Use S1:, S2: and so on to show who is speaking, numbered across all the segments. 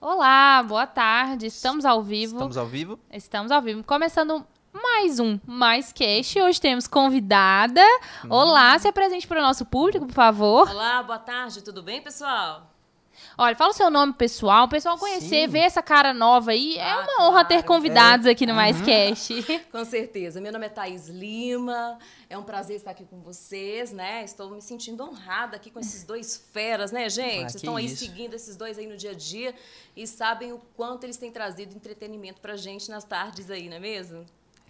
S1: Olá, boa tarde. Estamos ao vivo.
S2: Estamos ao vivo.
S1: Estamos ao vivo. Começando mais um Mais Cast. Hoje temos convidada. Olá, se apresente para o nosso público, por favor.
S3: Olá, boa tarde, tudo bem, pessoal?
S1: Olha, fala o seu nome pessoal, o pessoal conhecer,
S2: Sim.
S1: ver essa cara nova aí. É
S3: Ah,
S1: uma honra
S3: claro.
S1: ter convidados aqui no Mais Cast.
S3: Com certeza. Meu nome é Thaís Lima. É um prazer estar aqui com vocês, né? Estou me sentindo honrada aqui com esses dois feras, né, gente?
S2: Ah,
S3: vocês
S2: que
S3: estão aí
S2: isso.
S3: seguindo esses dois aí no dia a dia e sabem o quanto eles têm trazido entretenimento pra gente nas tardes aí, não é mesmo?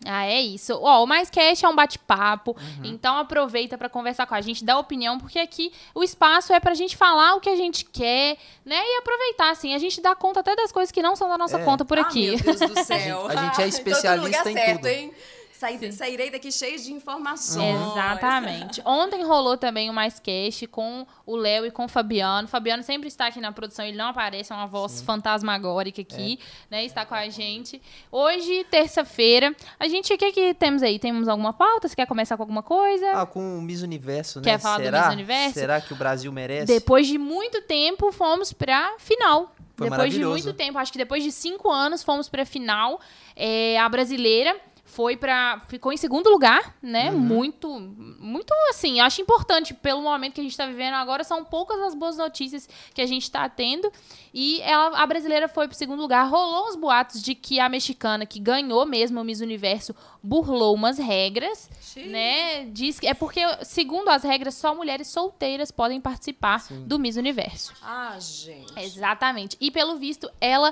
S1: Ah, é isso. Ó, o Mais Cast é um bate-papo, então aproveita para conversar com a gente, dar opinião, porque aqui o espaço é pra gente falar o que a gente quer, né? E aproveitar, assim, a gente dá conta até das coisas que não são da nossa
S2: É.
S1: conta por
S3: Ah,
S1: aqui.
S3: meu Deus do
S2: A
S3: céu.
S2: gente- a gente é
S3: Então,
S2: especialista
S3: tô no lugar
S2: em
S3: certo,
S2: tudo.
S3: Hein? Saí- sairei daqui cheio de informações.
S1: É.
S3: é.
S1: Exatamente. Ontem rolou também o Mais Cast com o Léo e com o Fabiano. O Fabiano sempre está aqui na produção, ele não aparece, é uma voz fantasmagórica aqui, né? Está com a gente. Hoje, terça-feira, a gente, o que que temos aí? Temos alguma pauta? Você quer começar com alguma coisa?
S2: Ah, com o Miss Universo, né?
S1: Quer falar do
S2: Será?
S1: Miss Universo?
S2: Será que o Brasil merece?
S1: Depois de muito tempo, fomos pra final.
S2: Foi
S1: depois de
S2: maravilhoso.
S1: muito tempo, acho que depois de cinco anos, fomos pra final. É, a brasileira foi para ficou em segundo lugar, né?
S2: Uhum.
S1: Muito, muito assim. Acho importante pelo momento que a gente tá vivendo agora. São poucas as boas notícias que a gente tá tendo. E ela, a brasileira foi pro segundo lugar. Rolou uns boatos de que a mexicana que ganhou mesmo o Miss Universo burlou umas regras
S3: Xiii.
S1: né? Diz que é porque, segundo as regras, só mulheres solteiras podem participar do Miss Universo.
S3: Ah, gente.
S1: É, Exatamente. E pelo visto, ela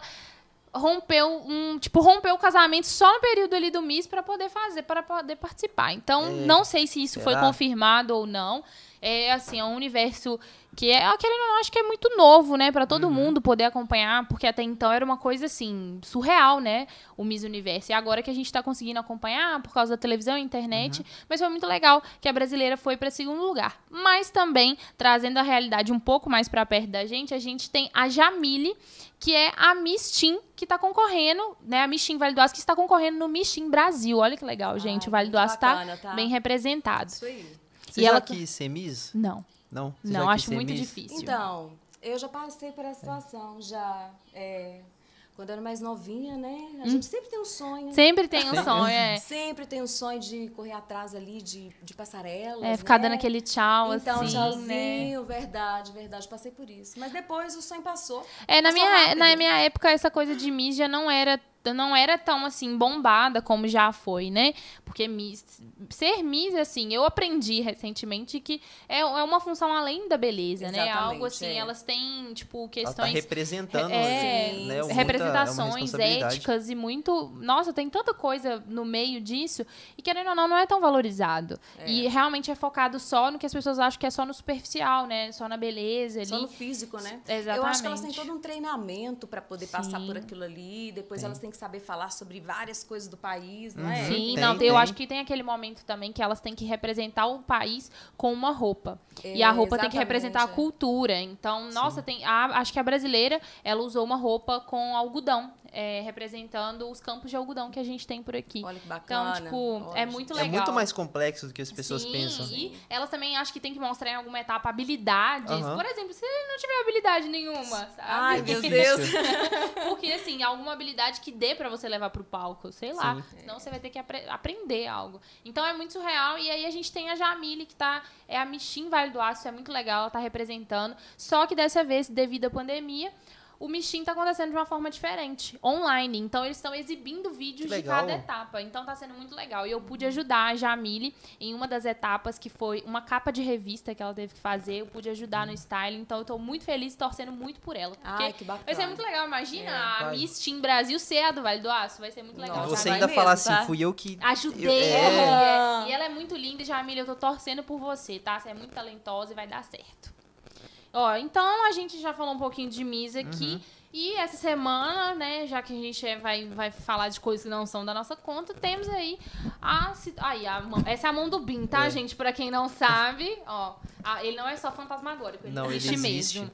S1: rompeu um, tipo, rompeu o casamento só no período ali do Miss pra poder fazer, pra poder participar. Então,
S2: É.
S1: não sei se isso foi
S2: Será?
S1: confirmado ou não. É assim, é um universo que é, ah, querendo ou não, acho que é muito novo, né, Pra todo mundo poder acompanhar, porque até então era uma coisa assim surreal, né, o Miss Universo. E agora que a gente tá conseguindo acompanhar por causa da televisão e internet, mas foi muito legal que a brasileira foi pra segundo lugar. Mas também trazendo a realidade um pouco mais pra perto da gente, a gente tem a Jamile, que é a Miss Teen, que tá concorrendo, né, a Miss Teen Vale do Aço, que está concorrendo no Miss Teen Brasil. Olha que legal, gente, o Vale do Aço tá
S3: bacana, tá?
S1: bem representado.
S3: Isso aí.
S2: Você
S1: E
S2: já
S1: ela-
S2: quis ser Miss?
S1: Não,
S2: Não. Você já
S1: não,
S2: quis
S1: acho
S2: ser
S1: muito
S2: Miss?
S1: difícil.
S3: Então, eu já passei por essa situação, já. é, quando eu era mais novinha, né? A gente sempre tem um sonho.
S1: Sempre tem um sonho, Hum. é.
S3: Sempre tem um sonho de correr atrás ali de, de passarelas.
S1: É, ficar
S3: né?
S1: dando aquele tchau,
S3: Então,
S1: assim,
S3: tchauzinho,
S1: né?
S3: verdade, verdade. Passei por isso. Mas depois o sonho passou.
S1: É, na
S3: Passou
S1: minha,
S3: rápido.
S1: na minha época, essa coisa de Miss já não era, não era tão, assim, bombada como já foi, né? Porque Miss, ser Miss, assim, eu aprendi recentemente que é, é uma função além da beleza, né?
S3: Exatamente,
S1: Algo assim,
S3: é.
S1: elas têm, tipo,
S2: Ela tá
S1: questões...
S2: representando,
S1: é,
S2: né?
S3: assim,
S2: muita- é uma
S1: representações
S2: responsabilidade.
S1: éticas e muito. Nossa, tem tanta coisa no meio disso e querendo ou não, não é tão valorizado. E realmente é focado só no que as pessoas acham que é só no superficial, né? Só na beleza ali.
S3: Só no físico, né?
S1: Exatamente.
S3: Eu acho que elas têm todo um treinamento para poder passar
S1: Sim.
S3: por aquilo ali. Depois
S2: Tem.
S3: elas têm que saber falar sobre várias coisas do país, não é?
S1: Uhum. Sim,
S2: Tem,
S1: não,
S2: tem.
S1: eu acho que tem aquele momento também que elas têm que representar o país com uma roupa. e a
S3: É,
S1: roupa tem que representar a
S3: exatamente, é.
S1: cultura. Então, nossa, tem a- acho que a brasileira, ela usou uma roupa com algodão, é, representando os campos de algodão que a gente tem por aqui.
S3: Olha que
S1: Então,
S3: bacana.
S1: tipo,
S3: Olha,
S1: é
S3: gente.
S1: muito
S2: É
S1: legal.
S2: muito mais complexo do que as pessoas
S1: Sim,
S2: pensam.
S1: E elas também acham que tem que mostrar em alguma etapa habilidades.
S2: Aham.
S1: Por exemplo, se não tiver habilidade nenhuma, sabe?
S3: Ai, meu
S2: difícil.
S3: Deus.
S1: Porque, assim, alguma habilidade que dê pra você levar pro palco, sei lá. Senão você vai ter que apre- aprender algo. Então é muito surreal. E aí a gente tem a Jamile, que tá. É a Michim Vale do Aço, é muito legal, ela tá representando. Só que dessa vez, devido à pandemia. O Michim tá acontecendo de uma forma diferente, online. Então, eles estão exibindo vídeos
S2: Que
S1: de cada
S2: legal. Uhum.
S1: etapa. Então, tá sendo muito legal. E eu pude ajudar a Jamile em uma das etapas, que foi uma capa de revista que ela teve que fazer. Eu pude ajudar
S2: Uhum.
S1: no styling. Então, eu tô muito feliz e torcendo muito por ela. Porque
S3: Ai, que bacana.
S1: Vai ser muito legal, imagina a
S2: vai.
S1: Miss Team Brasil ser a do Vale do Aço, vai ser muito legal.
S2: E
S3: Nossa,
S2: você
S1: sabe?
S2: ainda
S3: vai mesmo,
S2: falar assim,
S3: tá?
S2: fui eu que... Eu-
S1: Ajudei
S2: é.
S1: ela. E ela é muito linda, Jamila, eu tô torcendo por você, tá? Você é muito talentosa e vai dar certo. Ó, então a gente já falou um pouquinho de Miss aqui.
S2: Uhum.
S1: E essa semana, né, já que a gente é- vai, vai falar de coisas que não são da nossa conta, temos aí a... ci- Aí, a mão- essa é a mão do Bin, tá,
S2: É.
S1: gente? Pra quem não sabe, ó, a- ele não é só fantasmagórico, ele
S2: Não, ele
S1: existe,
S2: existe.
S1: mesmo.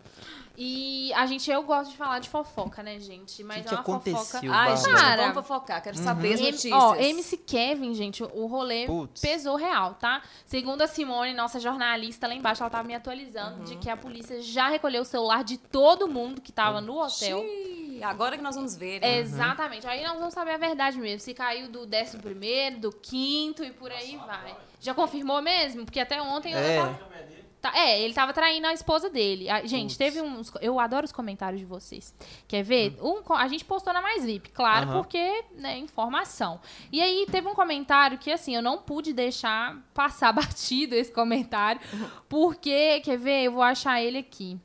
S1: E a gente, eu gosto de falar de fofoca, né, gente?
S2: O Uhum. que,
S1: Mas
S2: que
S1: é uma fofoca...
S2: aconteceu,
S3: Ai,
S2: Bárbara?
S3: gente,
S1: Cara.
S3: vamos fofocar. Quero saber as
S1: M-
S3: notícias.
S1: Ó, MC Kevin, gente, o rolê
S2: Putz.
S1: pesou real, tá? Segundo a Simone, nossa jornalista lá embaixo, ela tava me atualizando de que a polícia já recolheu o celular de todo mundo que tava no hotel. É,
S3: Xiii. Ih, agora que nós vamos ver. né?
S1: Exatamente. Aí nós vamos saber a verdade mesmo. Se caiu do décimo primeiro, do quinto e por aí vai. Já confirmou mesmo? Porque até ontem eu
S2: É.
S1: tava... Tá- é, ele tava traindo a esposa dele. A- gente,
S2: Putz.
S1: teve uns. Eu adoro os comentários de vocês. Quer ver? Um co- a gente postou na Mais VIP, claro,
S2: Hum. Aham.
S1: porque, né, informação. E aí teve um comentário que, assim, eu não pude deixar passar batido esse comentário, porque, quer ver? Eu vou achar ele aqui.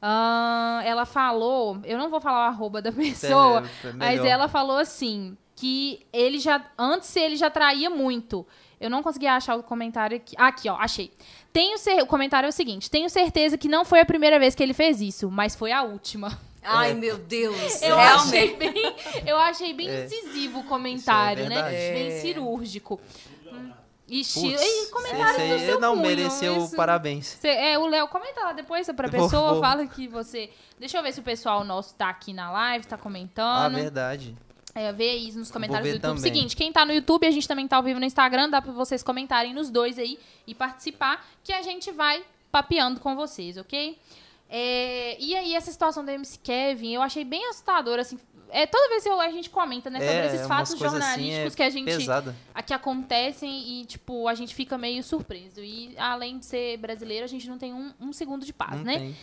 S1: Ahn, ela falou, eu não vou falar o arroba da pessoa,
S2: É, é
S1: mas
S2: melhor.
S1: ela falou assim que ele já antes ele já traía muito. Eu não consegui achar o comentário aqui. Ah, Aqui, ó, achei. Tenho cer- o comentário é o seguinte: tenho certeza que não foi a primeira vez que ele fez isso, mas foi a última.
S2: É.
S3: Ai, meu Deus.
S1: Eu
S3: realmente.
S1: achei bem, eu achei bem
S2: É.
S1: incisivo o comentário, né?
S2: verdade.
S1: Bem
S3: É.
S1: cirúrgico. Hum, E estilo.
S2: Putz,
S1: Ih,
S2: esse
S1: comentário do
S2: aí
S1: seu
S2: não
S1: cunho,
S2: mereceu
S1: isso-
S2: parabéns.
S1: Cê- é, o Léo, comenta lá depois pra
S2: Vou-
S1: pessoa,
S2: vou.
S1: fala que você. Deixa eu ver se o pessoal nosso tá aqui na live, tá
S2: Ah,
S1: comentando.
S2: verdade.
S1: É, vê aí nos comentários do
S2: ver
S1: YouTube.
S2: também.
S1: Seguinte, quem tá no YouTube, a gente também tá ao vivo no Instagram, dá pra vocês comentarem nos dois aí e participar, que a gente vai papeando com vocês, ok? É, e aí, essa situação do MC Kevin, eu achei bem assustadora, assim. É, toda vez eu, a gente comenta, né, sobre
S2: É,
S1: esses
S2: umas
S1: fatos
S2: coisas assim,
S1: jornalísticos
S2: é
S1: que a gente
S2: Pesada.
S1: a que acontecem e, tipo, a gente fica meio surpreso. E além de ser brasileiro, a gente não tem um, um segundo de paz,
S2: Não
S1: né?
S2: tem.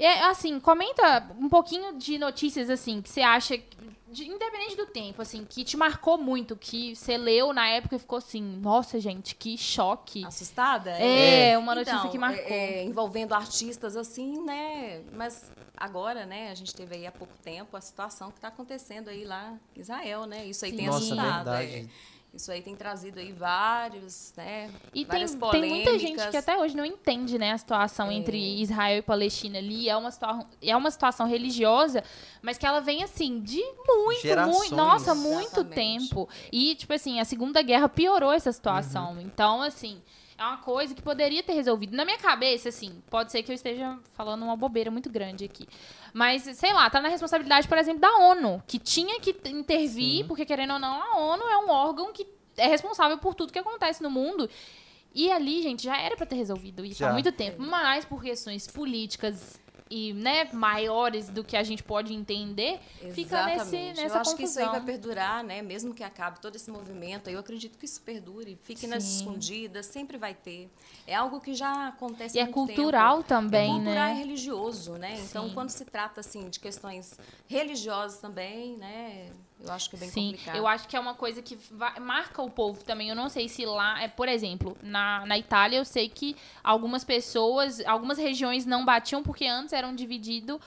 S1: É, assim, comenta um pouquinho de notícias, assim, que você acha, que- de- independente do tempo, assim, que te marcou muito, que você leu na época e ficou assim, nossa, gente, que choque.
S3: Assustada?
S1: É, uma notícia
S3: Então,
S1: que marcou.
S3: é, é, envolvendo artistas assim, né? Mas agora, né, a gente teve aí há pouco tempo a situação que está acontecendo aí lá em Israel, né? Isso aí tem
S1: Sim.
S2: Nossa,
S3: assustado. é.
S2: verdade.
S3: Isso aí tem trazido aí vários, né?
S1: E tem,
S3: várias
S1: tem muita gente
S3: polêmicas.
S1: que até hoje não entende, né, a situação
S3: É.
S1: entre Israel e Palestina ali. É uma, situa é uma situação religiosa, mas que ela vem, assim, de muito,
S2: Gerações.
S1: muito, nossa, muito
S3: Exatamente.
S1: tempo. E, tipo assim, a Segunda Guerra piorou essa situação.
S2: Uhum.
S1: Então, assim, é uma coisa que poderia ter resolvido. Na minha cabeça, assim, pode ser que eu esteja falando uma bobeira muito grande aqui. Mas, sei lá, tá na responsabilidade, por exemplo, da ONU, que tinha que intervir, porque querendo ou não, a ONU é um órgão que é responsável por tudo que acontece no mundo. E ali, gente, já era pra ter resolvido isso há
S2: Já.
S1: muito tempo, mas por questões políticas e, né, maiores do que a gente pode entender, fica nesse,
S3: Exatamente.
S1: nessa
S3: Eu acho
S1: confusão.
S3: que isso aí vai perdurar, né? Mesmo que acabe todo esse movimento, aí eu acredito que isso perdure. Fique nas
S1: Sim.
S3: escondidas, sempre vai ter. É algo que já acontece
S1: E
S3: há
S1: é
S3: muito
S1: cultural
S3: tempo.
S1: também,
S3: é cultural e
S1: né?
S3: religioso, né? Então,
S1: Sim.
S3: quando se trata assim de questões religiosas também, né? Eu acho que é bem
S1: Sim,
S3: complicado.
S1: eu acho que é uma coisa que va- marca o povo também. Eu não sei se lá, é, por exemplo, na, na Itália eu sei que algumas pessoas, algumas regiões não batiam porque antes eram dividido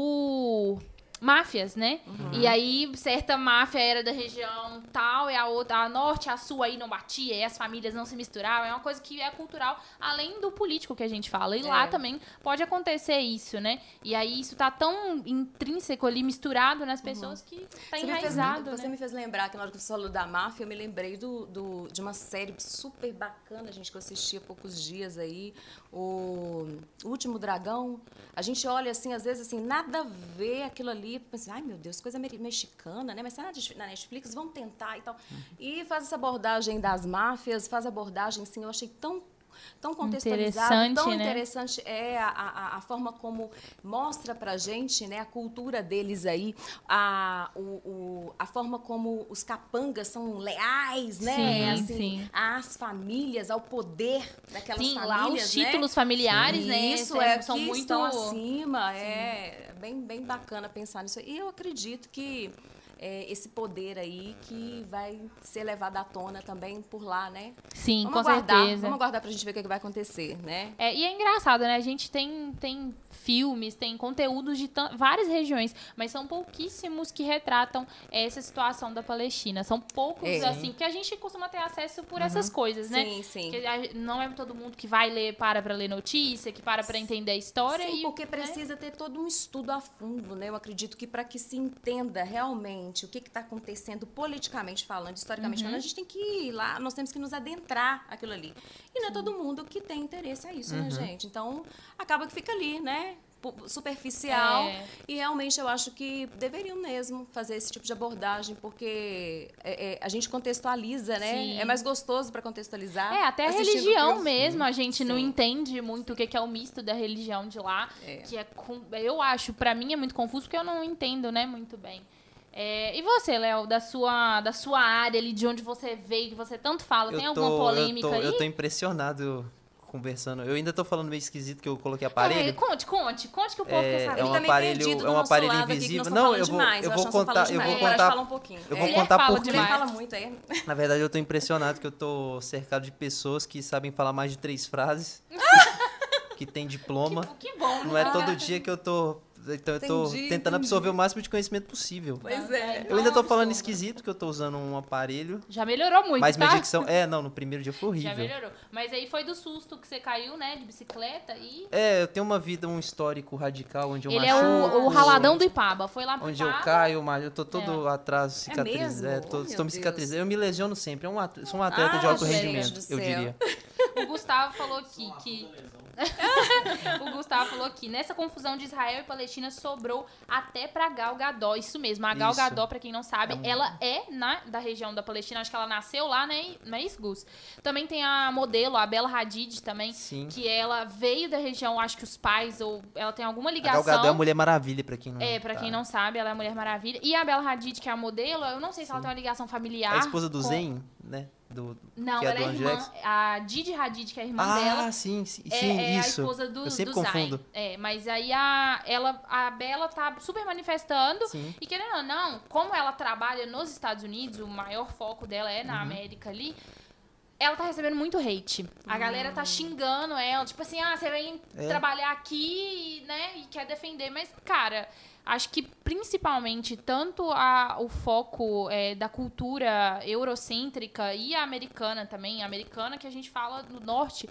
S1: por máfias, né? E aí certa máfia era da região tal e a outra, a norte, a sul aí não batia, e as famílias não se misturavam. É uma coisa que é cultural, além do político que a gente fala. E lá
S3: É.
S1: também pode acontecer isso, né? E aí isso tá tão intrínseco ali, misturado nas pessoas que tá
S3: Você me fez-
S1: enraizado,
S3: Você
S1: né?
S3: me fez lembrar que na hora que você falou da máfia, eu me lembrei do, do- de uma série super bacana, gente, que eu assisti há poucos dias aí, o Último Dragão. A gente olha assim, às vezes, assim, nada a ver aquilo ali, pensa, assim, ai meu Deus, coisa meri- mexicana, né? Mas será que na Netflix vão tentar e tal.
S1: Uhum.
S3: E faz essa abordagem das máfias, faz abordagem, assim, eu achei tão tão contextualizado, tão
S1: Interessante, né?
S3: interessante é a, a, a forma como mostra pra gente, né, a cultura deles aí, a, o, o- a forma como os capangas são leais, né,
S1: Sim,
S3: assim,
S1: sim.
S3: às famílias, ao poder daquelas
S1: Sim,
S3: famílias,
S1: lá os
S3: né?
S1: títulos familiares, né?
S3: Isso
S1: são-
S3: é,
S1: são
S3: que
S1: muito
S3: estão acima, é bem, bem bacana pensar nisso. E eu acredito que é, esse poder aí que vai ser levado à tona também por lá, né?
S1: Sim,
S3: vamos
S1: com
S3: aguardar,
S1: certeza.
S3: Vamos aguardar pra gente ver o que, que vai acontecer, né?
S1: É, e é engraçado, né? A gente tem, tem filmes, tem conteúdos de tan- várias regiões, mas são pouquíssimos que retratam essa situação da Palestina. São poucos,
S3: É.
S1: assim, que a gente costuma ter acesso por essas coisas, né?
S3: Sim, sim.
S1: Porque a- não é todo mundo que vai ler, para pra ler notícia, que para pra entender a história.
S3: Sim,
S1: e,
S3: porque
S1: né?
S3: precisa ter todo um estudo a fundo, né? Eu acredito que para que se entenda realmente o que está acontecendo politicamente falando, historicamente
S1: Uhum.
S3: falando, a gente tem que ir lá, nós temos que nos adentrar
S1: Uhum.
S3: aquilo ali. E não é todo mundo que tem interesse a isso, né, gente? Então, acaba que fica ali, né? pu- superficial.
S1: É.
S3: E realmente eu acho que deveriam mesmo fazer esse tipo de abordagem, porque é- é, a gente contextualiza, né?
S1: Sim.
S3: É mais gostoso para contextualizar.
S1: É, até a
S3: tá assistindo
S1: religião
S3: filme.
S1: mesmo, a gente não
S3: Sim.
S1: entende muito o que que é o misto da religião de lá.
S3: É.
S1: Que é, com- eu acho, pra mim é muito confuso porque eu não entendo, né, muito bem. É, e você, Léo, da sua, da sua área ali, de onde você veio, que você tanto fala, Então tem alguma polêmica
S2: eu tô,
S1: aí?
S2: Eu tô impressionado conversando. Eu ainda tô falando meio esquisito que eu coloquei
S1: É,
S2: aparelho.
S1: conte, conte, conte que o povo quer
S2: É,
S1: saber.
S2: é um
S3: também
S2: aparelho,
S3: perdido do
S2: é um
S3: nosso
S2: aparelho
S3: lado aqui, que nós
S2: invisível.
S3: estamos
S2: não,
S3: falando
S2: eu vou,
S3: demais,
S2: eu vou
S3: eu acho que nós estamos
S2: contar, eu
S3: falando
S2: vou
S3: demais, para de falar
S2: contar.
S3: um pouquinho.
S2: Eu vou
S3: É,
S2: contar
S1: fala
S2: por
S3: porque
S2: quê.
S3: ele
S1: demais.
S3: fala muito, é.
S2: Na verdade, eu tô impressionado que eu tô cercado de pessoas que sabem falar mais de três frases, que tem diploma.
S1: Que, que bom,
S2: Não é
S1: né?
S2: todo dia que eu tô, então eu tô
S3: Entendi,
S2: tentando
S3: entendi.
S2: absorver o máximo de conhecimento possível.
S3: Pois é.
S2: Eu ainda tô
S1: absurdo.
S2: falando esquisito que eu tô usando um aparelho,
S1: Já melhorou muito,
S2: mas
S1: tá?
S2: minha dicção é, não, no primeiro dia foi
S1: Já
S2: horrível.
S1: melhorou. Mas aí foi do susto que você caiu, né, de bicicleta e...
S2: É, eu tenho uma vida, um histórico radical onde eu
S1: Ele é
S2: machuco.
S1: o, o raladão do Ipaba. Foi lá pro
S2: Onde eu
S1: Ipaba.
S2: caio, mas eu tô todo
S1: É.
S2: atrás, cicatriz,
S3: mesmo?
S2: é,
S3: Oh,
S2: tô,
S3: meu
S2: estou me
S3: Deus.
S2: cicatrizando. Eu me lesiono sempre, é um atleta, sou um atleta de
S3: Ah,
S2: alto
S1: gente
S2: rendimento,
S3: do
S2: eu
S3: céu.
S2: diria.
S1: O Gustavo falou aqui que. o Gustavo falou aqui, nessa confusão de Israel e Palestina sobrou até pra Gal Gadot. Isso mesmo, a Gal
S2: Isso.
S1: Gadot, pra quem não sabe,
S2: É um-
S1: ela é na, da região da Palestina, acho que ela nasceu lá, né? Não é isso, Gus? Também tem a modelo, a Bela Hadid também,
S2: Sim.
S1: que ela veio da região, acho que os pais, ou ela tem alguma
S2: A Gal
S1: ligação.
S2: Gadot é a Mulher Maravilha, pra quem não
S1: É, pra
S2: tá.
S1: quem não sabe, ela é a Mulher Maravilha. E a Bela Hadid, que é a modelo, eu não sei se ela tem uma ligação familiar.
S2: É a esposa do
S1: com-
S2: Zen, né? Do,
S1: Não,
S2: que é
S1: ela é
S2: do
S1: irmã.
S2: Angex.
S1: A Didi Hadid, que é a irmã
S2: Ah,
S1: dela,
S2: sim, sim,
S1: é,
S2: sim,
S1: é
S2: isso.
S1: a esposa do,
S2: eu sempre
S1: do Zayn.
S2: confundo.
S1: É, mas aí a, ela, a Bela tá super manifestando.
S2: Sim.
S1: E querendo ou não, como ela trabalha nos Estados Unidos, o maior foco dela é na
S2: Uhum.
S1: América ali, ela tá recebendo muito hate. A galera tá xingando ela, tipo assim, ah, você vem
S2: Hum. É.
S1: trabalhar aqui, né, e quer defender. Mas, cara, acho que principalmente tanto a, o foco é, da cultura eurocêntrica e a americana também, a americana que a gente fala no norte,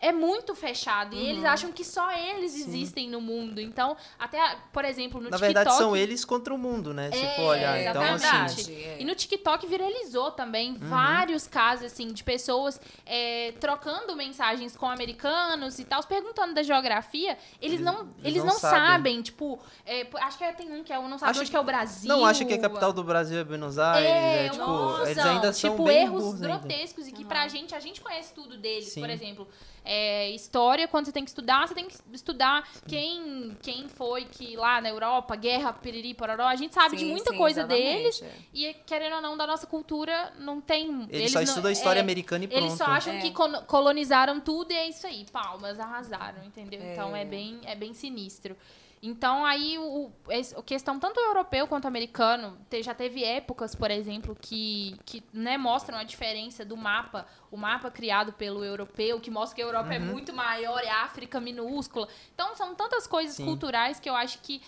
S1: é muito fechado. E
S2: Uhum.
S1: eles acham que só eles existem no mundo. Então, até, a- por exemplo, no
S2: Na
S1: TikTok...
S2: verdade, são eles contra o mundo, né? Se
S1: É,
S2: for olhar. Então,
S1: exatamente.
S2: assim.
S3: É.
S1: E no TikTok viralizou também
S2: Uhum.
S1: vários casos, assim, de pessoas é, trocando mensagens com americanos e tal, perguntando da geografia. Eles,
S2: Eles-
S1: não,
S2: eles
S1: eles, não,
S2: não
S1: sabem.
S2: sabem.
S1: tipo... é, pô, acho que é- tem um que é o não sabe
S2: Acho
S1: onde que é o Brasil.
S2: Não acha que a capital do Brasil é Buenos Aires?
S1: É,
S2: É, tipo,
S1: nossa,
S2: eles ainda são
S1: tipo,
S2: bem
S1: erros
S2: burros ainda.
S1: grotescos e que pra gente, a gente conhece tudo deles,
S2: Sim.
S1: por exemplo. é, história, quando você tem que estudar, você tem que estudar quem, quem foi que lá na Europa, guerra, piriri, pororó, a gente sabe de muita coisa deles. E, querendo ou não, da nossa cultura, não tem...
S2: Eles, só
S1: não-
S2: estudam a história
S1: é,
S2: americana e pronto.
S1: Eles só acham
S3: É.
S1: que colo- colonizaram tudo e é isso aí, palmas, arrasaram, entendeu?
S3: É.
S1: Então é bem, é bem sinistro. Então aí o, esse- a questão tanto europeu quanto americano, te- já teve épocas, por exemplo, que, que né, mostram a diferença do mapa, o mapa criado pelo europeu, que mostra que a Europa
S2: Uhum.
S1: é muito maior e a África minúscula. Então são tantas coisas
S2: Sim.
S1: culturais que eu acho que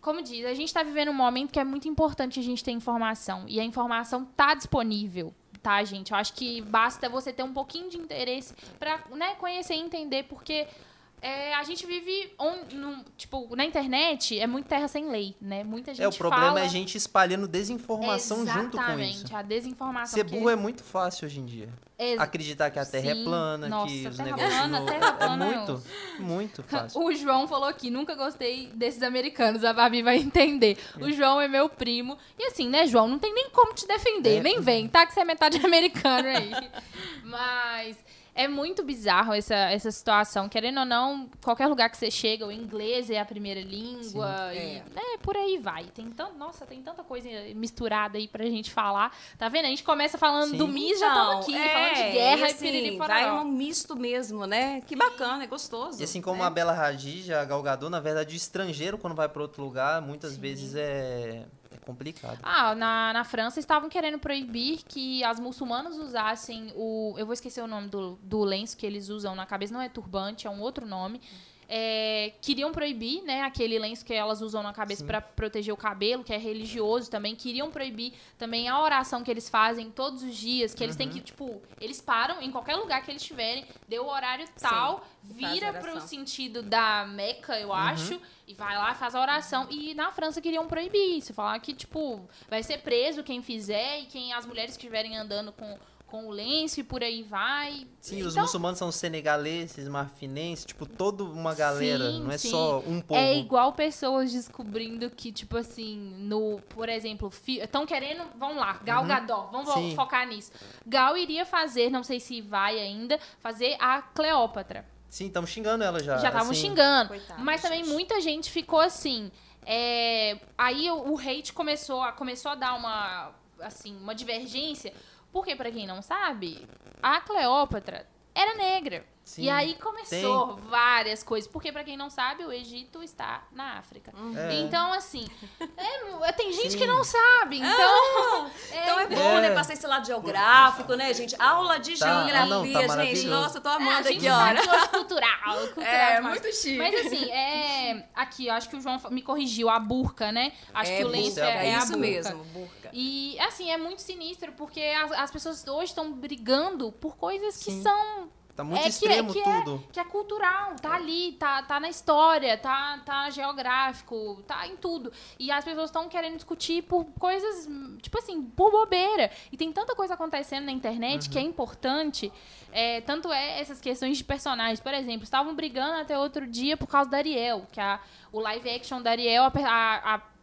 S1: como diz, a gente está vivendo um momento que é muito importante a gente ter informação. E a informação tá disponível, tá, gente? Eu acho que basta você ter um pouquinho de interesse para né, conhecer e entender, porque é, a gente vive on- num- tipo, na internet, é muito terra sem lei, né? Muita gente
S2: É, o problema
S1: fala...
S2: é a gente espalhando desinformação junto com
S1: Exatamente,
S2: isso.
S1: a desinformação.
S2: Ser
S1: que-
S2: burro é muito fácil hoje em dia.
S1: Ah, Ex-
S2: Acreditar que a Terra
S1: Sim.
S2: é plana,
S1: Nossa,
S2: que os
S1: terra
S2: negócios
S1: plana,
S2: não...
S1: terra
S2: é
S1: plana é
S2: muito, muito fácil.
S1: O João falou aqui, nunca gostei desses americanos, a Babi vai entender. O João é meu primo. E assim, né, João, não tem nem como te defender,
S2: É.
S1: nem vem, tá? Que você é metade americano aí. Mas é muito bizarro essa, essa situação. Querendo ou não, qualquer lugar que você chega, o inglês é a primeira língua.
S3: Sim.
S1: e- é, por aí vai. Tem tan- nossa, tem tanta coisa misturada aí pra gente falar. Tá vendo? A gente começa falando
S2: Sim.
S1: do
S3: Então,
S1: MIS, já estamos aqui, falando de guerra e, piriri pororó.
S3: é, Vai um misto mesmo, né? Que bacana, é gostoso.
S2: E assim como
S1: né?
S2: a Bela Hadid, a Galgador, na verdade, o estrangeiro, quando vai pra outro lugar, muitas vezes é, é complicado.
S1: Ah, na, na França estavam querendo proibir que as muçulmanas usassem o. Eu vou esquecer o nome do, do lenço que eles usam na cabeça, não é turbante, é um outro nome. É, queriam proibir, né, aquele lenço que elas usam na cabeça para proteger o cabelo, que é religioso também. Queriam proibir também a oração que eles fazem todos os dias, que eles têm
S3: Uhum.
S1: que, tipo, eles param em qualquer lugar que eles estiverem, deu o horário tal,
S3: faz
S1: vira pro
S3: oração. Uhum.
S1: sentido da Meca, eu acho, e vai lá, faz a oração. E na França queriam proibir isso, falar que, tipo, vai ser preso quem fizer e quem as mulheres que estiverem andando com com o lenço e por aí vai.
S2: Sim,
S1: então,
S2: os muçulmanos são senegaleses, marfinenses, tipo, toda uma galera,
S1: Sim,
S2: não é
S1: sim.
S2: só um povo.
S1: É igual pessoas descobrindo que, tipo assim, no, por exemplo, estão querendo, vamos lá, Gal Gadot, vamos vo-
S2: Uhum. Sim.
S1: focar nisso. Gal iria fazer, não sei se vai ainda, fazer a Cleópatra.
S2: Sim, estamos xingando ela já.
S1: Já estavam
S2: assim.
S1: xingando.
S3: Coitada,
S1: mas também
S3: gente.
S1: muita gente ficou assim. é, aí o, o hate começou a, começou a dar uma, assim, uma divergência. Porque, pra quem não sabe, a Cleópatra era negra.
S2: Sim,
S1: e aí começou várias coisas. Porque, pra quem não sabe, o Egito está na África.
S3: Uhum.
S2: É.
S1: Então, assim, é, tem gente que
S2: Sim.
S1: não sabe. Então,
S3: Então é bom,
S2: É.
S3: né? Passar esse lado geográfico, né, gente? Aula de
S2: Tá,
S3: geografia,
S2: não, tá
S3: gente.
S2: maravilhoso.
S3: Nossa, eu tô
S1: É, a
S3: amando
S1: gente
S3: Ah, aqui,
S1: sabe
S3: olha.
S1: coisa cultural. cultural
S3: É,
S1: demais.
S3: muito chique.
S1: Mas assim, é. Aqui, eu acho que o João fa- me corrigiu, a burca, né? Acho que o
S2: burca,
S1: lenço
S2: é
S1: é, é a
S3: isso
S1: burca.
S3: mesmo, burca.
S1: E assim, é muito sinistro, porque as, as pessoas hoje estão brigando por coisas que
S2: Sim.
S1: são.
S2: Tá muito
S1: É que-
S2: extremo
S1: que é-
S2: tudo.
S1: que é cultural, tá ali, tá, tá na história, tá, tá geográfico, tá em tudo. E as pessoas estão querendo discutir por coisas, hum, tipo assim, por bobeira. E tem tanta coisa acontecendo na internet que é importante. É, tanto é essas questões de personagens. Por exemplo, estavam brigando até outro dia por causa da Ariel, que a, o live action da Ariel, a pe- a- a-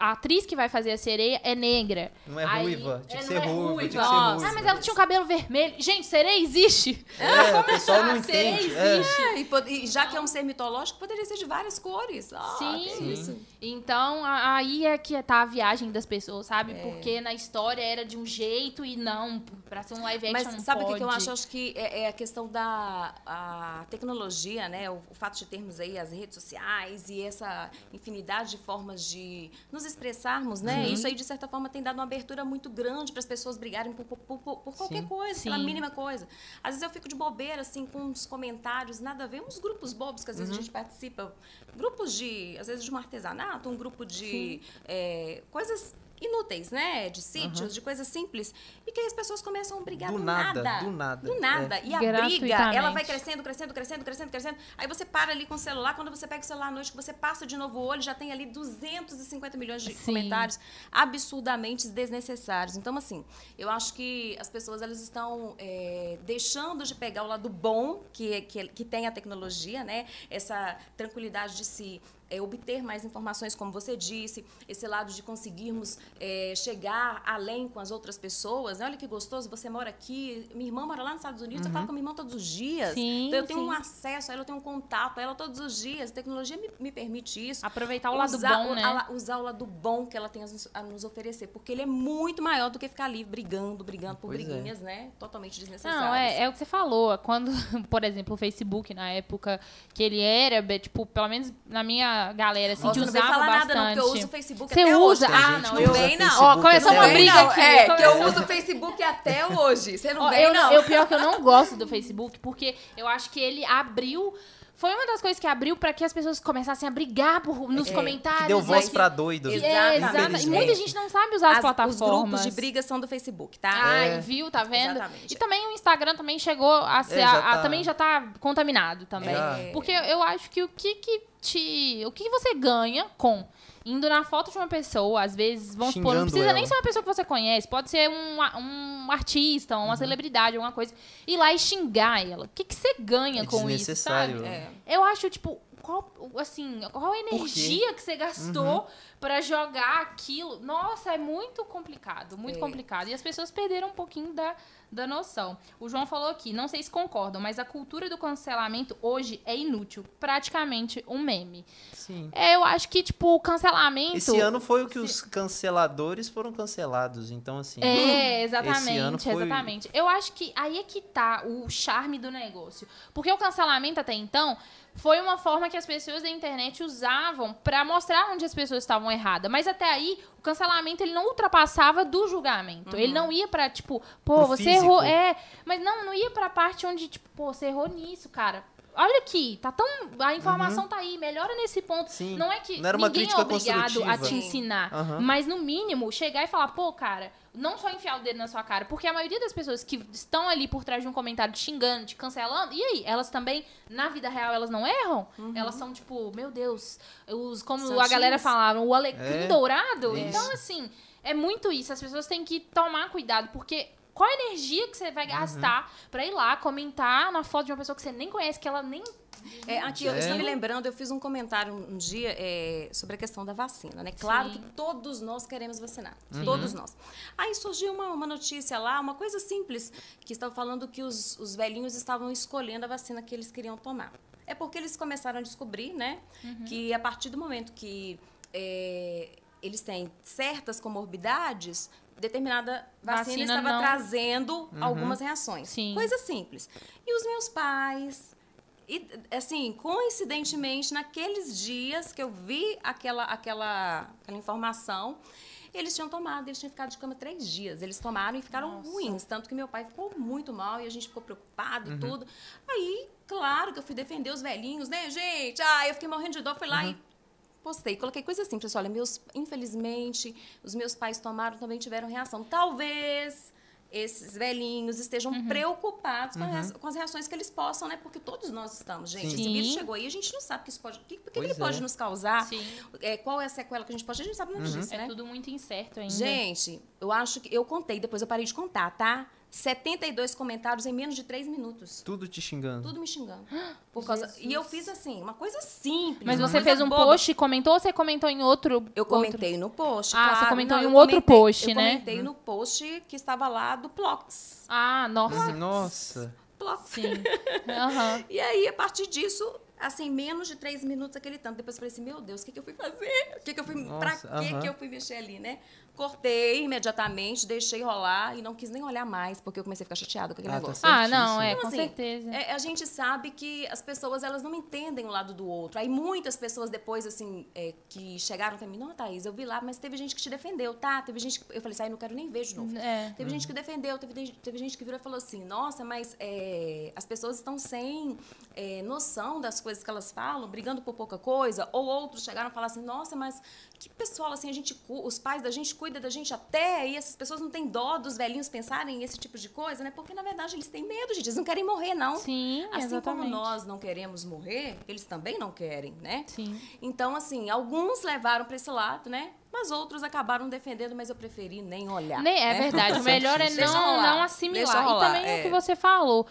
S1: a atriz que vai fazer a sereia é negra.
S2: Não é
S1: Aí-
S2: ruiva. Tinha
S1: É,
S2: que
S1: não
S2: ser
S1: é
S2: ruiva,
S1: ruiva.
S2: tinha que
S3: Nossa.
S2: ser
S1: Ah,
S2: ruiva.
S1: mas ela tinha o cabelo vermelho. Gente, sereia existe.
S2: É, o pessoal não
S1: Ah, sereia
S2: entende. É.
S1: existe.
S3: É, e, pod- e já que é um ser mitológico, poderia ser de várias cores. Ah,
S1: Sim.
S3: que
S1: Sim.
S3: isso.
S1: Então, a- aí é que tá a viagem das pessoas, sabe?
S2: É.
S1: Porque na história era de um jeito e não, pra ser um live action
S3: Mas
S1: não
S3: sabe o que que eu
S1: pode.
S3: acho? Acho que é, é a questão da a tecnologia, né? O, o fato de termos aí as redes sociais e essa infinidade de formas de nos expressarmos, né?
S1: Uhum.
S3: Isso aí, de certa forma, tem dado uma abertura muito grande para as pessoas brigarem por, por- por- por qualquer
S2: Sim.
S3: coisa, pela
S1: Sim.
S3: mínima coisa. Às vezes eu fico de bobeira, assim, com uns comentários, nada a ver, uns grupos bobos que às
S1: Uhum.
S3: vezes a gente participa. Grupos de, às vezes, de um artesanato, um grupo de é, coisas inúteis, né? De sítios, de coisas simples. E que aí as pessoas começam a brigar brigar
S2: Do nada, do nada. É.
S3: Do nada. E a
S1: Gratuitamente.
S3: briga, ela vai crescendo, crescendo, crescendo, crescendo, crescendo. Aí você para ali com o celular, quando você pega o celular à noite, que você passa de novo o olho, já tem ali 250 milhões de
S1: Sim.
S3: comentários absurdamente desnecessários. Então, assim, eu acho que as pessoas elas estão é, deixando de pegar o lado bom que, é- que, é- que tem a tecnologia, né? Essa tranquilidade de se é, obter mais informações, como você disse, esse lado de conseguirmos é, chegar além com as outras pessoas. né? Olha que gostoso, você mora aqui, minha irmã mora lá nos Estados Unidos, eu falo com minha irmã todos os dias.
S1: Sim,
S3: então eu tenho
S1: sim.
S3: um acesso a ela, eu tenho um contato a ela todos os dias. A tecnologia me, me permite isso.
S1: Aproveitar o lado
S3: Usar
S1: bom,
S3: o-
S1: né?
S3: a la- usar o lado bom que ela tem a nos- a nos oferecer, porque ele é muito maior do que ficar ali brigando, brigando por
S2: Pois é.
S3: briguinhas, né? Totalmente desnecessárias.
S1: Não, é, é o que você falou. Quando, por exemplo, o Facebook, na época que ele era, be- tipo, pelo menos na minha galera, assim,
S3: Ó,
S1: de
S3: você não
S1: usava
S3: veio falar
S1: bastante.
S3: nada, não, porque eu uso o Facebook
S1: Você
S3: até
S1: usa?
S3: hoje.
S1: Ah,
S2: Tem gente
S1: não,
S2: que
S1: eu...
S2: usa
S3: vem, não.
S2: Facebook
S1: Ó, começou
S2: até
S1: uma
S2: hoje.
S1: briga
S3: não,
S1: aqui,
S3: É,
S1: começou-
S3: que eu uso o Facebook até hoje. Você não
S1: Ó,
S3: vem,
S1: eu,
S3: não.
S1: eu- pior que eu não gosto do Facebook, porque eu acho que ele abriu. Foi uma das coisas que abriu pra que as pessoas começassem a brigar por- nos comentários.
S2: Que deu
S1: e
S2: voz
S1: que-
S2: pra doido.
S1: E
S3: Exato.
S1: É,
S3: Exatamente.
S1: exato. E muita gente não sabe usar as,
S3: As-
S1: plataformas.
S3: os grupos de briga são do Facebook, tá?
S1: Ai,
S2: É.
S1: viu? Tá vendo?
S3: Exatamente.
S1: E também o Instagram também chegou a ser.
S2: É, já
S1: a- a-
S2: tá-
S1: também já tá contaminado também.
S2: Já.
S3: É.
S1: Porque eu acho que o que, que te. O que, que você ganha com indo na foto de uma pessoa, às vezes, vamos supor, não
S2: Xingando
S1: precisa nem
S2: ela.
S1: ser uma pessoa que você conhece, pode ser um, a- um artista,
S2: Uhum.
S1: uma celebridade, alguma coisa. Ir lá e xingar ela. O que, que você ganha
S2: É
S1: com isso? Sabe?
S2: desnecessário.
S3: É.
S1: Eu acho, tipo, qual, assim, qual a energia que você
S2: Uhum.
S1: gastou pra jogar aquilo? Nossa, é muito complicado, muito
S3: É.
S1: complicado. E as pessoas perderam um pouquinho da, da noção. O João falou aqui, não sei se concordam, mas a cultura do cancelamento hoje é inútil. Praticamente um meme.
S2: Sim.
S1: É, eu acho que, tipo, o cancelamento...
S2: Esse ano foi o que os canceladores foram cancelados. Então, assim.
S1: É,
S2: Esse ano
S1: exatamente,
S2: foi-
S1: exatamente. Eu acho que aí é que tá o charme do negócio. Porque o cancelamento até então foi uma forma que as pessoas da internet usavam pra mostrar onde as pessoas estavam erradas. Mas até aí, o cancelamento ele não ultrapassava do julgamento. Ele não ia pra, tipo, pô,
S2: Uhum. Pro
S1: você
S2: físico.
S1: errou. É, mas não, não ia pra parte onde, tipo, pô, você errou nisso, cara. Olha aqui, tá tão. A informação tá aí, melhora nesse ponto.
S2: Uhum. Sim.
S1: Não é que
S2: Não era uma
S1: ninguém é
S2: crítica
S1: obrigado a te
S2: construtiva.
S1: ensinar.
S2: Aham.
S1: Mas no mínimo, chegar e falar, pô, cara, não só enfiar o dedo na sua cara, porque a maioria das pessoas que estão ali por trás de um comentário te xingando, te cancelando, e aí? Elas também, na vida real, elas não erram? Elas são tipo, meu Deus, os, como a
S3: Santinhas.
S1: galera falava, o alecrim
S2: É.
S1: dourado.
S2: Isso.
S1: Então, assim, é muito isso. As pessoas têm que tomar cuidado, porque Qual a energia que você vai gastar pra ir lá comentar na foto de uma pessoa que você nem conhece, que ela nem.
S3: É, aqui, eu
S2: É.
S3: estou me lembrando, eu fiz um comentário um dia é, sobre a questão da vacina, né? Claro
S1: Sim.
S3: que todos nós queremos vacinar, todos nós. Aí surgiu uma, uma notícia lá, uma coisa simples, que estava falando que os, os velhinhos estavam escolhendo a vacina que eles queriam tomar. É porque eles começaram a descobrir, né?
S1: Uhum.
S3: Que a partir do momento que é, eles têm certas comorbidades, determinada vacina,
S1: Vacina
S3: estava
S1: não.
S3: trazendo algumas reações.
S1: Sim.
S3: Coisa simples. E os meus pais, e, assim, coincidentemente, naqueles dias que eu vi aquela, aquela, aquela informação, eles tinham tomado, eles tinham ficado de cama três dias. Eles tomaram e ficaram ruins. Tanto que meu pai ficou muito mal e a gente ficou preocupado e tudo. Aí, claro que eu fui defender os velhinhos, né, gente? Ah, eu fiquei morrendo de dor, fui lá e. Postei, coloquei coisa simples. assim, Olha, meus, infelizmente, os meus pais tomaram, também tiveram reação. Talvez esses velhinhos estejam
S1: Uhum.
S3: preocupados com, a rea- com as reações que eles possam, né? Porque todos nós estamos, gente.
S2: Sim.
S3: Esse vírus
S1: Sim.
S3: chegou aí, a gente não sabe o que isso pode, o que, o que que
S2: Pois
S3: ele pode
S2: é.
S3: nos causar,
S1: Sim.
S3: é, qual é a sequela que a gente pode, a gente não sabe nada disso,
S1: tá? É
S3: né?
S1: tudo muito incerto ainda.
S3: Gente, eu acho que eu contei, depois eu parei de contar, tá? 72 comentários em menos de 3 minutos.
S2: Tudo te xingando.
S3: Tudo me xingando. Por causa... E eu fiz assim, uma coisa simples.
S1: Mas
S2: Uhum.
S3: uma
S1: você
S2: é
S3: coisa
S1: fez um
S3: boba.
S1: post e comentou ou você comentou em outro?
S3: Eu
S1: outro?
S3: comentei no post.
S1: Ah, você
S3: claro.
S1: comentou
S3: Não,
S1: em
S3: eu
S1: um outro
S3: comentei-
S1: post, né?
S3: Eu comentei no post que estava lá do Plox.
S1: Ah,
S2: Uhum.
S1: nossa.
S2: Nossa.
S3: Plox.
S1: Sim. Aham.
S3: E aí, a partir disso, assim, menos de três minutos aquele tanto. Depois eu falei assim, meu Deus, o que, que eu fui fazer? O que, que eu fui.
S2: Nossa,
S3: pra que
S2: aham.
S3: que eu fui mexer ali, né? Cortei imediatamente, deixei rolar e não quis nem olhar mais, porque eu comecei a ficar chateada com aquele
S2: Ah, tá
S3: negócio.
S1: Ah, não, é,
S2: Certíssimo.
S1: com
S3: Então, assim,
S1: certeza.
S3: É, a gente sabe que as pessoas elas não entendem o lado do outro. Aí muitas pessoas depois, assim, é, que chegaram pra mim, não, Thaís, eu vi lá, mas teve gente que te defendeu, tá? Teve gente que. Eu falei assim, ah, eu não quero nem ver de novo.
S1: É.
S3: Teve gente que defendeu, teve, teve gente que virou e falou assim, nossa, mas é, as pessoas estão sem é, noção das coisas que elas falam, brigando por pouca coisa, ou outros chegaram a falar assim, nossa, mas que pessoal assim, a gente, cu- os pais da gente cuida da gente até, e essas pessoas não têm dó dos velhinhos pensarem esse tipo de coisa, né? Porque, na verdade, eles têm medo, gente, eles não querem morrer, não.
S1: Sim,
S3: assim
S1: exatamente.
S3: como nós não queremos morrer, eles também não querem, né?
S1: Sim.
S3: Então, assim, alguns levaram para esse lado, né? Mas outros acabaram defendendo, mas eu preferi nem olhar.
S1: Nem, é
S3: né?
S1: verdade. O melhor é
S3: Deixa
S1: não,
S3: rolar,
S1: não
S3: deixa
S1: assimilar.
S3: rolar,
S1: e também o
S3: é.
S1: que você falou.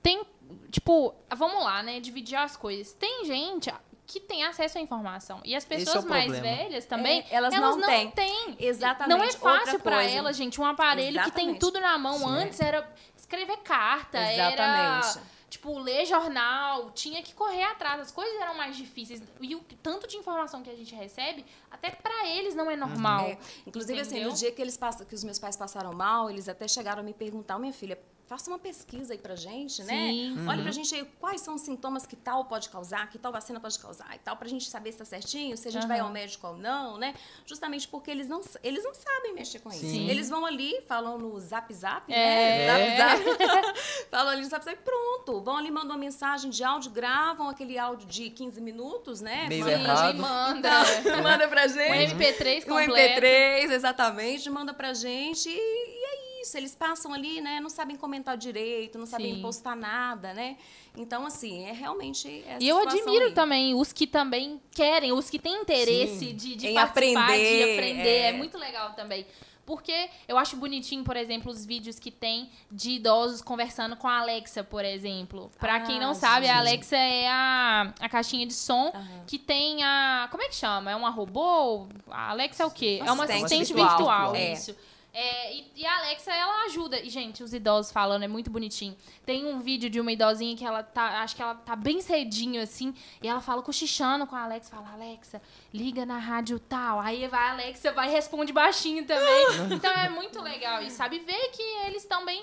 S1: Tem, tipo, vamos lá, né? Dividir as coisas. Tem gente que tem acesso à informação. E as
S2: é o
S1: pessoas mais
S2: problema.
S1: velhas também,
S3: É, elas não têm. Exatamente,
S1: Não é fácil
S3: outra
S1: pra
S3: coisa.
S1: elas, gente. Um aparelho que tem
S3: Exatamente. é.
S1: tudo na mão. Antes era escrever carta,
S3: Exatamente.
S1: era... Tipo, ler jornal, tinha que correr atrás, as coisas eram mais difíceis. E o tanto de informação que a gente recebe, até pra eles não é normal.
S3: É, Inclusive, assim,
S1: Entendeu?
S3: no dia que, eles passam, que os meus pais passaram mal, eles até chegaram a me perguntar, "Ô, minha filha, faça uma pesquisa aí pra gente, né?
S1: Sim.
S3: Olha pra gente aí quais são os sintomas que tal pode causar, que tal vacina pode causar e tal, pra gente saber se tá certinho, se a gente vai
S1: Aham.
S3: ao médico ou não, né? Justamente porque eles não, eles não sabem mexer com isso.
S2: Sim.
S3: Eles vão ali, falam no zap zap,
S1: É.
S3: né? Zap zap. falam ali no zap zap, pronto. Vão ali, mandam uma mensagem de áudio, gravam aquele áudio de 15 minutos, né?
S2: Meio
S3: Mandam-
S2: errado.
S1: Manda.
S3: Então, manda pra gente.
S1: Um MP3
S3: O
S1: completo.
S3: MP3, exatamente, manda pra gente e, e é isso. Eles passam ali, né? Não sabem comentar direito, não sabem
S1: Sim.
S3: postar nada, né? Então, assim, é realmente. Essa
S1: E eu
S3: situação
S1: admiro
S3: aí.
S1: também os que também querem, os que têm interesse
S2: Sim.
S1: de, de
S3: Em
S1: participar, de
S3: aprender,
S1: aprender. É.
S3: é.
S1: muito legal também. Porque eu acho bonitinho, por exemplo, os vídeos que tem de idosos conversando com a Alexa, por exemplo. Pra
S3: Ah,
S1: quem não sabe, a
S3: gente.
S1: Alexa é a, a caixinha de som
S3: Aham.
S1: que tem a... Como é que chama? É uma robô? A Alexa é o quê? é uma
S3: Assistente
S1: assistente virtual,
S3: virtual. É.
S1: isso. É, e, e a Alexa, ela ajuda. E, gente, os idosos falando, é muito bonitinho. Tem um vídeo de uma idosinha que ela tá, acho que ela tá bem cedinho, assim, e ela fala cochichando com a Alexa, fala, Alexa, liga na rádio tal. Aí vai a Alexa, vai e responde baixinho também. então é muito legal. E sabe ver que eles também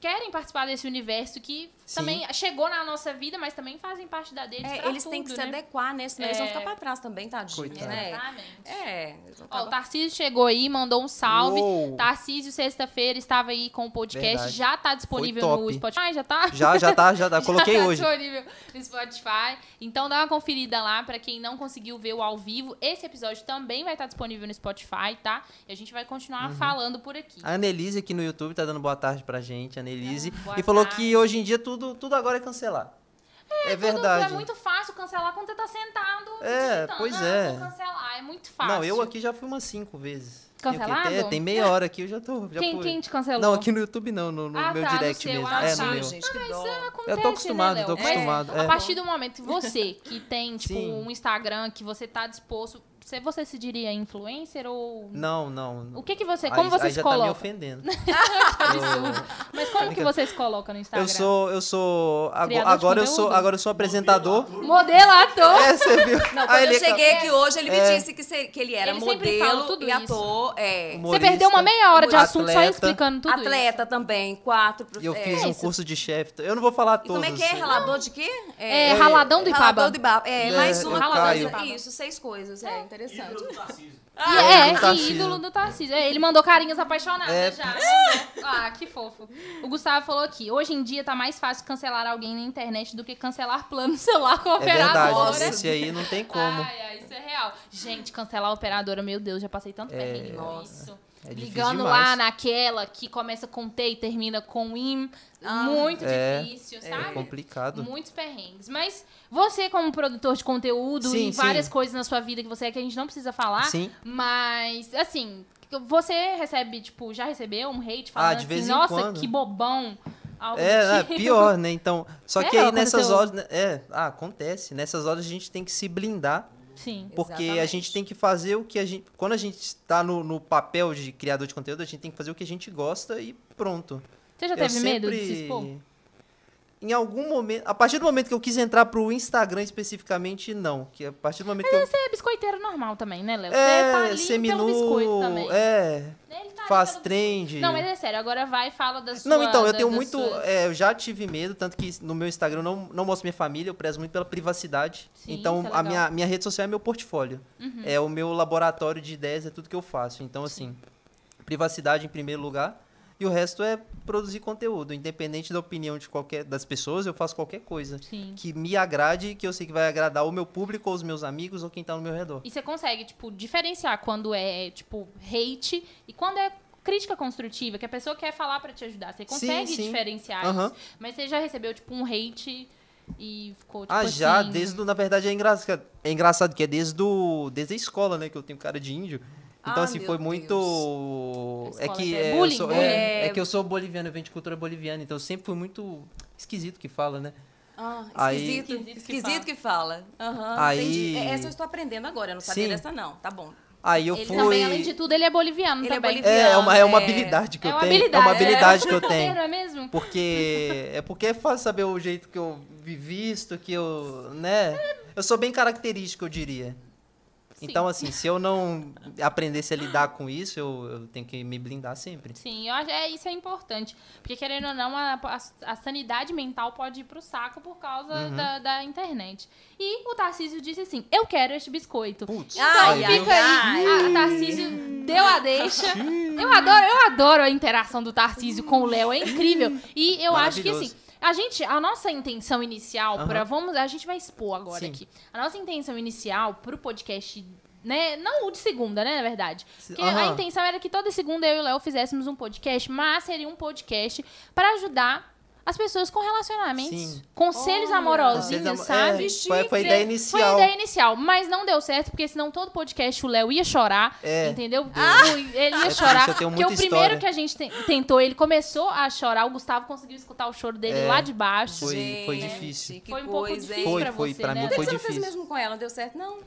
S1: querem participar desse universo que
S2: Sim.
S1: também chegou na nossa vida, mas também fazem parte da deles
S3: É,
S1: pra
S3: eles têm que
S1: tudo,
S3: se
S1: né?
S3: adequar, né? Senão eles vão
S1: É.
S3: ficar pra trás também, tadinhos,
S2: Coitado.
S3: né?
S1: Exatamente.
S3: É, eles vão
S1: Ó, tá o
S3: acabar-
S1: Tarcísio chegou aí, mandou um salve.
S2: Uou.
S1: Tarcísio, sexta-feira, estava aí com o podcast.
S2: Verdade.
S1: Já tá disponível
S2: Foi
S1: no
S2: top.
S1: Spotify, já tá?
S2: Já, já tá, já tá. Coloquei
S1: tá
S2: hoje.
S1: disponível no Spotify. Então dá uma conferida lá pra quem não conseguiu ver o ao vivo. Esse episódio também vai estar disponível no Spotify, tá? E a gente vai continuar
S2: Uhum.
S1: falando por aqui.
S2: A Annelise aqui no YouTube tá dando boa tarde pra gente, Annelise.
S1: Ah, boa
S2: e falou
S1: tarde.
S2: que hoje em dia tudo, tudo agora é cancelar. É,
S1: Tudo
S2: verdade.
S1: é muito fácil cancelar quando você tá sentado.
S2: É,
S1: digitando.
S2: pois
S1: Ah,
S2: é.
S1: vou cancelar, é muito fácil.
S2: Não, eu aqui já fui umas cinco vezes. Tem o quê?
S1: Cancelado?
S2: Tem, tem meia hora aqui, eu já tô. Já
S1: quem,
S2: fui.
S1: quem te cancelou?
S2: Não, aqui no YouTube não, no, no
S1: Ah,
S2: meu
S1: tá, no
S2: direct
S1: seu,
S2: mesmo.
S1: ah,
S2: é,
S1: tá.
S2: no meu.
S3: gente, que dó.
S1: Acontece,
S2: Eu tô acostumado,
S1: né, Léo?
S2: tô
S1: Mas
S2: acostumado,
S1: A
S2: é.
S1: partir do momento que você, que tem, tipo,
S2: Sim.
S1: um Instagram, que você tá disposto... Você, você se diria influencer ou...
S2: Não, não.
S1: O que que você...
S2: Aí-
S1: Como você
S2: aí
S1: se
S2: já tá me
S1: coloca? é
S2: ofendendo.
S1: Mas como que você se coloca no Instagram?
S2: Eu sou, eu sou, ago-
S1: Criador de
S2: agora eu sou,
S1: conteúdo?
S2: agora eu sou apresentador.
S1: Modelo, ator.
S2: É, você viu?
S3: Não, quando
S2: Aí ele
S3: eu
S2: é ca- É.
S3: cheguei aqui hoje, ele me disse que, se- que ele era
S1: Ele sempre fala
S3: modelo
S1: tudo
S3: e
S1: isso.
S3: ator. É.
S1: Você perdeu uma meia hora de
S2: humorista,
S1: assunto só
S2: atleta.
S1: explicando tudo
S3: Atleta também, quatro. prof-
S2: E eu
S3: é.
S2: fiz
S1: É
S2: um
S1: isso.
S2: curso de chefe. Eu não vou falar
S3: E
S2: todos.
S3: como é que é? Ralador de quê?
S1: É, raladão do
S3: Ralador
S1: Ibaba.
S3: do Ibaba. É,
S2: É,
S3: mais uma
S2: eu
S3: coisa.
S1: caio.
S3: Isso, seis coisas. É, interessante.
S1: E
S2: é,
S1: é,
S2: ídolo do
S1: e
S2: Tarcísio.
S1: ídolo do Tarcísio. É, ele mandou carinhas apaixonadas
S2: É.
S1: já. Ah, que fofo. O Gustavo falou aqui: hoje em dia tá mais fácil cancelar alguém na internet do que cancelar plano celular com a
S2: É verdade,
S1: operadora.
S2: esse aí não tem como.
S1: Ai, ai, isso é real. Gente, cancelar a operadora, meu Deus, já passei tanto perrengue com isso.
S2: é difícil
S1: Ligando
S2: demais.
S1: lá naquela que começa com T e termina com IM.
S3: Ah.
S1: muito
S2: É.
S1: difícil,
S2: É
S1: sabe?
S2: complicado.
S1: Muitos perrengues. Mas você, como produtor de conteúdo
S2: Sim,
S1: e várias
S2: sim.
S1: coisas na sua vida que você é que a gente não precisa falar.
S2: Sim.
S1: Mas, assim, você recebe, tipo, já recebeu um hate falando
S2: Ah, de vez
S1: assim,
S2: em
S1: nossa,
S2: quando."
S1: que bobão. Algo do
S2: É, é,
S1: tipo.
S2: pior, né? Então, só que
S1: É,
S2: aí
S1: aconteceu.
S2: nessas horas, né, é, ah, acontece. Nessas horas a gente tem que se blindar,
S1: Sim.
S2: porque a
S3: Exatamente.
S2: gente tem que fazer o que a gente, quando a gente está no, no papel de criador de conteúdo, a gente tem que fazer o que a gente gosta e pronto.
S1: Você já
S2: Eu
S1: teve
S2: sempre...
S1: medo de se expor?
S2: Em algum momento, a partir do momento que eu quis entrar pro Instagram especificamente, não. Que a partir do momento que eu
S1: Você é biscoiteiro normal também, né, Léo? você tá
S2: é,
S1: ali
S2: seminu,
S1: pelo biscoito também.
S2: é,
S1: Ele tá ali
S2: faz
S1: pelo-
S2: trend.
S1: Não, mas é sério, agora vai e fala da sua...
S2: Não, então, eu
S1: da-
S2: tenho
S1: das
S2: muito.
S1: suas-
S2: é, eu já tive medo, tanto que no meu Instagram eu não, não mostro minha família, eu prezo muito pela privacidade.
S1: Sim,
S2: então,
S1: isso é
S2: a
S1: legal. Uhum.
S2: minha, minha rede social é meu portfólio. É o meu laboratório de ideias, é tudo que eu faço. Então, assim, privacidade em primeiro lugar. E o resto é produzir conteúdo. Independente da opinião de qualquer das pessoas, eu faço qualquer coisa.
S1: Sim.
S2: Que me agrade e que eu sei que vai agradar o meu público, ou os meus amigos, ou quem tá no meu redor.
S1: E você consegue, tipo, diferenciar quando é, tipo, hate e quando é crítica construtiva, que a pessoa quer falar pra te ajudar. Você consegue
S2: sim.
S1: diferenciar
S2: Aham.
S1: isso. Mas você já recebeu, tipo, um hate e ficou, tipo,
S2: Ah, já,
S1: assim,
S2: desde. o- Na verdade, é engraçado, é engraçado que é desde, do, desde a escola, né? Que eu tenho cara de índio. Então,
S3: Ah,
S2: assim,
S3: meu
S2: foi
S3: Deus.
S1: A
S2: muito. É
S1: escola
S2: que,
S1: é
S2: é, eu
S1: bullying,
S2: sou,
S1: bullying.
S2: é, é que eu sou boliviano, eu venho de cultura boliviana, então eu sempre fui muito esquisito que fala, né?
S3: Ah,
S2: Aí-
S3: esquisito.
S1: Esquisito que
S3: Esquisito que fala. Aham,
S2: Aí-
S3: entendi. É, Essa eu estou aprendendo agora, eu não sabia
S2: Sim.
S3: dessa não. Tá bom.
S2: Aí eu
S3: Ele
S2: fui.
S1: Também, além de tudo, ele é boliviano
S3: Ele é
S1: também.
S3: boliviano,
S2: é, é uma, é uma
S3: é-
S2: habilidade que
S1: É
S2: eu
S1: uma
S2: tenho.
S1: habilidade.
S2: É uma
S1: é.
S2: habilidade que eu tenho.
S1: Não é mesmo?
S2: Porque é porque é fácil saber o jeito que eu me visto, que eu, né? Eu sou bem característico, eu diria.
S1: Sim.
S2: Então, assim, se eu não aprendesse a lidar com isso, eu, eu tenho que me blindar sempre.
S1: Sim, eu acho, é, isso é importante. Porque, querendo ou não, a, a- a sanidade mental pode ir pro saco por causa
S2: Uhum.
S1: da, da internet. E o Tarcísio disse assim: Eu quero este biscoito.
S2: Putz,
S1: Então
S3: Ai, ai,
S1: fica aí.
S3: ai.
S1: Ah, o Tarcísio deu a deixa. Eu adoro, eu adoro a interação do Tarcísio com o Léo, é incrível. E eu acho que assim,
S2: Maravilhoso.
S1: a gente, a nossa intenção inicial
S2: Aham.
S1: pra vamos, a gente vai expor agora
S2: Sim.
S1: aqui. A nossa intenção inicial pro podcast né? Não o de segunda, né, na verdade.
S2: Se-
S1: Porque a
S2: aham.
S1: intenção era que toda segunda eu e o Léo fizéssemos um podcast, mas seria um podcast pra ajudar as pessoas com relacionamenos,
S2: Sim.
S1: conselhos
S3: Olha.
S1: amorosinhos,
S2: Vocês-
S1: sabe?
S2: é, foi, foi a
S1: Sim, Foi
S2: ideia
S1: a
S2: inicial.
S1: ideia inicial, mas não deu certo, porque senão todo podcast o Léo ia chorar,
S2: É.
S1: entendeu?
S2: Ah!
S1: O- Ele ia
S2: É
S1: chorar.
S2: triste, eu tenho
S1: porque o
S2: muita
S1: primeiro
S2: história.
S1: que a gente te- tentou, ele começou a chorar, o Gustavo conseguiu escutar o choro dele
S2: É.
S1: lá de baixo.
S2: Foi- foi
S3: Gente,
S2: difícil.
S3: que
S1: Foi um pouco
S3: coisa,
S1: difícil
S3: hein?
S2: Foi,
S1: pra
S2: foi,
S1: você,
S2: pra
S1: né?
S2: mim
S1: Léo?
S2: foi
S3: Você não fez
S2: difícil.
S3: mesmo com ela, não deu certo, não?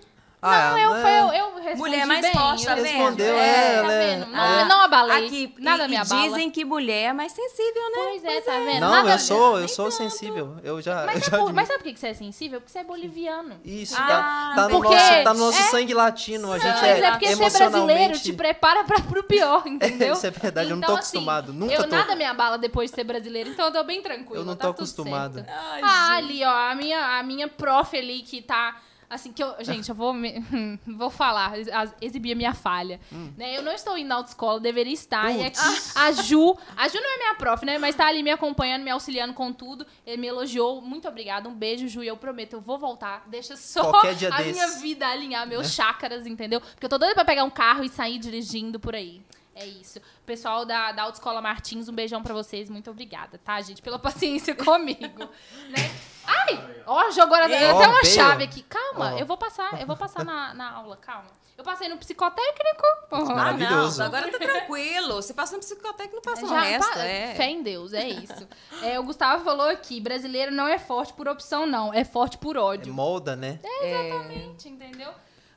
S2: Ah,
S1: Não, eu,
S2: né?
S1: foi, eu, eu respondi
S3: Mulher mais
S1: bem,
S3: forte, tá
S1: eu-
S3: vendo?
S2: Respondeu,
S1: É,
S2: é,
S1: tá
S2: né?
S1: vendo? Não, eu não abalei.
S3: Aqui,
S1: nada
S3: e,
S1: me
S3: e
S1: abala.
S3: dizem que mulher é mais sensível, né?
S1: Pois é, tá vendo?
S2: Não,
S1: nada
S2: eu sou, eu sou sensível. Eu já,
S1: Mas, é
S2: eu já
S1: por-
S2: admito.
S1: mas sabe por que que você é sensível? Porque você é boliviano.
S2: Isso,
S3: Ah,
S2: tá, tá no
S1: porque-
S2: nosso, tá no nosso
S1: é.
S2: sangue latino. A gente
S1: Não, mas
S2: é,
S1: é porque ser brasileiro tipo,
S2: emocionalmente...
S1: te prepara pra, pro pior, entendeu?
S2: Isso é verdade, eu não tô
S1: Então, assim,
S2: acostumado. Nunca
S1: eu
S2: tô.
S1: nada me abala depois de ser brasileiro, então eu tô bem tranquila.
S2: Eu não
S1: tá
S2: tô
S1: tudo
S2: acostumado.
S1: certo.
S3: Ai,
S1: Ah, ali, ó, a minha, a minha prof ali que tá. Assim, que eu. Gente, eu vou, me- vou falar, ex- as- exibir a minha falha.
S2: Hum.
S1: Né, eu não estou indo na autoescola, deveria estar. E aqui a Ju. A Ju não é minha prof, né? Mas tá ali me acompanhando, me auxiliando com tudo. Ele me elogiou. Muito obrigada. Um beijo, Ju. E eu prometo, eu vou voltar. Deixa só a
S2: Qualquer dia desses. Né?
S1: minha vida alinhar meus chakras, entendeu? Porque eu tô doida pra pegar um carro e sair dirigindo por aí. É isso. Pessoal da, da Autoescola Martins, um beijão pra vocês. Muito obrigada, tá, gente? Pela paciência comigo. né? Ai! Ó, jogou na,
S2: Ó,
S1: até uma
S2: veio.
S1: chave aqui. Calma,
S2: Ó.
S1: eu vou passar, eu vou passar na, na aula, calma. Eu passei no psicotécnico.
S3: Ah,
S2: Maravilhoso.
S3: não. Agora tá tranquilo. Você passa no psicotécnico, não passa no
S1: Já
S3: resto.
S1: pa-
S3: é.
S1: Fé em Deus, é isso. É, o Gustavo falou aqui, brasileiro não é forte por opção, não. É forte por
S2: É
S1: ódio.
S2: molda, né?
S3: É.
S1: Exatamente, entendeu?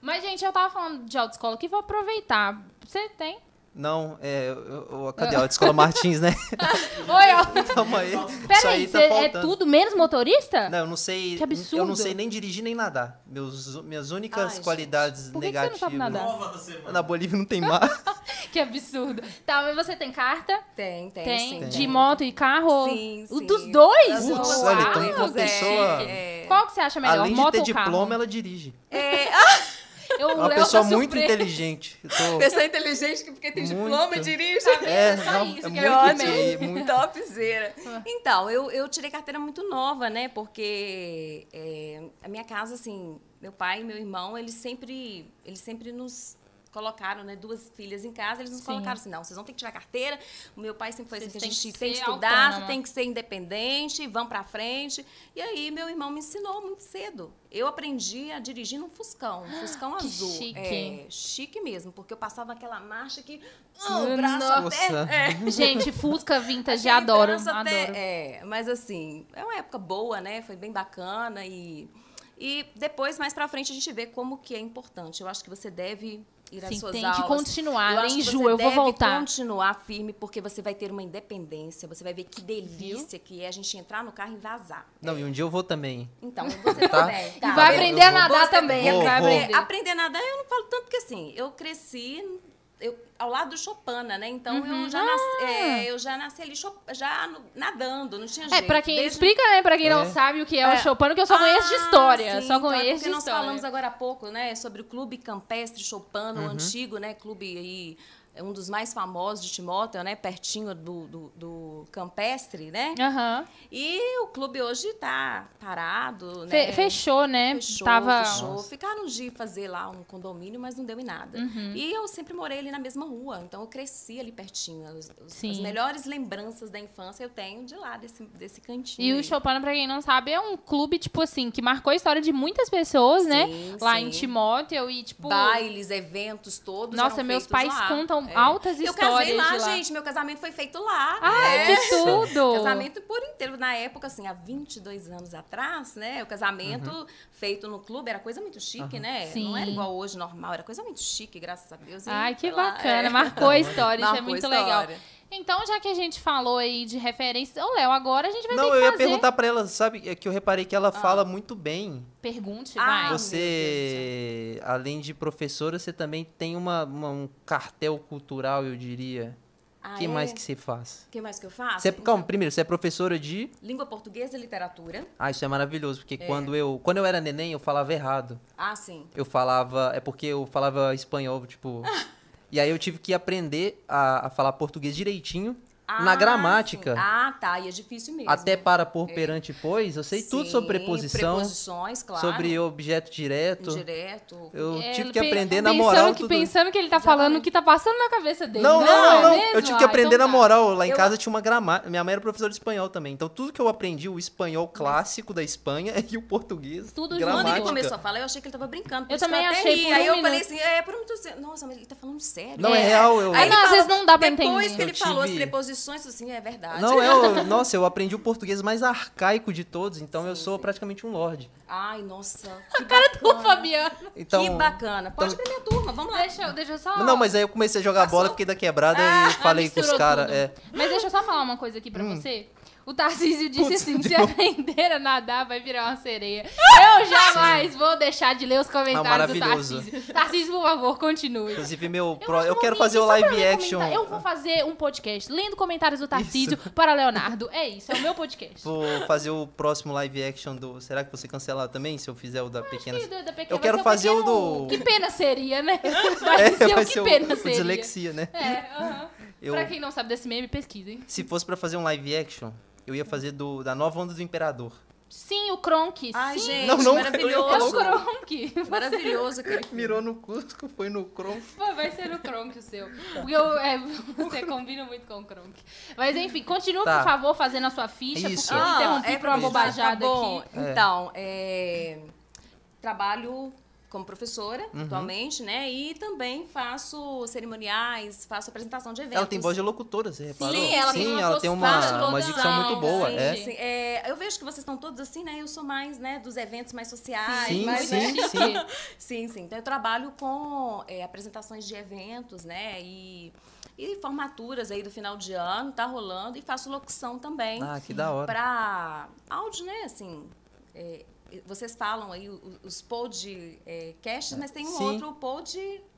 S1: Mas, gente, eu tava falando de autoescola aqui, vou aproveitar. Você tem?
S2: Não, é. o- o- Cadê? Ó, A escola Martins, né?
S1: Oi, ó.
S2: Calma aí. Isso
S1: Peraí,
S2: aí tá
S1: cê- é
S2: faltando.
S1: tudo menos motorista?
S2: Não, eu não sei.
S1: Que absurdo.
S2: Eu não sei nem dirigir nem nadar. Meus, minhas
S3: Ai,
S2: únicas
S3: gente.
S2: qualidades
S1: Por que que você não
S2: negativas.
S1: sabe nadar? Tá
S4: Nova da semana.
S2: Na Bolívia não tem mar.
S1: Que absurdo. Tá, mas você tem carta?
S3: Tem, tem, É, sim.
S1: De moto e carro?
S3: Sim,
S1: O
S3: sim.
S1: dos dois?
S3: Das
S2: Putz,
S3: duas
S2: olha,
S3: coisas,
S2: então uma
S3: é.
S2: pessoa-
S3: É.
S1: Qual que você acha melhor,
S2: Além de
S1: moto
S2: ter
S1: ou carro?
S2: diploma, ela dirige.
S3: É,
S1: Eu,
S2: É uma
S1: Léo tá
S2: pessoa muito
S1: surpreso.
S2: inteligente. Eu tô-
S3: Pessoa inteligente que porque tem
S2: Muito.
S3: diploma e dirige.
S2: É,
S1: só
S2: não,
S1: isso
S2: é
S1: que
S2: muito
S1: eu amei.
S2: inteligente, muito-
S3: Topzera.
S1: Ah.
S3: Então, eu, eu tirei carteira muito nova, né? Porque é, a minha casa, assim, meu pai e meu irmão, eles sempre, eles sempre nos colocaram, né? Duas filhas em casa, eles nos
S1: Sim.
S3: colocaram assim, não, vocês vão ter que tirar carteira. O meu pai sempre foi assim,
S1: Vocês
S3: que
S1: têm
S3: a gente
S1: que
S3: tem que
S1: ser
S3: estudar, você
S1: autônoma.
S3: tem que ser independente, vão pra frente. E aí, meu irmão me ensinou muito cedo. Eu aprendi a dirigir num Fuscão, um Fuscão
S1: que
S3: azul.
S1: chique.
S3: É, chique mesmo, porque eu passava aquela marcha que... ah,
S1: Nossa.
S3: o braço
S2: Nossa.
S3: até... É.
S1: Gente, Fusca Vintage,
S3: Aquele
S1: adoro,
S3: braço
S1: adoro.
S3: até- é, mas assim, é uma época boa, né? Foi bem bacana e e depois mais pra frente a gente vê como que é importante. Eu acho que você deve ir às
S1: Sim,
S3: suas
S1: tem
S3: aulas.
S1: que continuar,
S3: Eu
S1: né,
S3: acho que
S1: Ju?
S3: você
S1: Eu vou
S3: deve
S1: voltar.
S3: continuar firme porque você vai ter uma independência, você vai ver que delícia que é a gente entrar no carro e vazar.
S2: Não, e um dia eu vou também.
S3: Então, você
S2: Tá.
S3: também.
S1: E
S3: tá?
S1: vai
S2: Eu
S1: aprender a
S2: vou-
S1: nadar
S3: Você-
S1: também.
S2: Vou,
S1: vai
S2: vou.
S1: aprender.
S3: Aprender a nadar eu não falo tanto, porque assim, eu cresci eu, ao lado do Chopana, né? Então
S1: Uhum.
S3: eu, já nasci,
S1: Ah!
S3: é, eu já nasci ali cho- já no- nadando, não tinha
S1: É,
S3: jeito.
S1: pra quem
S3: Desde-
S1: explica, né? Pra quem não
S2: É.
S1: sabe o que é, o
S3: É.
S1: Chopin, que eu só conheço de
S3: Ah,
S1: história.
S3: sim,
S1: só
S3: então é
S1: conheço
S3: porque
S1: de
S3: nós
S1: história.
S3: falamos agora há pouco, né, sobre o Clube Campestre Chopin, o antigo, né, clube aí, é um dos mais famosos de Timóteo, né, pertinho do, do, do Campestre, né?
S1: Aham.
S3: E o clube hoje tá parado,
S1: Fe-
S3: né?
S1: Fechou, né?
S3: Fechou,
S1: Tava.
S3: fechou. Ficaram de fazer lá um condomínio, mas não deu em nada.
S1: Uhum.
S3: E eu sempre morei ali na mesma rua, então eu cresci ali pertinho. As, as-
S1: Sim.
S3: as melhores lembranças da infância eu tenho de lá, desse, desse cantinho.
S1: E
S3: aí.
S1: o Chopin, pra quem não sabe, é um clube, tipo assim, que marcou a história de muitas pessoas, né?
S3: Sim,
S1: Lá
S3: sim.
S1: em Timóteo e, tipo.
S3: Bailes, eventos, todos.
S1: Nossa,
S3: eram
S1: meus pais
S3: feitos lá.
S1: contam
S3: É.
S1: altas
S3: Eu
S1: histórias.
S3: casei lá,
S1: de lá. Ah,
S3: gente. Meu casamento foi feito lá.
S1: Ai,
S3: É.
S1: que tudo!
S3: Casamento por inteiro. Na época, assim, há 22 anos atrás, né? O casamento
S2: Uhum.
S3: feito no clube era coisa muito chique, né?
S1: Sim.
S3: Não era igual hoje, normal. Era coisa muito chique, graças a Deus. E,
S1: Ai, que
S3: sei lá,
S1: bacana.
S3: é.
S1: Marcou a história, isso é
S3: Marcou
S1: muito
S3: história.
S1: legal. Então, já que a gente falou aí de referências. Ô, Léo, agora a gente vai
S2: Não,
S1: ter
S2: eu
S1: que
S2: ia
S1: fazer. Ah.
S2: perguntar pra ela, sabe? É que eu reparei que ela fala muito bem.
S1: Pergunte,
S3: Ah,
S1: vai.
S3: meu
S2: Você, além de professora, você também tem uma, uma- um cartel cultural, eu diria. O
S3: Ah,
S2: que
S3: é? Ah, então.
S2: mais que você faz?
S3: O que mais que eu faço?
S2: Você, calma, primeiro, você é professora de.
S3: Língua portuguesa e literatura.
S2: Ah, isso é maravilhoso, porque quando, eu, quando eu era neném, eu falava errado.
S3: Ah, sim.
S2: Eu falava. É porque eu falava espanhol, tipo. e aí eu tive que aprender a, a falar português direitinho
S3: Ah,
S2: na gramática.
S3: sim. Ah, tá. E é difícil mesmo.
S2: Até para, por, perante, pois. Eu sei tudo sobre
S3: Sim,
S2: preposição,
S3: Preposições, claro.
S2: sobre objeto direto.
S3: Indireto.
S2: Eu
S1: É,
S2: tive que
S1: pe-
S2: aprender na
S1: pensando
S2: moral.
S1: que,
S2: tudo.
S1: Pensando que ele tá falando o que tá passando na cabeça dele.
S2: Não, não, não, não.
S1: é mesmo?
S2: Eu tive que
S1: Ah,
S2: aprender
S1: então
S2: na
S1: tá.
S2: moral. Lá em
S3: Eu-
S2: casa tinha uma gramática. Minha mãe era professora de espanhol também. Então tudo que eu aprendi, o espanhol clássico da Espanha e o português.
S1: Tudo junto.
S3: Quando ele
S2: gramática.
S3: começou a falar, eu achei que ele tava brincando. por
S1: Eu
S3: isso que
S1: também
S3: até
S1: achei
S3: ri.
S1: por um
S3: Aí eu
S1: minuto.
S3: falei assim, é, por um minuto, assim, nossa, mas ele tá falando sério.
S2: Não, é real, eu-
S1: Ah, não, às
S3: falou-
S1: vezes não dá pra
S3: Depois
S1: entender.
S3: que ele
S2: Eu
S3: falou as
S2: tive-
S3: preposições, eu assim, é verdade.
S2: Não, eu, nossa, eu aprendi o português mais arcaico de todos, então eu
S3: Sim,
S2: sou
S3: sim.
S2: praticamente um lorde.
S3: Ai, nossa. Que
S1: Cara do
S3: bacana.
S1: Fabiano.
S2: Então,
S3: que bacana. Pode
S2: então-
S3: pra minha turma, vamos lá.
S1: Deixa, eu- deixa eu só.
S2: Não, mas aí eu comecei a jogar
S3: Passou?
S2: bola, fiquei da quebrada e Ah, falei com os
S1: Ah, misturou
S2: caras.
S1: tudo.
S2: É, Hum.
S1: Mas deixa eu só falar uma coisa aqui pra você. O Tarcísio disse
S2: Putz,
S1: assim: se
S2: fudeu.
S1: aprender a nadar, vai virar uma sereia. Eu jamais vou deixar de ler os
S2: Ah,
S1: comentários do
S2: maravilhoso.
S1: Tarcísio. Tarcísio, por favor, continue.
S2: inclusive, meu.
S1: Eu
S2: pro-
S1: acho
S2: eu
S1: que
S2: quero
S1: vou
S2: fazer o
S1: vir aqui só é pra
S2: live
S1: ler
S2: action.
S1: comentar- Eu vou fazer um podcast lendo comentários do Tarcísio para Leonardo. É isso, é o meu podcast.
S2: Vou fazer o próximo live action do. Será que você cancelar também se eu fizer o da pequena?
S1: Querido, da pequena,
S2: Eu quero
S1: seu
S2: fazer o
S1: pequeno-
S2: do. É,
S1: Que pena seria, né? Vai ser o que
S2: o-
S1: pena
S2: o
S1: seria.
S2: dislexia, né?
S1: É, aham.
S2: Eu-
S1: Pra quem não sabe desse meme, pesquisem.
S2: Se fosse pra fazer um live action, eu ia fazer do da nova onda do imperador.
S1: Sim, o Kronk.
S3: Ai,
S1: sim.
S3: gente,
S2: Não, não,
S1: É o
S3: maravilhoso.
S1: Kronk.
S3: Maravilhoso aquele
S2: Mirou no Cusco, foi no Cron.
S1: Pô, Vai ser o Kronk o seu. Porque eu, é, você combina muito com o Kronk. Mas enfim, continua,
S2: Tá.
S1: por favor, fazendo a sua ficha,
S2: Isso.
S1: porque eu interrompi por uma
S3: professor,
S1: bobajada
S3: Ah, é tá bom.
S1: aqui.
S2: É.
S3: Então, é, trabalho como professora
S2: Uhum.
S3: atualmente, né? E também faço cerimoniais, faço apresentação de eventos.
S2: Ela tem voz de locutora, você reparou?
S1: Sim, ela tem uma
S2: ela tem uma,
S1: locução,
S2: uma dicção muito boa.
S1: sim.
S2: é.
S1: Sim.
S3: É, eu vejo que vocês estão todos assim, né? Eu sou mais, né, dos eventos mais sociais,
S2: Sim,
S3: mais, né?
S2: sim,
S1: é chique.
S2: sim.
S3: Sim, sim. Então, eu trabalho com é, apresentações de eventos, né? E, e formaturas aí do final de ano, tá rolando. E faço locução também.
S2: Ah, que da hora.
S3: Pra áudio, né? Assim, é, vocês falam aí o- os podcasts, mas tem um
S2: É. Sim.
S3: outro pod... pod-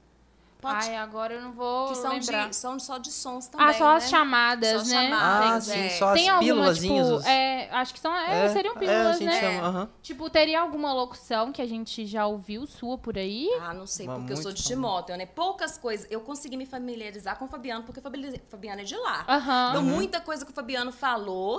S1: Ai, agora eu não Ah, é. vou
S3: que são
S1: lembrar.
S3: de, são só de sons também,
S1: ah, só
S3: né?
S1: as chamadas,
S3: Só
S1: né?
S3: chamadas.
S2: Ah,
S3: mas
S2: sim,
S3: é-
S2: só as
S1: Tem alguma,
S2: pílulazinhas.
S1: tipo,
S2: os-
S1: é, acho que são, é, seriam
S2: é, a
S1: pílulas,
S2: gente
S1: né?
S2: chama, aham.
S1: Tipo, teria alguma locução que a gente já ouviu sua por aí?
S3: Ah, não sei,
S2: Mas
S3: porque eu sou
S2: muito
S3: de
S2: famoso.
S3: Timóteo, né? Poucas coisas. Eu consegui me familiarizar com o Fabiano, porque o Fabili- Fabiano é de lá.
S1: Aham,
S3: Então, muita coisa que o Fabiano falou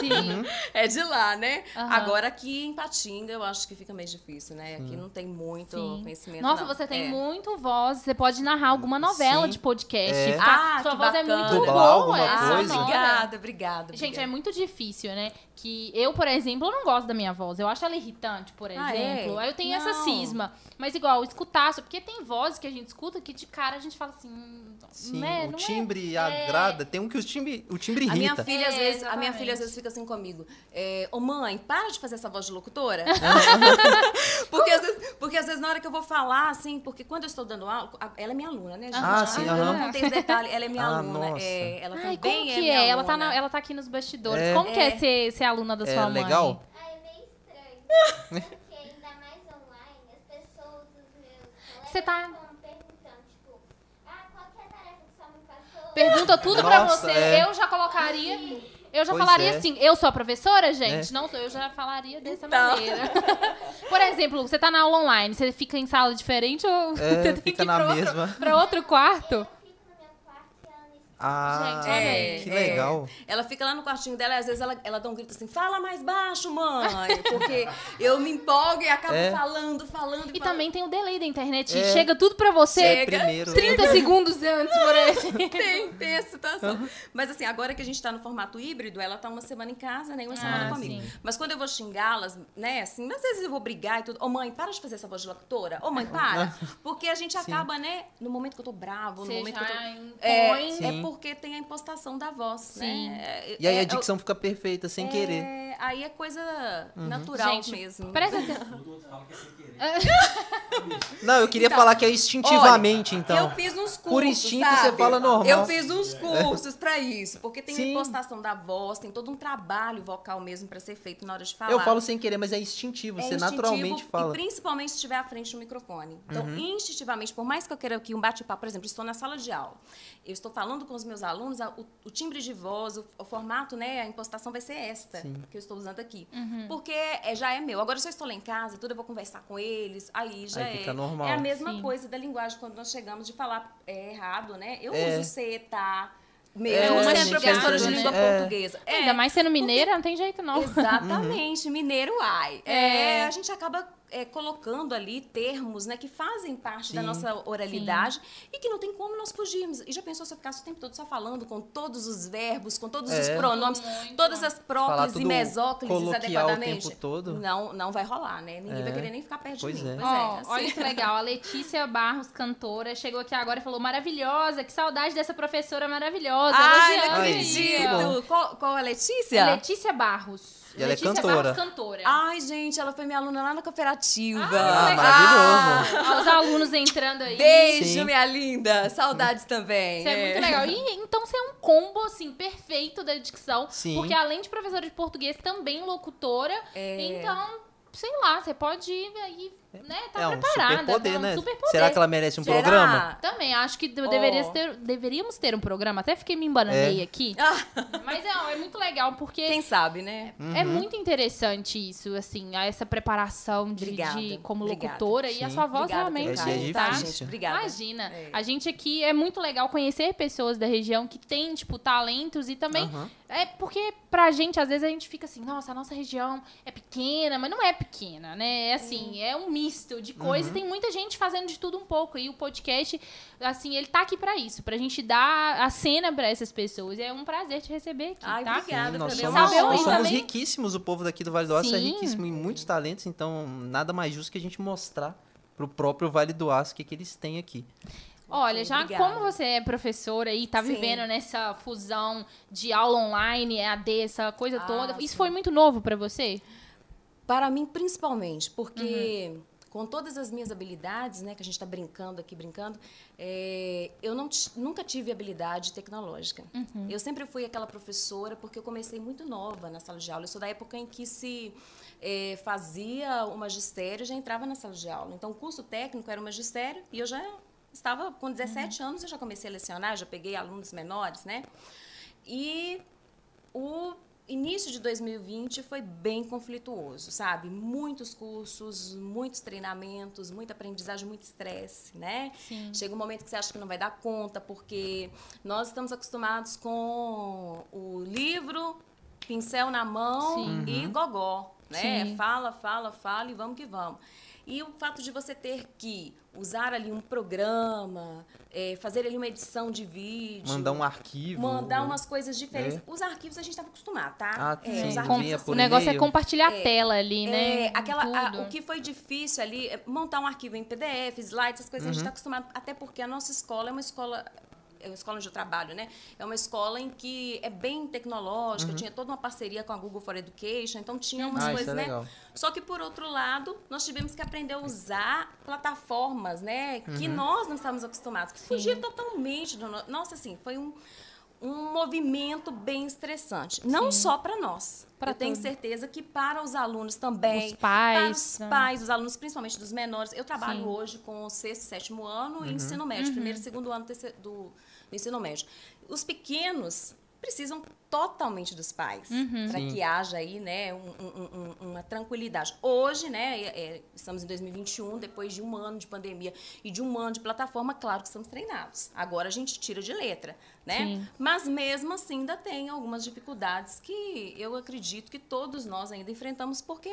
S2: Uhum.
S1: sim.
S3: é de lá, né?
S1: Aham.
S3: Agora, aqui em Patinga, eu acho que fica meio difícil, né? Aqui
S2: Hum.
S3: não tem muito
S1: Sim.
S3: conhecimento.
S1: Nossa,
S3: não.
S1: você tem
S3: É.
S1: muito voz. Você pode narrar alguma novela
S2: Sim.
S1: de podcast.
S2: É.
S1: Fica-
S3: Ah,
S1: sua
S3: que
S1: voz é
S3: bacana.
S1: muito
S2: Dublar
S1: boa.
S2: alguma
S1: é
S3: Ah,
S2: coisa.
S1: sonora.
S3: obrigada, obrigada.
S1: Gente, é
S3: obrigada.
S1: muito difícil, né? Que eu, por exemplo, eu não gosto da minha voz. Eu acho ela irritante, por
S3: Ah,
S1: exemplo.
S3: é?
S1: Aí Eu tenho essa
S3: Não.
S1: cisma. Mas igual, escutar, só- porque tem vozes que a gente escuta que de cara a gente fala assim. "Hum,
S2: Sim,
S1: né?
S2: o
S1: não é?"
S2: timbre agrada. Tem um que o timbre, o timbre
S3: A minha,
S2: irrita.
S3: filha, às
S1: É,
S3: vezes, a minha
S1: exatamente.
S3: filha às vezes fica assim comigo. É, Ô mãe, para de fazer essa voz de locutora.
S2: É.
S3: porque, às vezes, porque às vezes na hora que eu vou falar, assim, porque quando eu estou dando aula, a- ela é minha aluna, né, gente?
S1: Ah,
S2: sim,
S3: eu
S2: aham.
S3: não contei esse detalhe, ela é minha
S2: Ah,
S3: aluna.
S2: nossa.
S3: é, ela
S1: Ai,
S3: também
S1: como
S3: é
S1: que
S3: minha
S1: é? Ela tá,
S3: aluna.
S1: na- ela tá aqui nos bastidores.
S2: É.
S1: Como que é
S3: É.
S1: ser, ser aluna da
S2: É
S1: sua mãe?
S2: legal.
S4: Ah, é meio estranho. Porque ainda mais online, as pessoas, os meus colegas
S1: Você tá-
S4: ficam perguntando, tipo, ah, qual que é a tarefa que sua mãe passou?
S1: Pergunta tudo pra
S2: Nossa,
S1: você.
S2: é.
S1: Eu já colocaria. Eu já
S2: Pois
S1: falaria
S2: é.
S1: assim, eu sou a professora, gente? Não sou, eu já falaria dessa
S3: Então.
S1: maneira. Por exemplo, você tá na aula online, você fica em sala diferente ou você
S2: É,
S1: tem
S2: fica
S1: que ir
S2: na
S1: pra outro,
S2: mesma.
S1: pra outro quarto?
S4: Eu fico no meu quarto e ela me
S2: Ah,
S1: Gente, olha aí.
S2: que
S3: é.
S2: legal.
S3: Ela fica lá no quartinho dela e às vezes ela, ela dá um grito assim, fala mais baixo, mãe. Porque eu me empolgo e acabo
S2: É.
S3: falando, falando.
S1: E
S3: falando.
S1: também tem o delay da internet.
S2: É.
S1: Chega tudo pra você
S2: É primeiro.
S1: 30 segundos antes, por
S3: É.
S1: exemplo.
S3: Tem, tem essa situação. Mas assim, agora que a gente tá no formato híbrido, ela tá uma semana em casa, né? e Uma semana
S1: Ah,
S3: comigo.
S1: sim.
S3: Mas quando eu vou xingá-las, né? Assim, às vezes eu vou brigar e tudo. Ô mãe, para de fazer essa voz de locutora. Ô mãe,
S1: É.
S3: para. Porque a gente acaba, né? No momento que eu tô bravo, no
S1: Ah. Você
S3: momento que eu tô...
S1: já
S3: É,
S1: impõe.
S2: Sim.
S3: é porque tem a impostação da voz,
S1: Sim.
S3: né? É-
S2: E aí
S3: é-
S2: a
S3: é-
S2: dicção fica perfeita, sem
S3: é-
S2: querer.
S3: Aí é coisa natural
S1: Uhum. Gente,
S3: mesmo.
S1: Presta atenção.
S5: Quando o outro fala que é sem querer.
S2: Não, eu queria
S3: Então,
S2: falar que é instintivamente,
S3: Eu
S2: então.
S3: fiz uns cursos.
S2: Por instinto,
S3: sabe?
S2: você fala normal.
S3: Eu fiz uns cursos pra isso, porque tem a
S2: Sim.
S3: impostação da voz, tem todo um trabalho vocal mesmo pra ser feito na hora de falar.
S2: Eu falo sem querer, mas é instintivo.
S3: É
S2: você
S3: instintivo,
S2: naturalmente fala. Uhum.
S3: E principalmente se estiver à frente do microfone. Então, instintivamente, por mais que eu queira aqui um bate-papo, por exemplo, estou na sala de aula, eu estou falando com os meus alunos, a- o, o timbre de voz, o, o formato, né, a impostação vai ser esta que eu estou usando aqui.
S1: Uhum.
S3: Porque é, já é meu. Agora, se eu estou lá em casa e tudo, eu vou conversar com eles, aí já
S2: Aí
S3: é.
S2: fica normal.
S3: É a mesma
S1: Sim.
S3: coisa da linguagem quando nós chegamos de falar é, errado, né? Eu
S2: É.
S3: uso você, tá.
S2: É,
S3: Mesmo sendo
S1: mastigado,
S3: professora de
S1: né?
S3: língua
S2: É.
S3: portuguesa. É.
S1: Ainda mais sendo mineira, não tem jeito não.
S3: Exatamente,
S2: Uhum.
S3: mineiro ai. É,
S1: É.
S3: a gente acaba é, colocando ali termos né, que fazem parte da
S2: Sim.
S3: nossa oralidade e que não tem como nós fugirmos. E já pensou se eu ficasse o tempo todo só falando com todos os verbos, com todos os
S2: É.
S3: pronomes,
S1: Muito.
S3: todas as
S2: Falar
S3: próclises e
S2: tudo
S3: mesóclises
S2: coloquial o
S3: adequadamente?
S2: tempo todo?
S3: Não, não vai rolar, né? Ninguém
S2: É.
S3: vai querer nem ficar perto
S2: Pois
S3: de mim.
S2: é.
S1: Ó,
S3: assim.
S1: Olha que legal, a Letícia Barros, cantora, chegou aqui agora e falou: maravilhosa, que saudade dessa professora maravilhosa.
S3: Ai,
S1: elogiando
S3: não
S2: Ai,
S1: isso.
S2: que
S3: acredito! Qual, qual é a Letícia?
S1: A Letícia Barros.
S2: E ela é
S1: Letícia
S2: cantora.
S1: Barros, cantora.
S3: Ai, gente, ela foi minha aluna lá na cooperativa.
S2: Ah, maravilhoso.
S1: Ó, Os alunos entrando aí.
S3: Beijo,
S2: Sim.
S3: minha linda. Saudades também.
S1: Isso é muito legal. E então você é um combo, assim, perfeito da dicção.
S2: Sim.
S1: Porque além de professora de português, também locutora.
S3: É.
S1: Então, sei lá, você pode ir aí né, tá
S2: é um
S1: preparada.
S2: super poder,
S1: é um
S2: né?
S1: superpoder.
S2: Será que ela merece um
S3: Será?
S2: programa?
S1: Também, acho que eu deveria
S3: Oh.
S1: ter- deveríamos ter um programa. Até fiquei me embananei
S2: É.
S1: aqui.
S3: Ah,
S1: Mas é, é muito legal, porque
S3: quem sabe, né?
S1: é
S2: Uhum.
S1: muito interessante isso, assim, a- essa preparação de,
S3: Obrigada,
S1: de- como
S3: obrigada.
S1: locutora e a
S2: Sim.
S1: sua voz
S3: Obrigada pelo
S1: realmente
S2: É
S3: carinho,
S2: difícil.
S1: tá?
S3: tá, gente? Obrigada.
S1: Imagina,
S3: É.
S1: a gente aqui é muito legal conhecer pessoas da região que tem, tipo, talentos e também.
S2: Aham.
S1: É porque pra gente, às vezes, a gente fica assim, nossa, a nossa região é pequena, mas não é pequena, né? É assim, é um misto
S2: Uhum.
S1: de coisa e tem muita gente fazendo de tudo um pouco. E o podcast, assim, ele tá aqui pra isso, pra gente dar a cena pra essas pessoas. E é um prazer te receber aqui,
S3: Ai,
S1: tá?
S3: obrigada.
S2: Sim, nós
S3: também é
S2: somos,
S3: uma
S1: Isabel,
S2: nós
S1: e
S2: somos
S1: também-
S2: riquíssimos, o povo daqui do Vale do Aço é
S1: Sim.
S2: riquíssimo em muitos talentos, então nada mais justo que a gente mostrar pro próprio Vale do Aço o que, que eles têm aqui.
S1: Olha, já
S3: Obrigada.
S1: como você é professora e tá
S3: Sim.
S1: vivendo nessa fusão de aula online, EAD, essa coisa
S3: Ah,
S1: toda, isso
S3: sim.
S1: foi muito novo pra você?
S3: Para mim, principalmente, porque com todas as minhas habilidades, né, que a gente está brincando aqui, brincando, é, eu não ti- nunca tive habilidade tecnológica. Eu sempre fui aquela professora, porque eu comecei muito nova na sala de aula. Eu sou da época em que se é, fazia o magistério, já entrava na sala de aula. Então, o curso técnico era o magistério e eu já estava com 17 anos, eu já comecei a lecionar, já peguei alunos menores, né? E o início de 2020 foi bem conflituoso, sabe? Muitos cursos, muitos treinamentos, muita aprendizagem, muito estresse, né?
S1: Sim.
S3: Chega um momento que você acha que não vai dar conta, porque nós estamos acostumados com o livro, pincel na mão
S1: Sim.
S3: e
S2: Uhum.
S3: gogó, né?
S1: Sim.
S3: Fala, fala, fala e vamos que vamos. E o fato de você ter que usar ali um programa, eh, fazer ali uma edição de vídeo,
S2: Mandar um arquivo.
S3: mandar
S2: ou-
S3: umas coisas diferentes. Os arquivos a gente estava acostumado, tá?
S2: Ah,
S3: É,
S2: sim,
S3: os
S2: vinha
S3: arquivos,
S2: por
S1: o negócio é
S2: e-mail.
S1: compartilhar a tela ali,
S3: é,
S1: né?
S3: aquela, a-
S1: Tudo.
S3: o que foi difícil ali, é montar um arquivo em PDF, slides, essas coisas
S2: Uhum.
S3: a gente está acostumado, até porque a nossa escola é uma escola é uma escola onde eu trabalho, né? É uma escola em que é bem tecnológica, tinha toda uma parceria com a Google for Education, então tinha umas
S2: Uhum. Ah, isso
S3: coisas,
S2: é
S3: né?
S2: legal.
S3: Só que, por outro lado, nós tivemos que aprender a usar plataformas, né? Que
S1: Uhum.
S3: nós não estávamos acostumados. Que fugia totalmente do... no- Nossa, assim, foi um, um movimento bem estressante. Não só para nós.
S1: Pra
S3: Eu tenho
S1: tudo.
S3: certeza que para os alunos também.
S1: Os pais,
S3: Para os
S1: né?
S3: pais, os alunos, principalmente dos menores. Eu trabalho
S1: Sim. Uhum.
S3: hoje com o sexto e sétimo ano e ensino médio. Primeiro e segundo ano terceiro- do, do ensino médio. Os pequenos precisam totalmente dos pais
S1: Uhum.
S3: para
S2: Sim.
S3: que haja aí né um- um- um- uma tranquilidade hoje né é- é, estamos em 2021 depois de um ano de pandemia e de um ano de plataforma claro que estamos treinados agora a gente tira de letra né
S1: Sim.
S3: mas mesmo assim ainda tem algumas dificuldades que eu acredito que todos nós ainda enfrentamos porque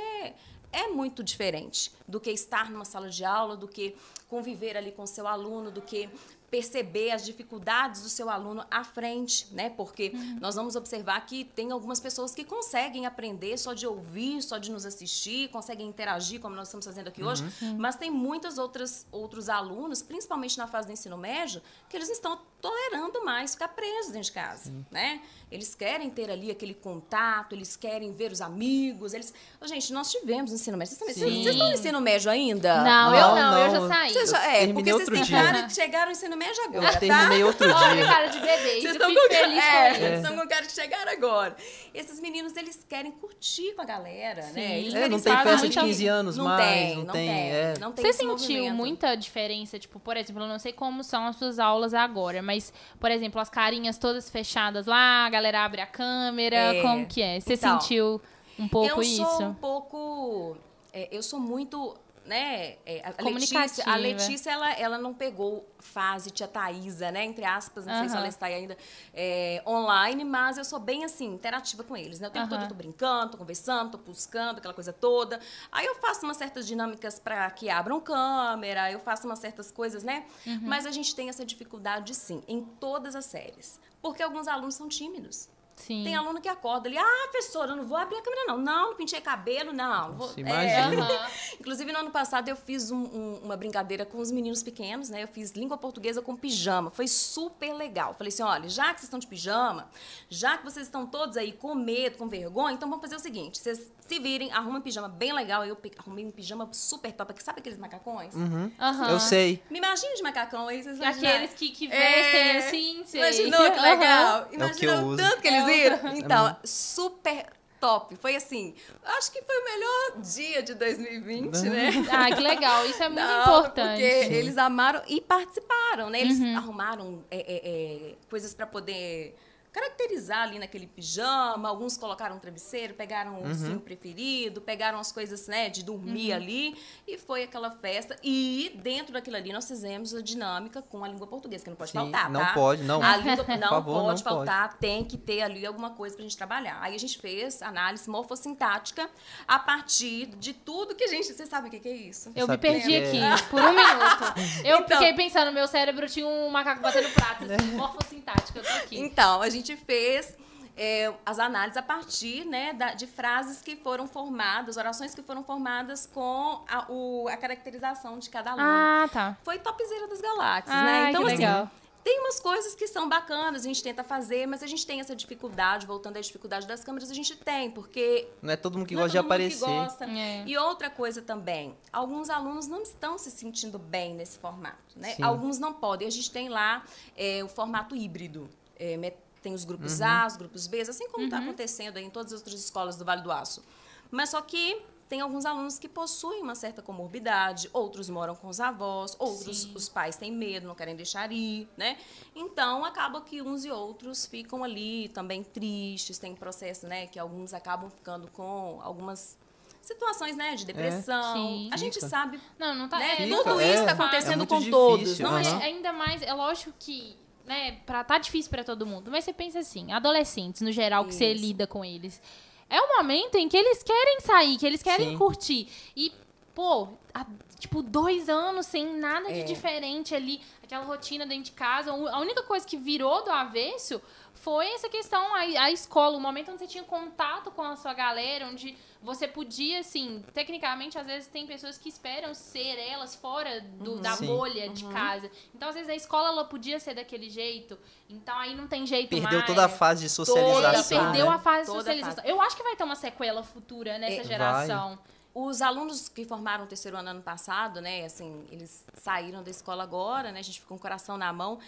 S3: é muito diferente do que estar numa sala de aula do que conviver ali com seu aluno do que perceber as dificuldades do seu aluno à frente, né? Porque nós vamos observar que tem algumas pessoas que conseguem aprender só de ouvir, só de nos assistir, conseguem interagir, como nós estamos fazendo aqui
S2: Uhum.
S3: hoje, mas tem muitas outras outros alunos, principalmente na fase do ensino médio, que eles não estão tolerando mais ficar presos dentro de casa, né? Eles querem ter ali aquele contato, eles querem ver os amigos, eles... Ô, gente, nós tivemos ensino médio. Vocês, também- vocês-
S2: Sim.
S3: vocês estão no ensino médio ainda?
S1: Não, eu não, eu já
S2: não,
S1: saí.
S3: Vocês já- é, porque
S2: terminei
S3: vocês
S2: outro
S3: têm
S2: dia.
S3: cara de chegaram no ensino médio
S2: Eu
S3: agora, tá?
S2: terminei outro
S1: Olha,
S2: dia.
S1: cara de bebê.
S3: Vocês
S1: Vocês
S3: estão
S1: eu
S3: com,
S1: fico
S3: cara-
S1: feliz
S3: é,
S1: com
S3: vocês
S1: isso.
S3: estão com cara de chegar agora. Esses meninos, eles querem curtir com a galera, né? Eles
S1: É,
S2: É,
S3: querem
S2: não
S1: Eles
S2: tem
S3: estar
S1: fazem
S2: festa de
S1: muita-
S3: junto.
S2: 15 anos
S3: não
S2: mais,
S3: tem,
S2: não tem. é.
S3: não tem
S1: Você
S3: esse
S1: sentiu
S3: movimento.
S1: muita diferença, tipo, por exemplo, eu não sei como são as suas aulas agora, mas, por exemplo, as carinhas todas fechadas lá, a galera abre a câmera,
S3: É.
S1: como que é? Você
S3: Então,
S1: sentiu um pouco
S3: eu
S1: isso?
S3: sou um pouco. é, eu sou muito. Né? é, a- a Letícia,
S1: Comunicativa.
S3: a Letícia ela, ela não pegou fase tia Thaísa, né? Entre aspas, não sei se
S1: Aham.
S3: ela está aí ainda é, online, mas eu sou bem assim, interativa com eles. Né? O tempo
S1: Aham.
S3: todo eu tô brincando, tô conversando, tô buscando, aquela coisa toda. Aí eu faço umas certas dinâmicas para que abram câmera, eu faço umas certas coisas, né?
S1: Uhum.
S3: Mas a gente tem essa dificuldade, sim, em todas as séries. Porque alguns alunos são tímidos.
S1: Sim.
S3: Tem aluno que acorda ali, ah, professora, eu não vou abrir a câmera, não. Não, não pintei cabelo, não. Vou-
S2: Nossa,
S3: é.
S2: imagina.
S1: Aham.
S3: Inclusive, no ano passado, eu fiz um- um- uma brincadeira com os meninos pequenos, né? Eu fiz língua portuguesa com pijama. Foi super legal. Falei assim: olha, já que vocês estão de pijama, já que vocês estão todos aí com medo, com vergonha, então vamos fazer o seguinte: vocês se virem, arrumem um pijama bem legal. Eu pe- arrumei um pijama super top. aqui. Sabe aqueles macacões?
S2: Uhum.
S1: Aham.
S2: Eu sei.
S3: Me imagina de macacão aí, vocês imaginam.
S1: Aqueles que, que vestem
S3: É,
S1: assim, sei.
S3: Imaginou que legal?
S2: É o que
S3: Imaginou
S2: eu uso. É
S3: tanto que eles viram? Então, super top. Foi assim, acho que foi o melhor dia de 2020, né?
S1: Ah, que legal. Isso é muito
S3: Não,
S1: importante.
S3: Porque eles amaram e participaram, né? Eles
S2: Uhum.
S3: arrumaram é, é, é, coisas para poder caracterizar ali naquele pijama. Alguns colocaram um travesseiro, pegaram o
S2: Uhum.
S3: ursinho preferido, pegaram as coisas né, de dormir ali. E foi aquela festa. E dentro daquilo ali nós fizemos a dinâmica com a língua portuguesa, que não pode
S2: Sim,
S3: faltar,
S2: não
S3: tá?
S2: pode, não.
S3: A língua
S2: Por
S3: não
S2: favor, não pode.
S3: pode faltar, tem que ter ali alguma coisa pra gente trabalhar. Aí a gente fez análise morfossintática a partir de tudo que a gente... Vocês sabem o que que é isso?
S1: Eu me
S2: Sabe quem
S1: perdi
S2: é?
S1: aqui, por um minuto. Eu
S3: Então.
S1: fiquei pensando, meu cérebro tinha um macaco batendo prato, assim, morfossintático, eu tô aqui.
S3: Então, a gente fez é, as análises a partir né, da- de frases que foram formadas, orações que foram formadas com a, o- a caracterização de cada aluno.
S1: Ah, tá.
S3: Foi topzera das galáxias,
S1: Ah,
S3: né?
S1: que
S3: assim,
S1: legal.
S3: tem umas coisas que são bacanas, a gente tenta fazer, mas a gente tem essa dificuldade, voltando à dificuldade das câmeras, a gente tem, porque
S2: Não é todo mundo que
S3: não é
S2: gosta de
S3: todo mundo que
S2: aparecer.
S3: gosta.
S1: É.
S3: E outra coisa também, alguns alunos não estão se sentindo bem nesse formato, né?
S2: Sim.
S3: Alguns não podem. A gente tem lá é, o formato híbrido. É, met- tem os grupos
S2: Uhum.
S3: A, os grupos B, assim como
S1: Uhum.
S3: está acontecendo aí em todas as outras escolas do Vale do Aço. Mas só que tem alguns alunos que possuem uma certa comorbidade, outros moram com os avós, outros
S1: Sim.
S3: os pais têm medo, não querem deixar ir, né? Então acaba que uns e outros ficam ali também tristes, tem um processo, né, que alguns acabam ficando com algumas situações, né, de depressão.
S1: Sim.
S3: A gente
S2: É, Fica.
S3: sabe,
S1: Não, não tá.
S3: né,
S1: é,
S2: Fica,
S3: tudo
S2: é,
S3: isso está
S2: é
S3: acontecendo
S2: muito
S3: com
S2: difícil, né?
S3: todos, não
S2: aham.
S1: Mas ainda mais, é lógico que, né, pra, tá difícil pra todo mundo. Mas você pensa assim, adolescentes, no geral, que você
S3: Isso.
S1: lida com eles. É um momento em que eles querem sair, que eles querem
S2: Sim.
S1: curtir. E, pô, há, tipo, dois anos sem nada de
S3: É.
S1: diferente ali, aquela rotina dentro de casa. O- A única coisa que virou do avesso foi essa questão, a, a escola, o momento onde você tinha contato com a sua galera, onde você podia, assim, tecnicamente, às vezes tem pessoas que esperam ser elas fora
S3: Uhum.
S1: do, da
S2: Sim.
S1: bolha de casa. Então, às vezes, a escola ela podia ser daquele jeito, então aí não tem jeito
S2: Perdeu
S1: mais.
S2: toda a fase de
S1: Toda,
S2: socialização.
S1: perdeu
S2: né?
S1: a fase de
S3: Toda a
S1: socialização. Eu acho que vai ter uma sequela futura nessa
S3: É,
S1: geração.
S3: Os alunos que formaram o terceiro ano ano passado, né, assim, eles saíram da escola agora, né, a gente ficou com o coração na mão.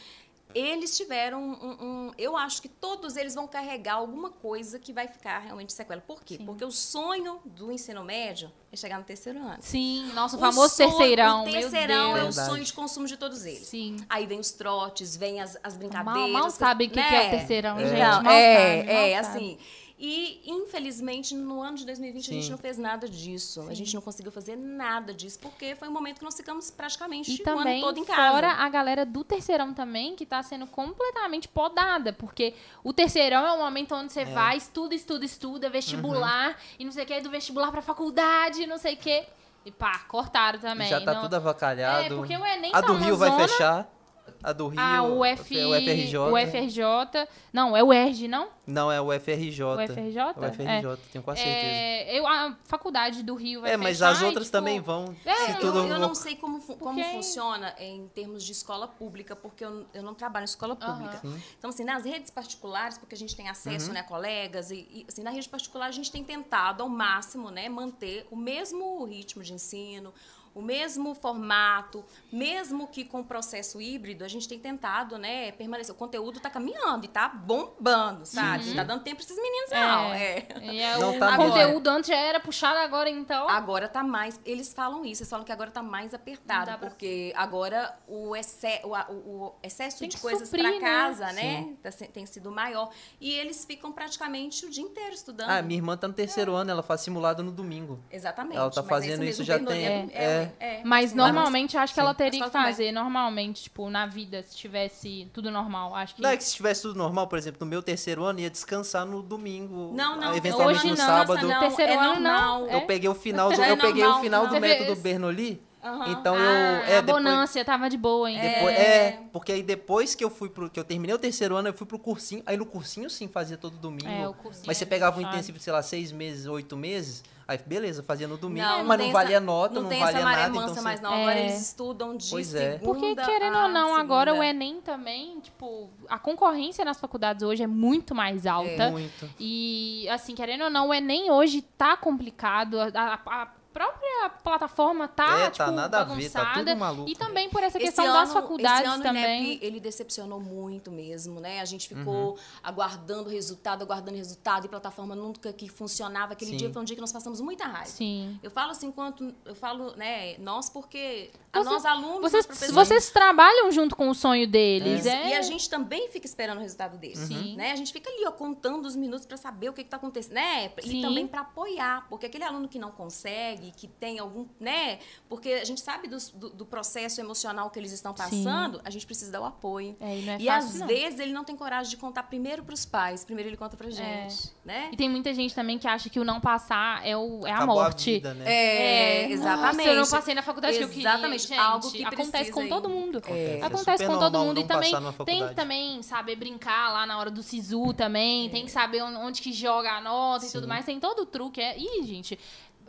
S3: Eles tiveram um, um- Eu acho que todos eles vão carregar alguma coisa que vai ficar realmente sequela. Por quê? Porque o sonho do ensino médio é chegar no terceiro ano.
S1: Sim, nossa, o
S3: O
S1: famoso
S3: sonho-
S1: terceirão.
S3: O
S1: meu
S3: terceirão é o
S1: Deus.
S2: Verdade.
S3: sonho de consumo de todos eles.
S1: Sim.
S3: Aí vem os trotes, vem as, as brincadeiras.
S1: Mal, mal
S3: que-
S1: sabe o que,
S3: né?
S1: que é o terceirão, gente.
S3: Não,
S1: mal
S3: é,
S1: sabe, mal
S3: é,
S1: sabe.
S3: assim. E, infelizmente, no ano de 2020, a gente
S2: Sim.
S3: não fez nada disso. A gente não conseguiu fazer nada disso, porque foi um momento que nós ficamos praticamente
S1: E
S3: o
S1: também
S3: ano todo em casa.
S1: fora a galera do terceirão também, que tá sendo completamente podada, porque o terceirão é o momento onde você vai, estuda, estuda, estuda, vestibular,
S2: Uhum.
S1: e não sei o que, do vestibular pra faculdade, não sei o que. E pá, cortaram também.
S2: Já tá
S1: não-
S2: tudo avacalhado.
S1: É, porque o Enem tá
S2: a do
S1: uma
S2: Rio vai
S1: zona.
S2: fechar. A do Rio. é
S1: Ah, o, F...
S2: o FRJ.
S1: o FRJ. Não, é o ERJ, não?
S2: Não, é o FRJ.
S1: O FRJ?
S2: É O FRJ, tenho quase certeza.
S1: É, eu, a faculdade do Rio vai
S2: É, mas
S1: fechar
S2: as
S1: e,
S2: outras
S1: tipo,
S2: também vão.
S1: é,
S2: se
S3: Eu,
S2: tudo
S3: eu
S2: não
S3: não sei como, fu- como
S1: Porque-
S3: funciona em termos de escola pública, porque eu, eu não trabalho em escola pública. Então, assim, nas redes particulares, porque a gente tem acesso, né, a colegas, e, e, assim, na rede particular a gente tem tentado ao máximo, né, manter o mesmo ritmo de ensino, o mesmo formato, mesmo que com o processo híbrido, a gente tem tentado, né, permanecer. O conteúdo está caminhando e tá bombando, sabe? Tá dando tempo para esses meninos, não.
S1: É.
S3: é.
S1: E é,
S2: Não
S1: o
S2: tá
S3: agora.
S1: conteúdo antes já era puxado, agora então.
S3: Agora tá mais. Eles falam isso, eles falam que agora tá mais
S1: Não dá
S3: apertado,
S1: pra-
S3: porque agora o, exce- o, a- o- o excesso
S1: Tem
S3: de
S1: que
S3: coisas
S1: suprir, né?
S3: pra casa, né? tá se- tem sido maior. E eles ficam praticamente o dia inteiro estudando.
S2: Ah, minha irmã tá no terceiro ano, ela faz simulado no domingo.
S3: Exatamente.
S2: ela tá
S3: mas
S2: fazendo isso
S3: esse mesmo
S2: já
S3: pernoleiro
S2: tem-
S3: é,
S1: Mas
S3: Lá não-
S1: normalmente eu acho que ela teria que
S3: Mas fala também.
S1: fazer, normalmente, tipo, na vida, se tivesse tudo normal. Acho que.
S2: Não, é que se tivesse tudo normal, por exemplo, no meu terceiro ano, ia descansar no domingo.
S3: Não, não,
S2: ah, Eventualmente
S1: hoje
S2: no
S1: não,
S2: sábado.
S3: não,
S1: terceiro
S3: é
S1: ano não.
S3: normal.
S1: é?
S2: Eu peguei o final do,
S3: Não é
S2: eu peguei o
S3: normal,
S2: final
S3: não.
S2: do método
S1: Você vê-
S2: Bernoulli.
S3: Aham.
S2: Então eu.
S1: Ah,
S2: É,
S1: a
S2: depois-
S1: bonância tava de boa, hein?
S2: Depois, é... porque aí depois que eu fui pro. que eu terminei o terceiro ano, eu fui pro cursinho. Aí no cursinho sim fazia todo domingo.
S1: É, o cursinho
S2: mas você
S1: é
S2: pegava um
S1: puxado.
S2: intensivo, sei lá, seis meses, oito meses. Aí beleza, fazia no domingo.
S3: Não, não
S2: mas não
S3: tem
S2: valia
S3: essa-
S2: nota, não,
S3: tem
S2: valia
S3: essa maré
S2: nada.
S3: mansa
S2: Então você-
S3: mais não. Agora
S1: É.
S3: eles estudam de
S2: Pois é.
S3: segunda
S1: Porque, querendo
S3: a
S1: ou não, agora o
S3: segunda.
S1: Enem também, tipo, a concorrência nas faculdades hoje é muito mais alta.
S2: Muito.
S1: E, assim, querendo ou não, o Enem hoje tá complicado. A, a- a própria a plataforma tá,
S2: É, tá
S1: tipo,
S2: nada a ver, tá
S1: bagunçada.
S2: tudo maluco.
S1: E também por essa questão
S3: Esse
S1: das
S3: ano-
S1: faculdades
S3: esse ano né,
S1: também.
S3: O INEP, ele decepcionou muito mesmo, né? A gente ficou aguardando resultado, aguardando resultado, e plataforma nunca que funcionava. Aquele
S2: Sim.
S3: dia foi um dia que nós passamos muita raiva.
S1: Sim.
S3: Eu falo assim, enquanto eu falo, né, nós porque a
S1: Vocês-
S3: nós alunos,
S1: Vocês,
S3: nós professores,
S1: vocês trabalham junto com o sonho deles,
S3: isso.
S1: é? Uhum.
S3: E a gente também fica esperando o resultado deles.
S1: Sim.
S3: Né? A gente fica ali, ó, contando os minutos para saber o que, que tá acontecendo, né? E
S1: Sim.
S3: também para apoiar, porque aquele aluno que não consegue, que tem algum, né? Porque a gente sabe dos- do, do processo emocional que eles estão passando, a gente precisa dar o apoio.
S1: É, e não é
S3: e
S1: fácil,
S3: às
S1: não.
S3: vezes ele não tem coragem de contar primeiro para os pais, primeiro ele
S1: É.
S3: conta pra gente, né?
S1: E tem muita gente também que acha que o não passar é, o, é a
S2: Acabou
S1: morte.
S2: vida, né?
S3: É,
S1: Nossa, eu não passei na faculdade que eu queria.
S3: Exatamente,
S1: Gente,
S3: algo que
S1: acontece
S3: precisa
S1: com
S3: aí.
S1: todo mundo.
S3: É.
S1: Acontece
S2: super
S1: com todo
S2: normal
S1: mundo e
S2: não
S1: também
S2: passar numa
S1: tem
S2: faculdade.
S1: que também saber brincar lá na hora do SISU também, tem que saber on- onde que joga a nota e tudo mais, tem todo o truque. É... Ih, gente,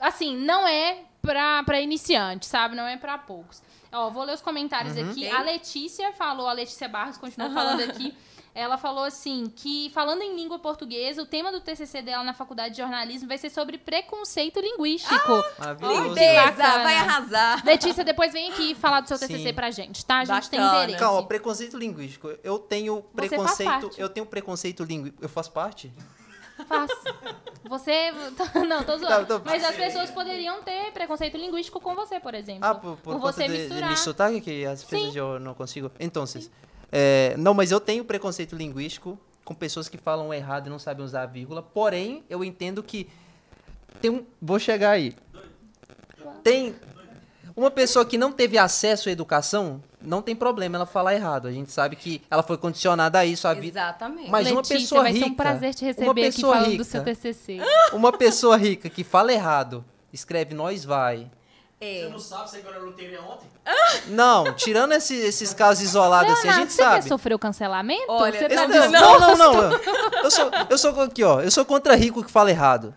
S1: assim, não é pra, pra iniciante, sabe? Não é pra poucos. Ó, vou ler os comentários aqui.
S3: Uhum. Ok.
S1: A Letícia falou, a Letícia Barros continuou falando aqui. Ela falou assim, que falando em língua portuguesa, o tema do TCC dela na faculdade de jornalismo vai ser sobre preconceito linguístico.
S3: Ah!
S2: Maravilhoso.
S3: Lindeza,
S1: bacana.
S3: vai arrasar.
S1: Letícia, depois vem aqui falar do seu TCC
S2: Sim.
S1: pra gente, tá? A gente tem
S3: Bacana.
S1: interesse.
S2: Calma, preconceito linguístico. Eu tenho
S1: faz
S2: preconceito.
S1: parte.
S2: Eu tenho preconceito linguístico. Eu faço parte?
S1: Faz. Você. Não, tô
S2: Tá,
S1: zoando.
S2: tô-
S1: Mas as pessoas poderiam ter preconceito linguístico com você, por exemplo.
S2: Ah, por, por
S1: você
S2: conta de, de
S1: misturar.
S2: mi sotaque, que às vezes
S1: Sim.
S2: eu não consigo. Então, é, não, mas eu tenho preconceito linguístico com pessoas que falam errado e não sabem usar a vírgula. Porém, eu entendo que tem um. Vou chegar aí. Tem uma pessoa que não teve acesso à educação, não tem problema ela falar errado. A gente sabe que ela foi condicionada a isso a vida.
S3: Exatamente.
S2: Mas uma
S1: Letícia,
S2: pessoa
S1: vai
S2: rica.
S1: ser um prazer te
S2: uma
S1: receber aqui
S2: pessoa
S1: falando
S2: rica,
S1: do seu TCC.
S2: Uma pessoa rica que fala errado, escreve nós vai.
S5: Você
S3: É.
S5: não sabe, você ganhou na loteria é ontem?
S2: Não, tirando esse- esses casos isolados assim, a
S1: Leonardo,
S2: gente
S1: você quer
S2: sabe.
S1: sofrer o cancelamento?
S3: Olha,
S1: você
S2: Esse
S1: tá
S3: Não,
S2: não,
S1: dizendo-
S2: não, não, não. Eu sou, eu sou aqui, ó. Eu sou contra rico que fala errado.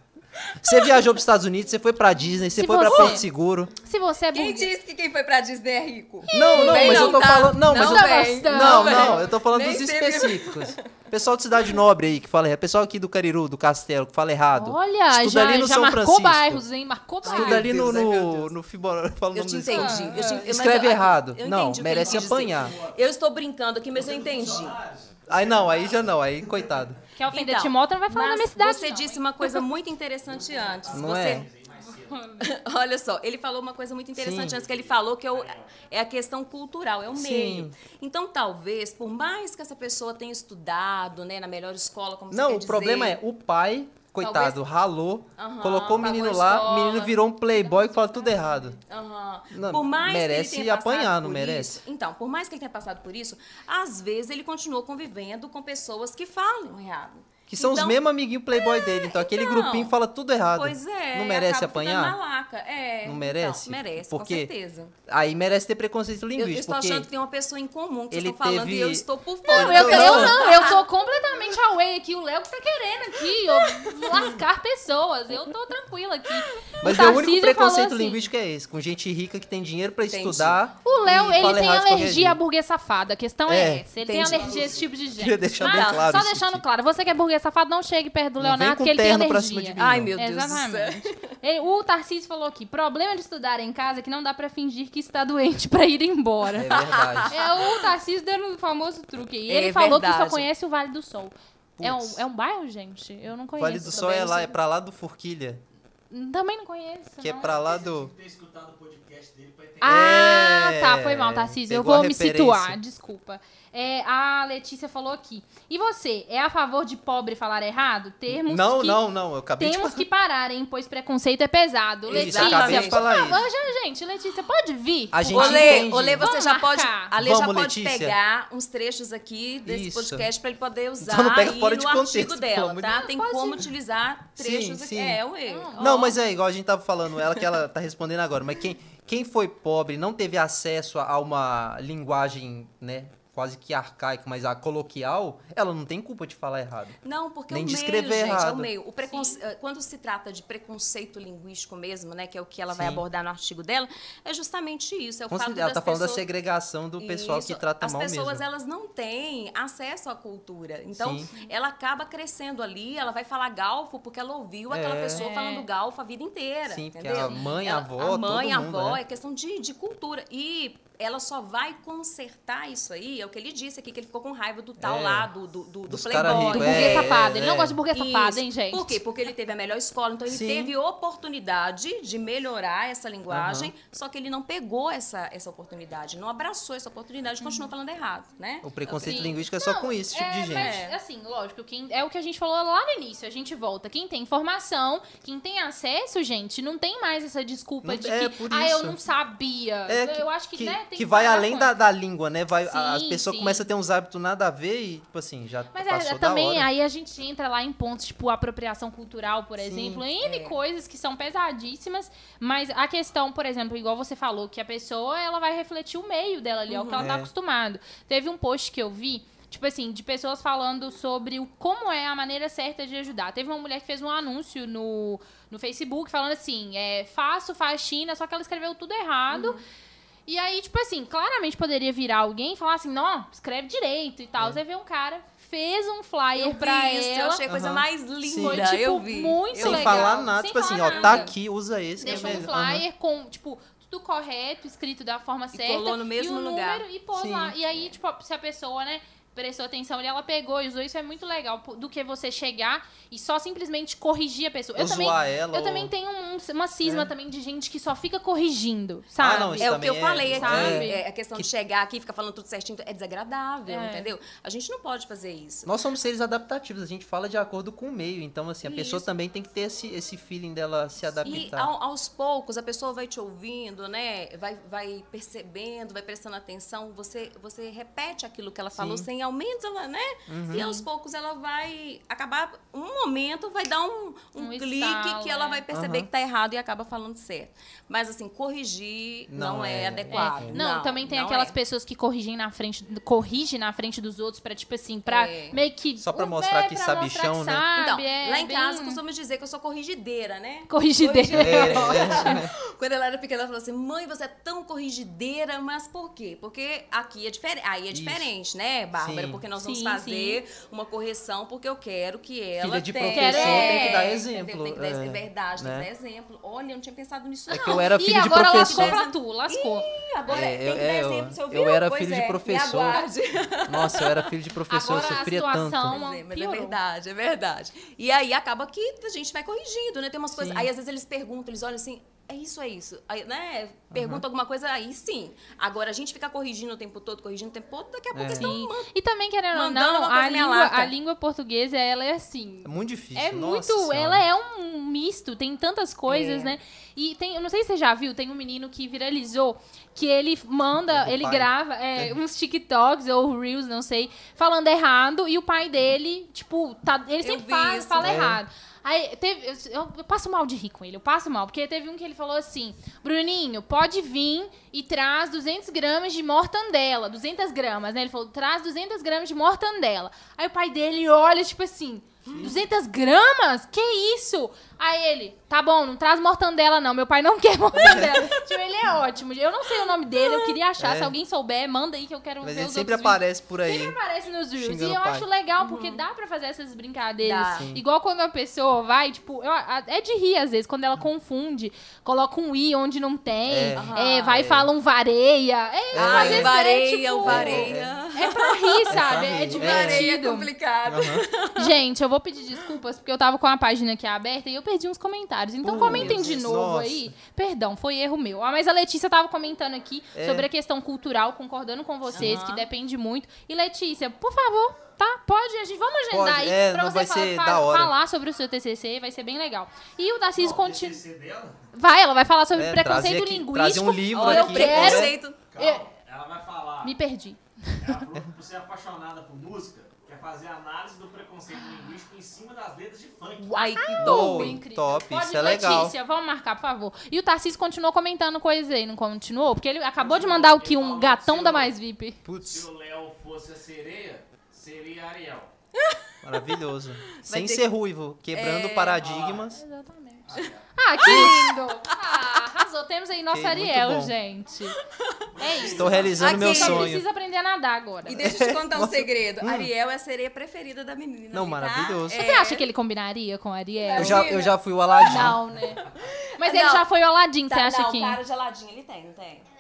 S2: Você viajou pros Estados Unidos, você foi pra Disney, você
S1: Se
S2: foi pra
S1: você-
S2: Porto Seguro.
S1: Se você é
S3: Quem
S1: burguês.
S3: disse que quem foi pra Disney é rico?
S2: Não, não,
S3: Vem
S2: mas eu tô
S3: tá?
S2: falando. Não, mas eu
S1: tá
S2: tô
S1: bem.
S3: vem.
S1: Não,
S2: Não,
S3: vem.
S2: não, eu tô falando
S3: Nem
S2: dos
S3: sempre-
S2: específicos. Pessoal de Cidade Nobre aí que fala errado. Pessoal aqui do Cariru, do Castelo, que fala errado.
S1: Olha,
S2: Estuda ali
S1: já,
S2: no
S1: já
S2: São
S1: marcou
S2: Francisco.
S1: bairros, hein? Marcou
S2: Estuda
S1: bairros.
S2: ali no,
S5: Deus, ai, meu
S2: no,
S5: Deus.
S2: no Fibora. Fala o
S3: Eu
S2: nome
S3: te
S2: desse-
S3: entendi. eu te- mas
S2: assim. Escreve
S3: eu-
S2: errado.
S3: eu
S2: Não,
S3: entendi o que ele
S2: merece
S3: quis dizer.
S2: apanhar.
S3: Eu estou brincando aqui, mas eu entendi.
S2: Aí não, aí já não, aí coitado.
S1: Quer ofender
S3: Então,
S1: Timóteo, não vai falar na
S3: mas
S1: minha cidade.
S3: Você
S1: não,
S3: disse
S1: hein?
S3: uma coisa muito interessante antes.
S2: Não
S3: Você-
S2: é?
S3: Olha só, ele falou uma coisa muito interessante
S2: Sim.
S3: antes que ele falou que é, o- é a questão cultural, é o
S2: Sim.
S3: meio. Então, talvez, por mais que essa pessoa tenha estudado, né, na melhor escola, como você
S2: Não,
S3: quer
S2: o problema
S3: dizer,
S2: é o pai, coitado, ralou,
S3: Aham,
S2: colocou o menino
S3: pagou
S2: lá,
S1: escola.
S2: o menino virou um playboy que fala tudo errado.
S3: Aham.
S2: Não,
S3: por mais
S2: merece
S3: que ele tenha passado
S2: apanhar, não
S3: por
S2: merece?
S3: isso- então, por mais que ele tenha passado por isso, às vezes ele continuou convivendo com pessoas que falam errado.
S2: Que são os
S3: Então,
S2: mesmos amiguinhos playboy dele. Então aquele
S3: então.
S2: grupinho fala tudo errado.
S3: Pois é.
S2: Não merece
S3: acaba ficando
S2: apanhar?
S3: Malaca. É,
S2: Não merece?
S3: então, merece,
S2: Porque
S3: com certeza.
S2: Aí merece ter preconceito
S3: Eu, eu
S2: linguístico.
S3: estou achando que
S2: porque
S3: tem uma pessoa em comum que vocês
S2: ele
S3: estão falando
S2: teve-
S3: e eu estou por fora.
S1: Não, eu,
S2: Então-
S1: eu não, eu tô completamente away aqui. O Léo que tá querendo aqui, ó, lascar pessoas. Eu tô tranquila aqui.
S2: Mas
S1: o
S2: meu
S1: Tarcísio
S2: único
S1: falou
S2: preconceito
S1: assim,
S2: linguístico é esse, com gente rica que tem dinheiro pra
S3: Entendi.
S2: estudar.
S1: O Léo,
S2: e
S1: ele
S2: fala
S1: tem
S2: errado de qualquer
S1: alergia a
S2: jeito.
S1: burguês safado. A questão
S2: É,
S1: é, essa. Ele tem
S3: entendi.
S1: alergia a esse tipo de gente.
S2: Queria deixar
S1: Mas,
S2: bem claro
S1: só
S2: isso
S1: deixando
S2: aqui.
S1: claro, você que é burguês safado, não chegue perto do
S2: Não vem
S1: Leonardo,
S2: com
S1: que ele tem
S2: terno
S1: alergia.
S2: pra cima de mim,
S3: Ai,
S2: não.
S3: meu Deus do céu.
S1: Exatamente. Ele- o Tarcísio falou aqui: problema de estudar em casa é que não dá pra fingir que está doente pra ir embora.
S2: É verdade.
S1: É o Tarcísio dando o famoso truque. E
S3: É
S1: ele falou que só
S3: verdade.
S1: conhece o Vale do Sol. É um,
S2: Putz.
S1: é um bairro, gente? Eu não conheço.
S2: Vale do Sol é lá, é pra lá do Forquilha,
S1: Também não conheço.
S2: que é
S1: não.
S2: pra lá do...
S5: Ter escutado o podcast dele pra entender.
S1: Ah,
S2: É,
S1: tá, foi mal, Tarcísio. Eu
S2: pegou a
S1: vou me
S2: referência.
S1: situar, desculpa. É, a Letícia falou aqui. E você, é a favor de pobre falar errado? Termos
S2: Não,
S1: que,
S2: não, não, eu acabei de
S1: Temos que parar, hein? Pois preconceito é pesado.
S2: Isso,
S1: Letícia,
S3: acabei de
S1: por
S2: falar
S1: favor,
S2: isso.
S1: já, gente, Letícia, pode vir?
S2: A gente
S3: Olê,
S2: entende.
S3: Olê, você
S1: Vamos
S3: já pode.
S1: marcar.
S3: Ale já
S2: Vamos,
S3: pode
S2: Letícia.
S3: pegar uns trechos aqui desse
S2: Isso.
S3: podcast para ele poder usar
S2: Então não pega
S3: aí
S2: fora
S3: no
S2: de
S3: artigo
S2: contexto, pelo
S3: dela,
S2: amor de
S3: tá? Tem
S1: Pode
S3: como
S1: ir.
S3: utilizar trechos
S2: Sim,
S3: aqui.
S2: sim.
S3: É, ué.
S1: Não.
S2: Não,
S1: Ó.
S2: mas é igual a gente tava falando, ela que ela tá respondendo agora, mas quem, quem foi pobre, não teve acesso a uma linguagem, né, com quase que arcaico, mas a coloquial, ela não tem culpa de falar errado.
S3: Não, porque
S2: Nem
S3: o
S2: de
S3: meio,
S2: escrever
S3: gente, é o
S2: errado.
S3: meio. O precon- eh, Quando se trata de preconceito linguístico mesmo, né, que é o que ela vai
S2: Sim.
S3: abordar no artigo dela, é justamente isso. É o
S2: Com
S3: fato
S2: certeza, ela tá
S3: das
S2: falando da
S3: pessoas-
S2: segregação do pessoal que
S3: Isso.
S2: trata
S3: As
S2: mal
S3: pessoas,
S2: mesmo.
S3: elas não têm acesso à cultura. Então,
S2: Sim.
S3: ela acaba crescendo ali, ela vai falar galfo porque ela ouviu aquela
S2: É.
S3: pessoa
S1: É.
S3: falando galfo a vida inteira.
S2: Sim, porque
S3: entendeu?
S2: a mãe, a
S3: Ela-
S2: avó,
S3: a mãe,
S2: todo
S3: a
S2: mundo,
S3: avó,
S2: né?
S3: é questão de, de cultura. E ela só vai consertar isso aí, é o que ele disse aqui, que ele ficou com raiva do tal
S2: É.
S3: lá, do, do, do, do
S2: Dos cara
S3: playboy. tá
S1: Do
S2: rico,
S1: burguês
S2: É,
S1: safado. Ele
S2: é,
S1: não gosta de burguês
S3: Isso.
S1: safado, hein, gente?
S3: Por quê? Porque ele teve a melhor escola, então ele
S2: Sim.
S3: teve oportunidade de melhorar essa linguagem, só que ele não pegou essa, essa oportunidade, não abraçou essa oportunidade
S1: Uhum.
S3: e continuou falando errado, né?
S2: O preconceito
S1: Sim.
S2: linguístico é só com esse tipo
S1: é,
S2: de gente.
S1: Mas, assim, lógico, quem, é o que a gente falou lá no início. A gente volta. Quem tem informação, quem tem acesso, gente, não tem mais essa desculpa
S2: Não-
S1: de
S2: é,
S1: que,
S2: por
S1: ah, eu
S2: isso.
S1: não sabia.
S2: É,
S1: eu acho que,
S2: que,
S1: né, tem
S2: que vai
S1: parar
S2: além
S1: com
S2: da, da língua, né? Vai, a, a
S1: Sim,
S2: pessoa
S1: sim.
S2: começa a ter uns hábitos nada a ver e, tipo assim, já
S1: Mas é,
S2: passou
S1: é, também
S2: da hora.
S1: aí a gente entra lá em pontos tipo apropriação cultural, por
S2: Sim, é.
S1: exemplo, N coisas que são pesadíssimas, mas a questão, por exemplo, igual você falou, que a pessoa ela vai refletir o meio dela ali, é o que ela tá
S2: É.
S1: acostumado. Teve um post que eu vi Tipo assim, de pessoas falando sobre o, como é a maneira certa de ajudar. Teve uma mulher que fez um anúncio no, no Facebook falando assim: é, faço faxina, só que ela escreveu tudo errado. E aí, tipo assim, claramente poderia virar alguém e falar assim, não, escreve direito e tal.
S2: É.
S1: Você vê um cara, fez um flyer
S3: Eu vi
S1: pra
S3: isso, eu
S1: ela.
S3: achei a coisa
S2: Aham.
S3: mais
S2: Sim.
S3: linda,
S1: Foi, tipo,
S3: eu vi.
S1: muito
S2: Sem
S3: eu...
S1: legal.
S2: falar nada,
S1: sem
S2: tipo assim,
S1: falar
S2: ó, tá
S1: nada.
S2: aqui, usa esse que é
S1: Deixou um
S2: melhor. Aham.
S1: flyer com, tipo, tudo correto, escrito da forma certa.
S3: colou no mesmo
S1: e o
S3: lugar.
S1: número e pôs
S2: Sim.
S1: lá. E aí, tipo, se a pessoa, né, prestou atenção ali, ela pegou e usou. Isso é muito legal pô, do que você chegar e só simplesmente corrigir a pessoa. Eu
S2: Ou
S1: também,
S2: zoar ela.
S1: eu
S2: ou-
S1: também tenho um- uma cisma
S2: É.
S1: também de gente que só fica corrigindo, sabe?
S2: não, isso
S3: É o
S2: também
S3: que eu
S2: é-
S3: falei aqui,
S1: sabe?
S3: é a questão de chegar aqui e ficar falando tudo certinho, é desagradável,
S1: É.
S3: entendeu? A gente não pode fazer isso.
S2: Nós somos seres adaptativos, a gente fala de acordo com o meio. Então, assim, a pessoa
S3: Isso.
S2: também tem que ter esse, esse feeling dela se
S3: E
S2: adaptar.
S3: ao- aos poucos a pessoa vai te ouvindo, né? Vai, vai percebendo, vai prestando atenção. Você, você repete aquilo que ela falou
S2: Sim. Uhum.
S3: sem ao menos ela, né? E aos poucos ela vai acabar. Um momento vai dar um, um,
S1: Um
S3: clique
S1: estalo,
S3: que ela
S1: é.
S3: vai perceber
S2: Aham.
S3: que tá errado e acaba falando certo. Mas assim, corrigir não,
S2: Não
S3: é,
S2: é-
S3: adequado.
S2: é.
S1: Não, também tem
S3: não
S1: aquelas
S3: é.
S1: pessoas que corrigem na frente, corrigem na frente dos outros pra tipo assim, pra
S3: É.
S1: meio que
S2: Só pra
S1: um-
S2: mostrar
S1: é,
S2: que
S1: pra
S2: sabe
S1: mostrar que
S2: chão, né?
S1: sabe,
S3: Então,
S1: é,
S3: lá em
S1: bem
S3: casa costumamos dizer que eu sou corrigideira, né?
S1: corrigideira.
S2: É, é,
S3: Quando ela era pequena, ela falou assim: mãe, você é tão corrigideira, mas por quê? Porque aqui é diferente. Aí é
S2: Isso.
S3: diferente, né, Bárbara?
S2: Sim.
S3: Porque nós vamos
S1: Sim,
S3: fazer uma correção, porque eu quero que ela.
S2: Filha de
S3: tenha-
S2: professor
S1: tem que dar
S3: É,
S2: exemplo,
S3: entendeu? Tem que dar
S2: é,
S3: é verdade, tem que
S2: né?
S3: dar exemplo. Olha, eu não tinha pensado nisso,
S2: é
S3: não.
S2: que eu era
S1: E
S2: filho de
S1: agora
S2: professor.
S1: lascou pra tu, lascou.
S3: Ih, agora
S2: É,
S3: tem que
S2: eu-
S3: dar
S2: é, eu-
S3: exemplo. Você
S2: eu
S3: ouviu?
S2: era
S3: Pois
S2: filho de
S3: é, me
S2: professor.
S3: aguarde.
S2: Nossa, eu era filho de professor,
S1: Agora
S2: eu
S1: a
S2: sofria
S1: situação-
S2: tanto.
S1: Então,
S3: Pois é, mas é
S1: piorou.
S3: verdade, é verdade. E aí acaba que a gente vai corrigindo, né? Tem umas coisas.
S2: Sim.
S3: Aí às vezes eles perguntam, eles olham assim. É isso, é isso. Aí, né? Pergunta alguma coisa, aí sim. Agora, a gente fica corrigindo o tempo todo, corrigindo o tempo todo, daqui a pouco eles estão.
S1: É. Sim. E também, querendo ou
S3: Mandando
S1: não,
S3: uma coisa
S1: a
S3: na minha
S1: língua,
S3: lata.
S1: a língua portuguesa, ela é assim.
S2: É muito difícil.
S1: É
S2: nossa
S1: muito.
S2: senhora.
S1: Ela é um misto, tem tantas coisas,
S3: É.
S1: né? E tem, eu não sei se você já viu, tem um menino que viralizou que ele manda,
S2: É do
S1: ele
S2: pai.
S1: grava é, uns TikToks ou Reels, não sei, falando errado e o pai dele, tipo, tá, ele
S3: Eu
S1: sempre
S3: vi
S1: fala,
S3: isso.
S1: fala
S2: É.
S1: errado. Aí teve, eu, eu passo mal de rir com ele, eu passo mal, porque teve um que ele falou assim: Bruninho, pode vir e traz 200 gramas de mortandela. 200 gramas, né? Ele falou: traz 200 gramas de mortandela. Aí o pai dele olha, tipo assim: 200 gramas? Que isso? Aí ele: tá bom, não traz mortandela não, meu pai não quer mortandela. tipo, ele é ótimo. Eu não sei o nome dele, eu queria achar.
S2: É.
S1: Se alguém souber, manda aí que eu quero
S2: Mas
S1: ver
S2: ele
S1: os
S2: sempre
S1: outros vídeos.
S2: aparece por aí.
S1: Sempre
S2: hein?
S1: aparece nos Reels. E
S2: Xingando
S1: eu
S2: o pai.
S1: acho legal, porque dá pra fazer essas brincadeiras.
S3: Uhum. Dá.
S2: Sim.
S1: Igual quando a pessoa vai, tipo, eu- a- é de rir às vezes, quando ela confunde, coloca um i onde não tem,
S2: É.
S1: é, vai e
S2: É.
S1: fala um vareia. É, às vezes
S3: Ai,
S1: é,
S3: o vareia,
S1: tipo,
S3: o vareia.
S1: É pra rir,
S2: pra
S1: sabe? É,
S2: rir.
S3: Vareia é
S1: divertido.
S3: complicado.
S2: Aham.
S1: Gente, eu vou pedir desculpas porque eu tava com a página aqui aberta e eu perdi uns comentários. Então
S2: Putz,
S1: comentem de novo
S2: nossa.
S1: aí. Perdão, foi erro meu. Ah, mas a Letícia tava comentando aqui
S2: É.
S1: sobre a questão cultural, concordando com vocês,
S3: Aham.
S1: que depende muito. E Letícia, por favor, tá? Pode, a gente, vamos agendar
S2: Pode,
S1: aí
S2: é,
S1: pra
S2: não,
S1: você
S2: vai
S1: falar,
S2: ser
S1: fa-
S2: da hora.
S1: falar sobre o seu TCC, vai ser bem legal. E o Darcísio
S5: Ó, o
S1: continua.
S5: TCC dela?
S1: Vai, ela vai falar sobre
S2: É,
S1: preconceito
S2: trazer aqui-
S1: linguístico.
S2: trazer um livro
S1: é eu
S2: aqui,
S1: quero.
S2: né?
S3: preconceito.
S5: Calma, ela vai falar.
S1: É. Me perdi.
S5: Ela falou que por ser apaixonada por música, quer fazer análise do preconceito linguístico em cima das letras de funk.
S3: Ai, que
S2: Uou,
S3: dor.
S1: Incrível.
S2: top,
S1: Pode,
S2: isso é legal.
S1: Letícia, vamos marcar, por favor. E o Tarcísio continuou
S3: assim,
S1: comentando coisas aí, não continuou? Porque ele acabou de mandar o que? Um gatão da Mais VIP.
S5: Se
S2: Putz,
S5: o Léo fosse fosse a sereia, seria Ariel.
S2: Maravilhoso. Sem
S3: ter
S2: ser ruivo, quebrando
S1: É,
S2: paradigmas.
S1: Exatamente.
S5: Ariel.
S1: Ah, que lindo! Ah, arrasou. Temos aí nossa
S2: Ok, muito
S1: Ariel,
S2: bom.
S1: gente. É isso.
S2: Estou realizando
S3: Aqui,
S2: meu
S1: Só
S2: sonho.
S1: precisa aprender a nadar agora.
S3: E deixa eu te contar um
S1: Hum.
S3: segredo. Ariel é a sereia preferida da menina.
S2: Não,
S3: ali, tá?
S2: maravilhoso.
S1: Você acha que ele combinaria com a Ariel?
S2: Eu já, eu já fui o Aladim.
S1: Não, né? Mas ele
S3: Ah, Não.
S1: já foi o Aladim,
S3: Tá,
S1: você acha
S3: não,
S1: que... É, né?
S3: cara de Aladim ele tem, não tem?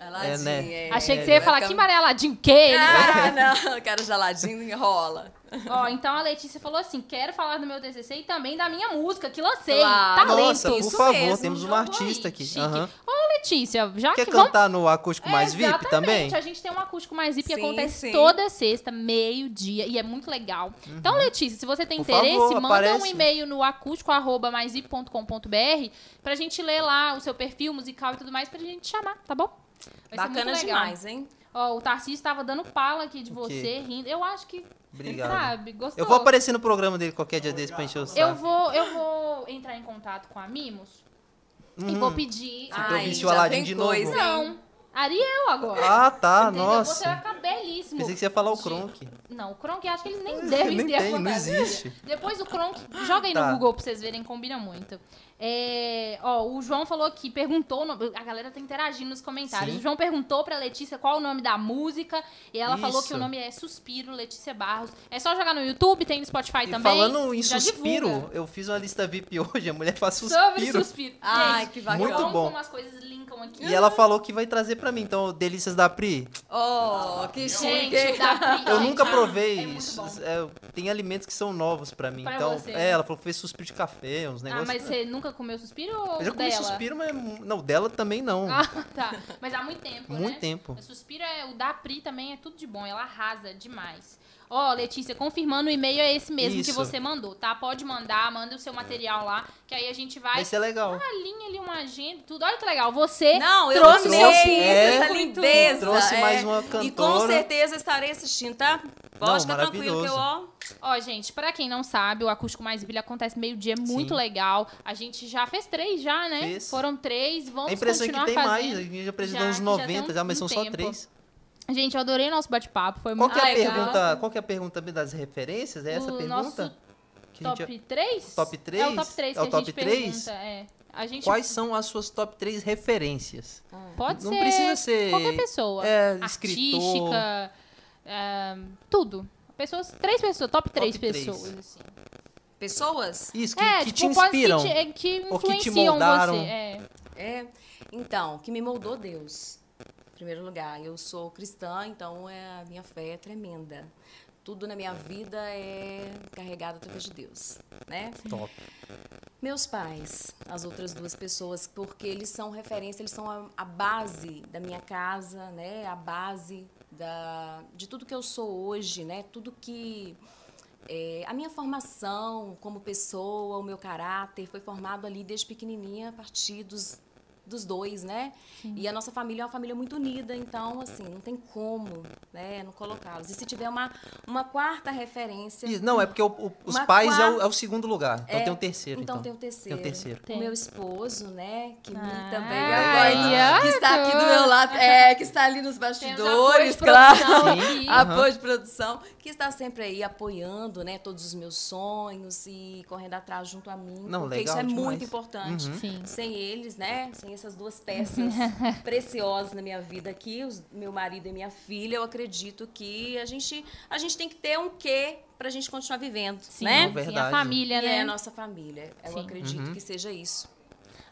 S3: Aladim,
S2: É, né?
S1: Achei que
S2: É,
S1: você ia
S3: vai
S1: falar,
S3: ficar-
S1: que maré Aladim, que ele...
S3: Ah, não, cara de Aladim enrola.
S1: Ó, então a Letícia falou assim: quero falar do meu TCC e também da minha música que lancei. Tá
S3: Claro.
S1: Talento.
S2: Nossa, por
S3: isso
S2: favor,
S3: mesmo,
S2: temos
S1: Jogou
S2: uma
S1: aí,
S2: artista aqui.
S1: chique.
S2: Aham.
S1: Ô, Letícia, já
S2: Quer
S1: que vamos.
S2: cantar no acústico mais
S1: É,
S2: VIP também?
S1: exatamente, A gente tem um acústico mais VIP que
S3: Sim,
S1: acontece
S3: sim.
S1: toda sexta, meio-dia, e é muito legal. Então, Letícia, se você tem
S2: Uhum. Por
S1: interesse,
S2: favor,
S1: manda um
S2: aparece.
S1: e-mail no acústico.com.br pra gente ler lá o seu perfil musical e tudo mais pra gente te chamar, tá bom? Vai ser
S3: Bacana
S1: muito legal.
S3: demais, hein?
S1: Ó, o Tarcísio tava dando pala aqui de
S2: O quê?
S1: você, rindo. Eu acho que,
S2: Obrigado.
S1: sabe, gostou.
S2: Eu vou aparecer no programa dele qualquer dia desse pra encher o saco.
S1: Eu vou, eu vou entrar em contato com a Mimos
S2: Uhum.
S1: e vou pedir.
S2: Ah,
S1: Ai,
S2: vesti o
S3: já
S2: Aladim
S3: tem
S2: de novo.
S3: coisa, hein?
S1: não, Ariel agora.
S2: Então, Ah, tá,
S1: entendeu? Você vai
S2: nossa.
S1: ficar belíssimo.
S2: Pensei que você ia falar o
S1: De-
S2: Kronk.
S1: Não, o Kronk acho que eles nem devem
S2: Nem
S1: ter a
S2: tem, não
S1: fantasia.
S2: existe.
S1: Depois o Kronk, joga aí
S2: Tá.
S1: no Google pra vocês verem, combina muito. É, ó, o João falou aqui, perguntou, no- a galera tá interagindo nos comentários.
S2: Sim.
S1: O João perguntou pra Letícia qual o nome da música, e ela falou que
S2: Isso.
S1: o nome é Suspiro, Letícia Barros. É só jogar no YouTube, tem no Spotify
S2: E
S1: também.
S2: falando em
S1: já
S2: suspiro,
S1: divulga.
S2: eu fiz uma lista VIP hoje, a mulher faz
S1: Sobre
S2: suspiro.
S1: suspiro.
S3: Ai,
S1: Gente,
S3: que bacana.
S2: muito
S1: como
S2: bom.
S1: como as coisas linkam aqui.
S2: E ela falou que vai trazer pra mim, então, delícias da Pri.
S3: Oh, que chique.
S1: Gente, dá pra-
S2: Eu
S1: gente,
S2: nunca
S1: ah,
S2: provei
S1: é muito
S2: isso.
S1: bom.
S2: É, tem alimentos que são novos pra mim.
S1: Pra
S2: então,
S1: você, né?
S2: é, ela falou que fez suspiro de café, uns
S1: Ah,
S2: negócios.
S1: mas você nunca comeu suspiro ou
S2: eu já comi
S1: dela?
S2: suspiro, mas não, dela também não.
S1: Ah, tá. Mas há muito tempo, né?
S2: Muito tempo.
S1: O Suspiro é o da Pri também é tudo de bom, ela arrasa demais. Ó, Letícia, confirmando o e-mail é esse mesmo que
S2: Isso. É.
S1: você mandou, tá? Pode mandar, manda o seu material lá, que aí a gente vai Ah,
S2: Vai ser é legal.
S1: alinha ali uma agenda e tudo. Olha que legal, você
S3: Não, eu
S1: trouxe
S3: amei
S1: seu
S3: essa
S1: currículo.
S3: lindeza.
S2: Trouxe
S3: é.
S2: mais uma
S3: E com
S2: cantora.
S3: certeza estarei assistindo, tá? Pode
S2: Não,
S3: ficar tranquilo que eu, ó...
S1: Ó, gente, pra quem não sabe, o Acústico Mais Brilho acontece meio-dia, é muito
S2: Sim.
S1: legal. A gente já fez três já, né?
S2: Fez.
S1: Foram três, vamos
S2: a impressão é que
S1: continuar
S2: tem mais.
S1: fazendo.
S2: A gente já apresentou
S1: Já- já
S2: uns
S1: tem
S2: 90 já,
S1: um-
S2: mas
S1: um
S2: são só
S1: tempo.
S2: três.
S1: Gente, eu adorei nosso bate-papo, foi
S2: Qual
S1: muito
S2: que é a
S1: legal.
S2: pergunta? Qual que é a pergunta das referências? É essa
S1: O
S2: a
S1: nosso
S2: pergunta? Que a gente-
S1: Top 3?
S2: Top
S1: É o top
S2: 3?
S1: 3
S2: É o
S1: que a
S2: top
S1: gente
S2: 3?
S1: pergunta. É. A gente
S2: Quais são as suas top 3 referências?
S1: pode
S2: não
S1: ser
S2: precisa ser
S1: qualquer pessoa.
S2: é, escritor.
S1: Artística, é, tudo. Pessoas, três pessoas, top três
S2: três.
S1: pessoas. Assim.
S3: Pessoas?
S2: Isso, que,
S1: É,
S2: que
S1: tipo,
S2: te
S1: pode- Que,
S2: inspiram.
S1: te- é, que
S2: ou que te
S1: influenciam
S2: moldaram.
S1: você. É.
S3: É, então, que me moldou Deus. Em primeiro lugar, eu sou cristã, então é, a minha fé é tremenda. Tudo na minha vida é carregado através de Deus, né?
S2: Top.
S3: Meus pais, as outras duas pessoas, porque eles são referência, eles são a, a base da minha casa, né? A base da, de tudo que eu sou hoje, né? Tudo que é, a minha formação como pessoa, o meu caráter foi formado ali desde pequenininha a partir dos, dos dois, né? E a nossa família é uma família muito unida, então assim não tem como, né? Não colocá-los. E se tiver uma uma quarta referência,
S2: Isso, não, é porque o- o- os
S3: Uma
S2: pais é, o,
S3: quarta-
S2: é o segundo lugar. Então
S3: É,
S2: tem o terceiro.
S3: então,
S2: Então,
S3: tem o
S2: Tem
S3: terceiro.
S2: o terceiro.
S1: Tem.
S3: O meu esposo, né? Que me
S1: Ah,
S3: também
S1: ai,
S3: apoia. Que está aqui do meu lado. É, que está ali nos
S1: Temos
S3: bastidores,
S1: apoio de
S3: claro.
S1: produção
S2: Sim.
S1: aqui.
S2: Ah,
S3: Apoio de produção, que está sempre aí apoiando, né? Todos os meus sonhos e correndo atrás junto a mim.
S2: Não,
S3: porque
S2: legal
S3: isso é
S2: demais.
S3: muito importante.
S2: Uhum.
S1: Sim.
S3: Sem eles, né? Sem essas duas peças preciosas na minha vida aqui, os- meu marido e minha filha, eu acredito que a gente, a gente tem que ter um quê pra gente continuar vivendo,
S1: Sim,
S3: né?
S1: sim, a
S2: é Verdade.
S1: família,
S3: E
S1: né?
S3: é a nossa família. Eu
S1: Sim.
S3: acredito
S2: Uhum.
S3: que seja isso.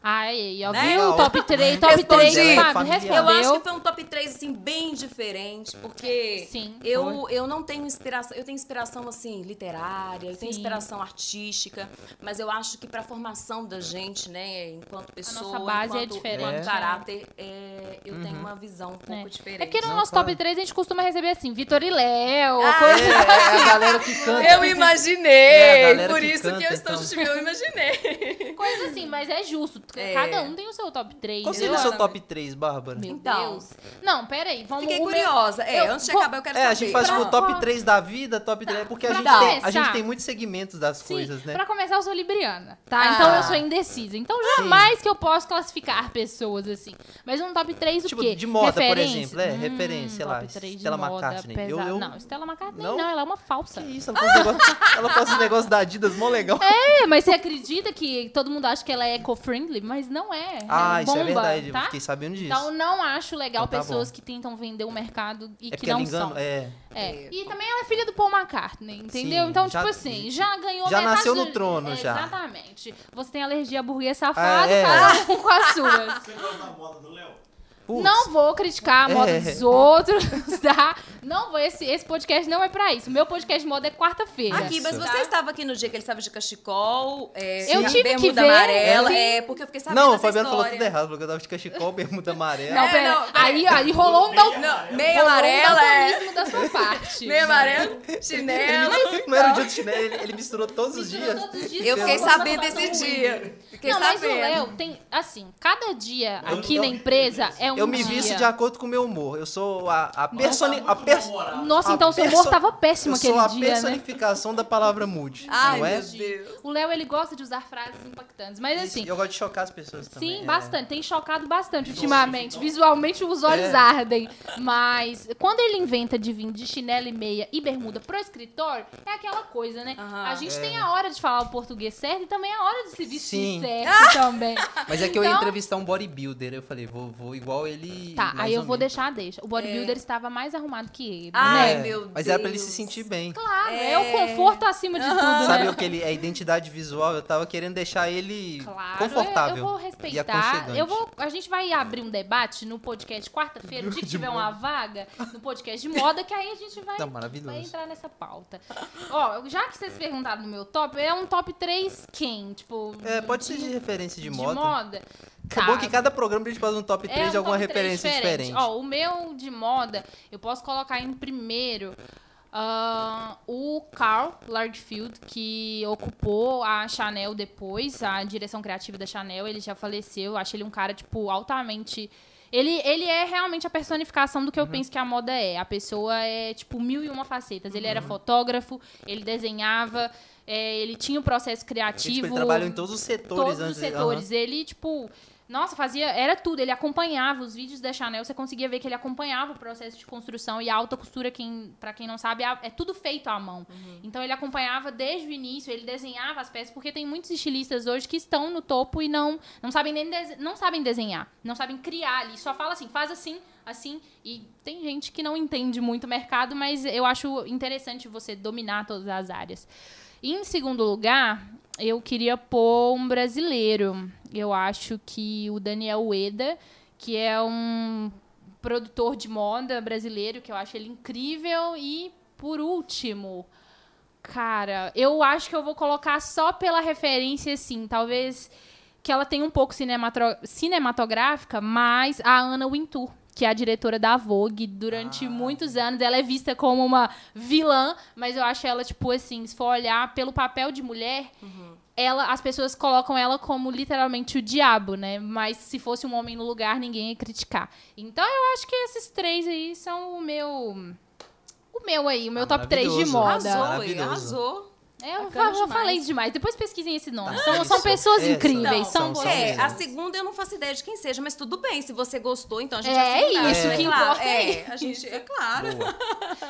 S1: Ai, ó,
S3: Né?
S1: viu?
S2: Legal.
S1: Top 3, top 3,
S2: é
S3: Respondi.
S1: Fábio,
S2: Familiar.
S1: respondeu.
S3: Eu acho que foi um top 3, assim, bem diferente,
S2: É.
S3: porque
S1: Sim.
S3: eu, eu não tenho inspiração. Eu tenho inspiração, assim, literária, eu tenho
S1: Sim.
S3: inspiração artística, mas eu acho que para a formação da gente, né, enquanto pessoa,
S1: base é
S3: enquanto,
S1: diferente,
S3: enquanto
S2: né?
S3: caráter, é, eu
S2: Uhum.
S3: tenho uma visão um pouco diferente.
S1: É porque no
S2: Não,
S1: nosso
S2: claro.
S1: top 3 a gente costuma receber assim, Vitor e Léo,
S3: Ah,
S2: É, é a galera que canta.
S3: Eu imaginei,
S2: É, a galera
S3: por
S2: que
S3: isso que
S2: canta,
S3: eu estou
S2: então.
S3: justificando, eu imaginei.
S1: coisa assim, mas é justo.
S3: É.
S1: Cada um tem o seu top 3.
S2: Qual seria o seu top 3, Bárbara?
S1: Meu
S3: Então.
S1: Deus. Não, peraí. Vamos
S3: Fiquei
S1: o meu-
S3: curiosa. É,
S1: eu
S3: antes de
S1: vou-
S3: acabar, eu quero
S2: É, a
S3: saber.
S2: gente faz tipo
S1: Pra-
S2: o top 3 da vida, top 3, porque a
S1: pra
S2: gente, tem, a
S1: começar.
S2: gente tem muitos segmentos das
S1: Sim,
S2: coisas, né?
S1: pra começar, eu sou libriana, tá?
S3: Ah.
S1: Então eu sou indecisa. Então jamais que eu posso classificar pessoas assim. Mas um top 3 o
S2: Tipo,
S1: quê?
S2: de moda, por
S1: Referência. Hum,
S2: exemplo, é, referência, sei lá,
S1: top 3 de
S2: Stella
S1: moda,
S2: McCartney.
S1: pesa-
S2: Eu- eu-
S1: Não, Stella McCartney não?
S2: Não?
S1: ela é uma falsa.
S2: Que isso, ela faz um negócio, ela faz um negócio da Adidas mó legal.
S1: É, mas você acredita que todo mundo acha que ela é eco-friendly? Mas não é.
S2: ah,
S1: é
S2: isso
S1: bomba,
S2: é verdade, eu
S1: Tá?
S2: fiquei sabendo disso.
S1: Então não acho legal
S2: Então tá
S1: pessoas
S2: bom.
S1: que tentam vender o mercado e
S2: é
S1: que
S2: porque ela
S1: não
S2: engana,
S1: são.
S2: é,
S1: É. E também ela é filha do Paul McCartney, entendeu?
S2: Sim,
S1: então,
S2: já-
S1: tipo assim, já ganhou
S2: já
S1: metade
S2: nasceu
S1: do-
S2: no trono,
S1: É,
S2: já.
S1: Exatamente. Você tem alergia a burguês safado,
S2: Ah, é.
S1: cada um com as suas.
S5: Você gosta da moda do Léo?
S2: Putz,
S1: Não vou criticar a moda
S2: É.
S1: dos outros, tá? Não vou, esse, esse podcast não é pra isso. Meu podcast de moda é quarta-feira.
S3: Aqui, mas
S2: Isso.
S3: você estava aqui no dia que ele estava de cachecol, é,
S1: Eu
S3: de
S1: tive que
S3: bermuda
S1: ver,
S3: amarela,
S1: sim.
S3: é, porque eu fiquei sabendo
S2: Não, o
S3: dessa
S2: Fabiano falou
S3: história.
S2: tudo errado, porque eu tava de cachecol, bermuda amarela.
S1: Não,
S3: É,
S1: pera,
S3: não, pera.
S1: aí, aí rolou um dal-
S3: Não, meia
S1: rolou um
S3: amarela, é,
S1: daltonismo da sua parte.
S3: meia amarela,
S2: Ele
S3: chinelo.
S2: misturou- não era o dia do chinelo, ele, ele misturou todos os
S1: Misturou
S2: dias.
S1: todos os dias,
S3: Eu fiquei
S1: rolou uma
S3: sabendo
S1: situação
S3: desse
S1: ruim.
S3: dia. Fiquei
S1: um não, mas o
S3: sabendo.
S1: Léo tem, assim, cada dia
S2: Eu-
S1: aqui
S2: eu-
S1: na empresa é um
S2: Eu me
S1: dia.
S2: visto de acordo com o meu humor. Eu sou a, a personi...
S5: Tá
S2: A
S5: muito
S2: pers...
S5: mal-humorado.
S1: Nossa,
S2: a
S1: então seu humor
S2: perso-
S1: tava
S2: Eu
S1: péssimo
S2: sou
S1: aquele
S2: a
S1: dia, né?
S2: personificação da palavra mood,
S3: Ai,
S2: não é?
S3: meu Deus.
S1: O Léo, ele gosta de usar frases impactantes, mas assim,
S2: E eu gosto de chocar as pessoas também.
S1: sim,
S2: é.
S1: bastante, tem chocado bastante ultimamente, visualmente os olhos
S2: É.
S1: ardem, mas quando ele inventa de vir de chinelo e meia e bermuda pro escritório, é aquela coisa, né?
S3: Aham.
S1: a gente
S2: É.
S1: tem a hora de falar o português certo e também a hora de se vestir
S2: Sim.
S1: certo também.
S2: Mas é que eu ia
S1: Então-
S2: entrevistar um bodybuilder, eu falei, vou, vou igual ele.
S1: Tá,
S2: mais
S1: aí eu
S2: ou
S1: vou né?
S2: menos.
S1: deixar a deixa. O bodybuilder estava mais arrumado que ele.
S3: Ai,
S2: É,
S3: meu
S2: Mas era pra ele se
S3: Deus.
S2: sentir bem.
S1: Claro, é,
S3: É.
S1: o conforto acima de tudo,
S2: Sabe
S1: né?
S2: o que ele. A identidade visual, eu tava querendo deixar ele
S1: Claro, é,
S2: confortável.
S1: eu vou
S2: E
S1: respeitar.
S2: aconchegante.
S1: Eu vou, a gente vai abrir um debate no podcast quarta-feira, o dia que tiver uma vaga no podcast de moda, que aí a gente vai,
S2: Tá maravilhoso.
S1: vai entrar nessa pauta. Ó, já que vocês perguntaram do meu top, é um top 3 quem? Tipo,
S2: É, pode ser de referência de,
S1: de
S2: moda.
S1: moda? Tá,
S2: É bom que cada programa a gente faz um top 3
S1: É um
S2: de alguma
S1: top três
S2: referência diferente.
S1: Ó, o meu de moda, eu posso colocar em primeiro ah, o Karl Lardfield, que ocupou a Chanel depois, a direção criativa da Chanel. Ele já faleceu. Eu acho ele um cara, tipo, altamente. Ele, ele é realmente a personificação do que eu
S2: Uhum.
S1: penso que a moda é. A pessoa é, tipo, mil e uma facetas. Ele
S2: Uhum.
S1: era fotógrafo, ele desenhava, é, ele tinha o processo
S2: Ele, tipo,
S1: criativo
S2: ele trabalhou em todos os setores
S1: todos os
S2: antes.
S1: setores. Ele, tipo, nossa, fazia. Era tudo. Ele acompanhava os vídeos da Chanel. Você conseguia ver que ele acompanhava o processo de construção e a alta costura, quem, pra quem não sabe, é é tudo feito à mão.
S2: Uhum.
S1: Então ele acompanhava desde o início, ele desenhava as peças, porque tem muitos estilistas hoje que estão no topo e não, não sabem nem dese- não sabem desenhar, não sabem criar ali. Só fala assim, faz assim, assim. E tem gente que não entende muito o mercado, mas eu acho interessante você dominar todas as áreas. Em segundo lugar, eu queria pôr um brasileiro. Eu acho que o Daniel Ueda, que é um produtor de moda brasileiro, que eu acho ele incrível. E, por último, cara, eu acho que eu vou colocar só pela referência, assim, talvez que ela tenha um pouco cinematro- cinematográfica, mas a Anna Wintour. Que é a diretora da Vogue durante
S2: Ah.
S1: muitos anos. Ela é vista como uma vilã, mas eu acho ela, tipo assim, se for olhar pelo papel de mulher,
S2: Uhum.
S1: ela, as pessoas colocam ela como literalmente o diabo, né? Mas se fosse um homem no lugar, ninguém ia criticar. Então eu acho que esses três aí são o meu. O meu aí, o meu
S2: Ah,
S1: top 3 de
S2: maravilhoso.
S1: moda.
S3: Arrasou,
S2: Maravilhoso.
S3: Igor, arrasou.
S1: É, eu
S3: Bacana
S1: fa- já
S3: demais.
S1: falei demais. Depois pesquisem esse nome.
S2: Tá,
S1: são,
S2: é
S1: são
S2: isso.
S1: pessoas
S2: É, são-
S1: incríveis, são,
S2: são-
S1: boas.
S2: são
S3: É,
S2: mesmo.
S3: a segunda eu não faço ideia de quem seja, mas tudo bem, se você gostou, então a gente
S1: É
S3: aceita.
S1: isso
S3: é
S1: que
S3: claro,
S1: importa, é
S3: É, a gente, é claro.
S2: Aham. Boa.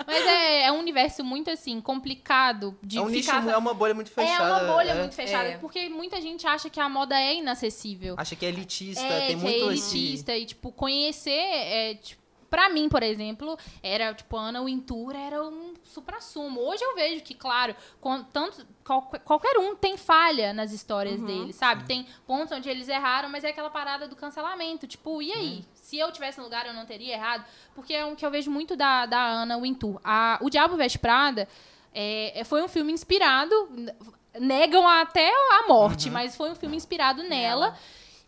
S1: Mas é, é um universo muito, assim, complicado de
S2: É um nicho,
S1: ficar...
S2: mu- é uma bolha muito
S1: é
S2: fechada.
S1: uma bolha
S2: é.
S1: muito fechada,
S3: É.
S1: porque muita gente acha que a moda é inacessível.
S2: Acha que é elitista,
S1: é, que
S2: tem muito
S1: é
S2: esse-
S1: elitista e, tipo, conhecer é, tipo, Pra mim, por exemplo, era, tipo, a Ana Wintour era um supra-sumo. Hoje eu vejo que, claro, com tanto, qual- qualquer um tem falha nas histórias dele, sabe? Tem pontos onde eles erraram, mas é aquela parada do cancelamento. Tipo, e aí? Se eu tivesse no lugar, eu não teria errado? Porque é um que eu vejo muito da, da Ana Wintour. A, o Diabo Veste Prada é, é- foi um filme inspirado... n- Negam até a morte, mas foi um filme inspirado nela.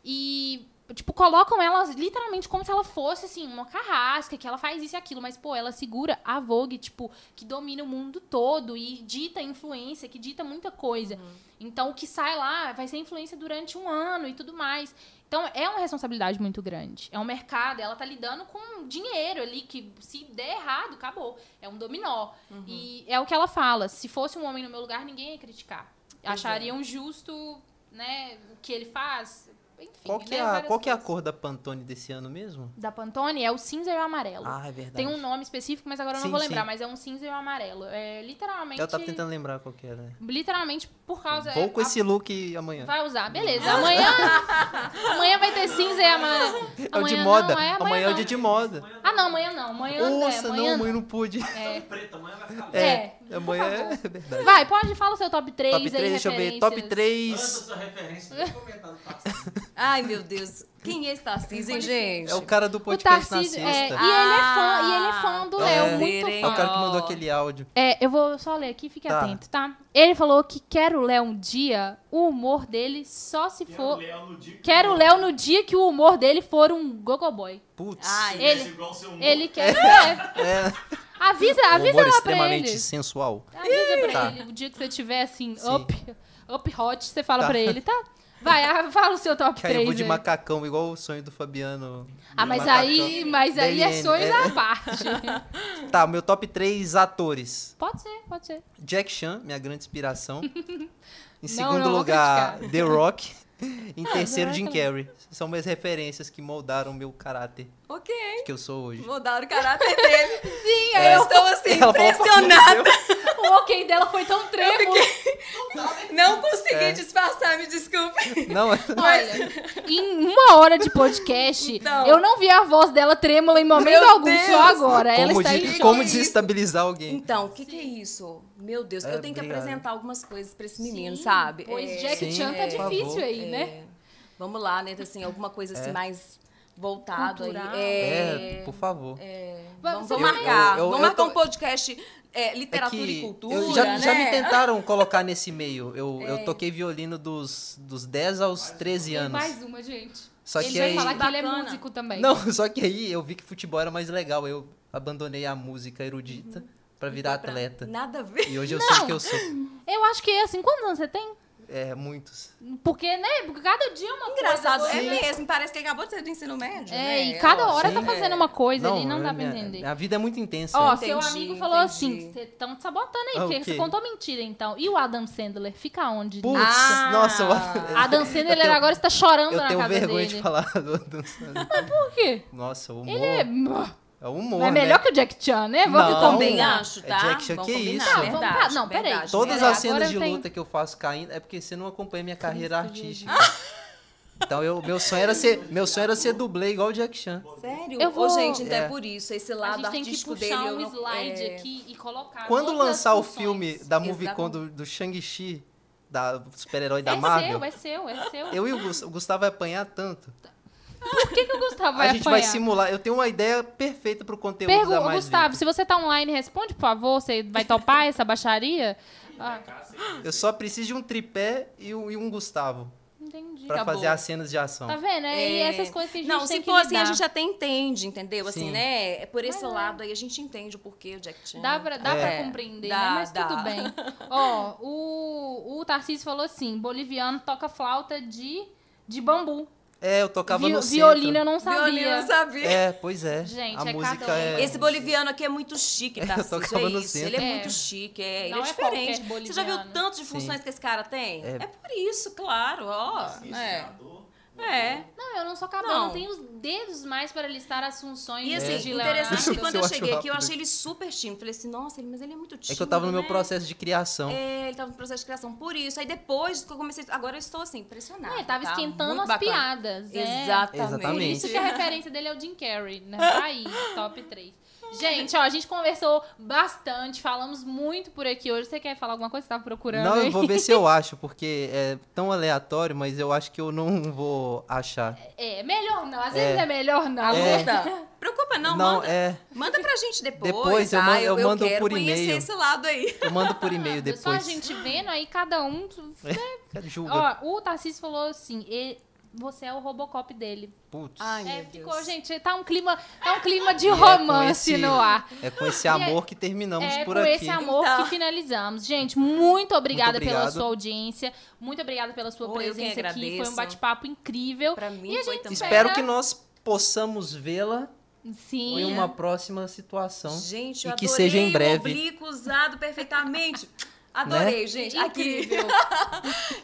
S1: E Tipo, colocam ela literalmente como se ela fosse, assim, uma carrasca, que ela faz isso e aquilo. Mas, pô, ela segura a Vogue, tipo, que domina o mundo todo e dita influência, que dita muita coisa. Então, o que sai lá vai ser influência durante um ano e tudo mais. Então, é uma responsabilidade muito grande. É um mercado, ela tá lidando com dinheiro ali, que se der errado, acabou. É um dominó. E é o que ela fala. Se fosse um homem no meu lugar, ninguém ia criticar.
S3: Pois
S1: Achariam É um justo, né, o que ele faz. Enfim,
S2: Qual que,
S1: né,
S2: é a,
S1: várias
S2: qual que é a
S1: coisas.
S2: cor da Pantone desse ano mesmo?
S1: Da Pantone é o cinza e o amarelo.
S2: Ah, é verdade.
S1: Tem um nome específico, mas agora eu não
S2: Sim,
S1: vou lembrar.
S2: sim.
S1: Mas é um cinza e um amarelo. É literalmente.
S2: Eu tava tentando lembrar qual que era.
S1: Literalmente por causa. é,
S2: Vou com
S1: a-
S2: esse look amanhã.
S1: Vai usar, beleza. Amanhã. amanhã vai ter cinza e amarelo.
S2: É o de
S1: Amanhã
S2: moda.
S1: Não, é, amanhã
S2: amanhã é o
S1: não.
S2: dia de moda.
S5: Amanhã
S1: Ah, não, amanhã não. Amanhã
S2: Nossa,
S1: é.
S2: não,
S1: Amanhã
S2: amanhã não pude.
S1: É.
S5: preta, amanhã vai ficar
S1: É.
S5: é.
S2: Amanhã
S1: por
S2: é verdade.
S1: Vai, pode, fala o seu top 3
S2: Top
S1: aí,
S2: 3, deixa eu ver.
S1: referências.
S2: Top
S5: Antes da
S2: 3
S5: sua referência, deixa eu comentar no passado.
S3: Ai, meu Deus. Quem é esse Tarcísio, hein, gente?
S2: é o cara do
S1: O
S2: podcast na
S1: Tarcísio,
S2: sexta.
S1: é, e ele é
S2: É
S1: fã, e
S3: Ah,
S1: ele é fã do
S2: é.
S1: Léo,
S3: Prazer,
S1: muito
S3: hein?
S1: fã.
S2: o cara que mandou
S3: Ó.
S2: aquele áudio.
S1: É, eu vou só ler aqui, fique
S2: Tá.
S1: atento, tá? Ele falou que quer o Léo um dia, o humor dele só se
S5: Quero o
S1: for.
S5: Léo no dia que
S1: Quero o
S5: for.
S1: Léo no dia que o humor dele for um gogoboy.
S2: Putz.
S3: Ai,
S5: Seja
S1: Ele-
S5: igual ao seu humor.
S1: Ele quer. É.
S2: É,
S1: Avisa,
S2: um
S1: avisa
S2: humor
S1: lá pra
S2: extremamente
S1: ele.
S2: sensual.
S1: Avisa pra
S2: Tá.
S1: ele. O dia que você tiver assim,
S2: Sim.
S1: up, up hot, você fala
S2: Tá.
S1: pra ele, tá? Vai, ah, fala o seu top
S2: Que aí eu
S1: 3.
S2: vou de macacão, igual o sonho do Fabiano.
S1: ah, mas
S2: macacão.
S1: aí, mas aí é
S2: DN,
S1: sonhos
S2: é.
S1: à parte.
S2: Tá, meu top 3 atores.
S1: Pode ser, pode ser.
S2: Jack Chan, minha grande inspiração.
S1: Não,
S2: Em segundo
S1: não vou Ah,
S2: lugar, The Rock. Em terceiro,
S1: The
S2: Jim
S1: Rock é
S2: Carrey. São minhas referências que moldaram o meu caráter
S3: Ok.
S2: que eu sou hoje.
S3: Mudaram o caráter dele. Sim,
S2: É.
S3: eu estou assim,
S2: Ela falou,
S3: impressionada.
S1: O ok dela foi tão tremo.
S3: Não consegui
S2: É.
S3: disfarçar, me desculpe.
S2: Não, é
S1: Olha, em uma hora de podcast,
S3: Então.
S1: eu não vi a voz dela trêmula em momento
S3: Meu
S1: algum,
S3: Deus!
S1: só agora. Ela
S2: como,
S1: está
S2: de-
S1: aí.
S2: como
S3: Que isso?
S2: desestabilizar alguém.
S3: Então, o que, que é isso? Meu Deus,
S2: É,
S3: eu tenho que
S2: obrigado.
S3: apresentar algumas coisas pra esse menino, sabe?
S1: Pois
S3: É,
S1: Jack
S2: Sim,
S1: Chan tá
S2: por
S1: difícil
S2: favor.
S1: aí, né?
S3: é, Vamos lá, né? Assim, alguma coisa assim mais voltado
S1: Cultural.
S3: aí.
S2: É, por favor.
S3: Vamos,
S1: Você
S3: vamos
S1: também-
S3: marcar.
S2: Eu- eu-
S3: vamos
S2: eu
S3: marcar
S2: tô-
S3: um podcast é, literatura
S2: É que
S3: e cultura.
S2: eu- já,
S3: né? É.
S2: já me tentaram colocar nesse meio. Eu, eu toquei violino dos, dos 10 aos 13
S1: Tem
S2: anos.
S1: mais uma, gente.
S2: É. Só
S1: Ele
S2: que
S1: vai
S2: aí.
S1: falar que ele é
S3: Bacana.
S1: músico também.
S2: Não, só que aí eu vi que futebol era mais legal. Eu abandonei a música erudita pra virar
S3: Uhum. Pra-
S2: atleta.
S3: Nada a ver.
S2: E hoje eu sei o que eu sou.
S1: Eu acho que, assim, quantos anos você tem?
S2: É, muitos.
S1: Porque, né, cada dia é uma
S3: Engraçado,
S1: coisa.
S3: é mesmo. Parece que acabou de ser do ensino médio.
S1: É,
S3: né?
S1: e cada hora
S2: Sim.
S1: tá fazendo uma coisa ali, não
S2: eu-
S1: dá pra
S2: minha-
S1: entender.
S2: A vida é muito intensa.
S1: Ó,
S3: Entendi,
S1: seu amigo falou
S3: entendi.
S1: assim, vocês estão te sabotando aí,
S2: Ah,
S1: porque
S2: o
S1: você
S2: quê?
S1: contou mentira, então. E o Adam Sandler, fica onde?
S2: Putz,
S3: Ah!
S2: nossa. eu-
S1: Adam Sandler
S2: tenho-
S1: agora está chorando
S2: Eu
S1: na
S2: tenho
S1: casa
S2: vergonha
S1: dele.
S2: de falar do Adam Sandler.
S1: Por quê?
S2: Nossa, o humor.
S1: Ele é...
S2: É o humor.
S1: é melhor
S2: né?
S1: que o Jack Chan, né?
S2: Não.
S1: Vamos
S2: Eu
S3: Também
S1: combinar.
S3: acho,
S2: é
S3: tá?
S2: Jack Chan,
S3: Vamos
S2: que
S3: combinar, É
S2: isso? Não,
S1: vamos
S3: verdade,
S1: parar. Não, peraí.
S3: verdade,
S2: Todas
S1: Agora
S2: as cenas de
S1: eu tenho-
S2: luta que eu faço caindo é porque você não acompanha minha carreira artística. Então eu, meu sonho era ser, meu sonho era ser dublê igual o Jack Chan.
S3: Sério?
S1: Eu vou-
S3: Ô, gente, então é.
S2: É.
S3: por isso. Esse
S1: A
S3: lado
S1: gente tem que
S3: artístico
S1: puxar
S3: dele. eu
S1: um
S3: não-
S1: slide
S3: é.
S1: aqui e colocar
S2: Quando
S1: todas as
S2: lançar o
S1: funções.
S2: filme da MovieCon
S3: Exatamente.
S2: do, do Shang-Chi, da do super-herói da
S1: é
S2: Marvel,
S1: seu, é seu, é seu.
S2: eu e o Gus- o Gustavo vai apanhar tanto.
S1: Por que, que o Gustavo vai
S2: a gente vai
S1: apanhar?
S2: simular. Eu tenho uma ideia perfeita pro conteúdo da
S1: Pergunta,
S2: mais
S1: Gustavo, se você tá online, responde, por favor. Você vai topar essa baixaria? Ah,
S2: Vida. Eu só preciso de um tripé e um, e um Gustavo
S1: entendi.
S2: pra
S3: Acabou.
S2: fazer as cenas de ação.
S1: Tá vendo? É, E
S3: É.
S1: essas coisas que a gente
S3: Não,
S1: tem
S3: se
S1: que
S3: for assim,
S1: lidar.
S3: a gente até entende, entendeu? Assim,
S2: Sim.
S3: né? É Por esse
S1: Mas é.
S3: lado aí a gente entende o porquê o Jack Chan.
S1: Dá pra, dá pra
S2: É.
S1: compreender,
S3: Dá,
S1: né? Mas
S3: dá.
S1: tudo bem. Ó, o, o Tarcísio falou assim, boliviano toca flauta de, de bambu.
S2: É, eu tocava
S1: Vi-
S2: no centro.
S1: violino eu não sabia.
S3: Violino, eu não sabia.
S2: É, pois é.
S1: Gente,
S2: a
S1: é
S2: música
S1: cada um.
S2: é.
S3: Esse boliviano aqui é muito chique,
S2: eu
S3: tá?
S2: tocava
S3: é
S2: no
S3: isso.
S2: centro.
S3: Ele é,
S1: É.
S3: muito chique, é. Ele
S1: Não
S3: é
S1: é
S3: diferente.
S1: qualquer
S3: Você já viu
S1: boliviano.
S3: tanto de funções
S2: Sim.
S3: que esse cara tem? É,
S2: É.
S3: por isso, claro, ó. É.
S5: Pesquisador,
S3: é.
S1: Não, eu não sou cabana,
S3: Não.
S1: eu tenho os dedos mais para listar as funções
S3: E assim,
S1: de
S3: interessante
S1: Leonardo.
S3: que quando eu
S2: Eu acho
S3: cheguei aqui, eu
S2: rápido.
S3: achei ele super tímido. Falei assim, nossa, ele- mas ele é muito tímido.
S2: É que eu tava no meu
S3: né?
S2: processo de criação.
S3: É, ele tava no processo de criação por isso. Aí depois que eu comecei. Agora eu estou assim, impressionada.
S1: É, ele tava
S3: tá?
S1: esquentando
S3: Muito
S1: as
S3: bacana.
S1: piadas. né?
S3: Exatamente.
S1: Por isso que a referência dele é o Jim Carrey, né? Tá Aí, top 3. Gente, ó, a gente conversou bastante, falamos muito por aqui hoje. Você quer falar alguma coisa? Você tava procurando?
S2: Não,
S1: hein?
S2: eu vou ver se eu acho, porque é tão aleatório, mas eu acho que eu não vou achar.
S1: É, melhor não. Às vezes é, melhor não.
S2: É.
S3: Aluda, preocupa não, manda,
S2: é.
S3: manda pra gente depois.
S2: Depois eu
S3: tá?
S2: mando- eu mando
S3: quero
S2: por
S3: conhecer
S2: e-mail.
S3: esse lado aí.
S2: Eu mando por e-mail
S1: Só a
S2: depois.
S1: gente vendo, aí cada um.
S2: Julga.
S1: Ó, o Tarcísio falou assim: ele- você é o Robocop dele.
S2: Putz.
S3: Ai,
S1: É,
S3: meu
S1: ficou,
S3: Deus.
S1: gente, tá um clima, tá um clima de
S2: E é com
S1: romance
S2: esse-
S1: no ar.
S2: É com esse amor que terminamos
S1: É
S2: por
S1: com
S2: aqui.
S1: esse amor
S3: Então.
S1: que finalizamos. Gente, muito obrigada
S2: Muito
S1: pela
S2: obrigado.
S1: sua audiência. Muito obrigada pela sua
S3: Oh, eu que
S1: presença aqui. Foi um
S3: agradeço.
S1: bate-papo incrível.
S3: Pra mim
S1: E a
S3: foi
S1: gente
S3: também.
S2: Espero
S1: Espera.
S2: que nós possamos vê-la
S1: Sim.
S2: em uma próxima situação.
S3: Gente,
S2: e
S3: eu
S2: que
S3: adorei
S2: seja em breve. Né?
S3: o oblíquo usado perfeitamente. Adorei, gente. Aqui.
S1: Incrível.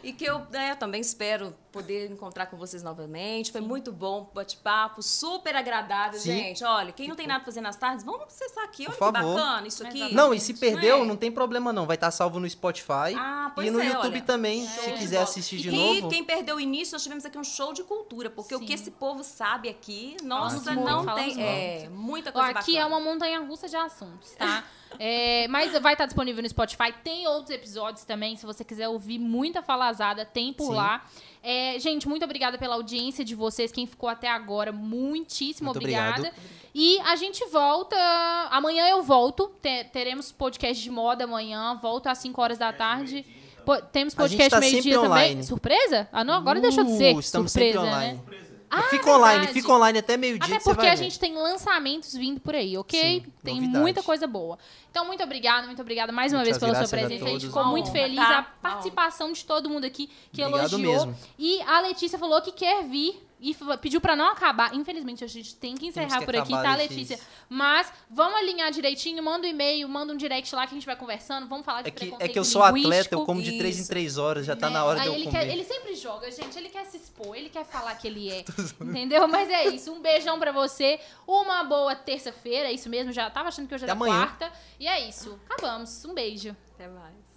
S3: E que eu né, também espero poder encontrar com vocês novamente. Foi muito bom o bate-papo, super agradável,
S2: Sim.
S3: gente. Olha, quem não tem nada pra fazer nas tardes, vamos acessar aqui. Olha
S2: Por
S3: que
S2: favor.
S3: bacana isso aqui.
S1: Exatamente.
S2: Não, e se perdeu,
S3: É.
S2: não tem problema não. Vai estar salvo no Spotify
S3: Ah, pois
S2: e no
S3: é,
S2: YouTube
S3: olha.
S2: também,
S3: Show
S2: se
S3: de
S2: quiser
S3: bola.
S2: assistir
S3: E
S2: de
S3: quem-
S2: novo.
S3: Quem perdeu o início, nós tivemos aqui um show de cultura, porque
S1: Sim.
S3: o que esse povo sabe aqui, nossa,
S1: muito,
S3: não
S1: falamos
S3: tem. É, muita
S1: Ó,
S3: coisa
S1: aqui é
S3: bacana.
S1: uma montanha russa de assuntos, tá? É, mas vai estar disponível no Spotify. Tem outros episódios também. Se você quiser ouvir muita falazada, tem por
S2: Sim.
S1: lá. É, gente, muito obrigada pela audiência de vocês. Quem ficou até agora, muitíssimo
S2: Muito
S1: obrigada.
S2: obrigado.
S1: E a gente volta. Amanhã eu volto. Te- teremos podcast de moda amanhã. Volto às 5 horas da tarde. Po- temos
S2: A gente
S1: podcast
S2: tá
S1: meio-dia
S2: sempre
S1: também.
S2: online.
S1: Surpresa? Ah, não, agora deixou de ser.
S2: Uh, Estamos
S1: surpresa,
S2: sempre
S1: né?
S2: online.
S1: Ah,
S2: fica
S1: verdade.
S2: online, fica online até meio-dia
S1: Até
S2: que você
S1: porque
S2: vai
S1: a
S2: ver. É
S1: gente tem lançamentos vindo por aí, ok?
S2: Sim,
S1: tem
S2: novidade.
S1: muita coisa boa. Então, muito obrigada, muito obrigada mais uma
S2: Muitas
S1: vez pela sua
S2: graças a
S1: presença. A, gente
S2: todos.
S1: ficou
S3: Uma
S1: muito
S3: honra,
S1: feliz.
S3: tá?
S1: A
S3: Uma
S1: participação de todo mundo aqui que
S2: Obrigado
S1: elogiou.
S2: mesmo.
S1: E a Letícia falou que quer vir. E f- pediu pra não acabar. Infelizmente, a gente tem que encerrar
S2: que
S1: por aqui,
S2: acabar,
S1: tá,
S2: Letícia?
S1: Letícia? Mas vamos alinhar direitinho, manda um e-mail, manda um direct lá que a gente vai conversando, vamos falar de
S2: É que, é
S1: preconceito
S2: que eu sou atleta, eu
S1: linguístico.
S2: como de três em
S3: Isso.
S2: três horas, já tá
S1: É,
S2: na hora
S1: aí
S2: de eu
S1: ele
S2: comer.
S1: Quer, ele sempre joga, gente. Ele quer se expor, ele quer falar que ele é. entendeu? Mas é isso. Um beijão pra você. Uma boa terça-feira. É isso mesmo. Já tava achando que hoje era
S2: Até amanhã.
S1: quarta. E é isso. Acabamos. Um beijo.
S3: Até mais.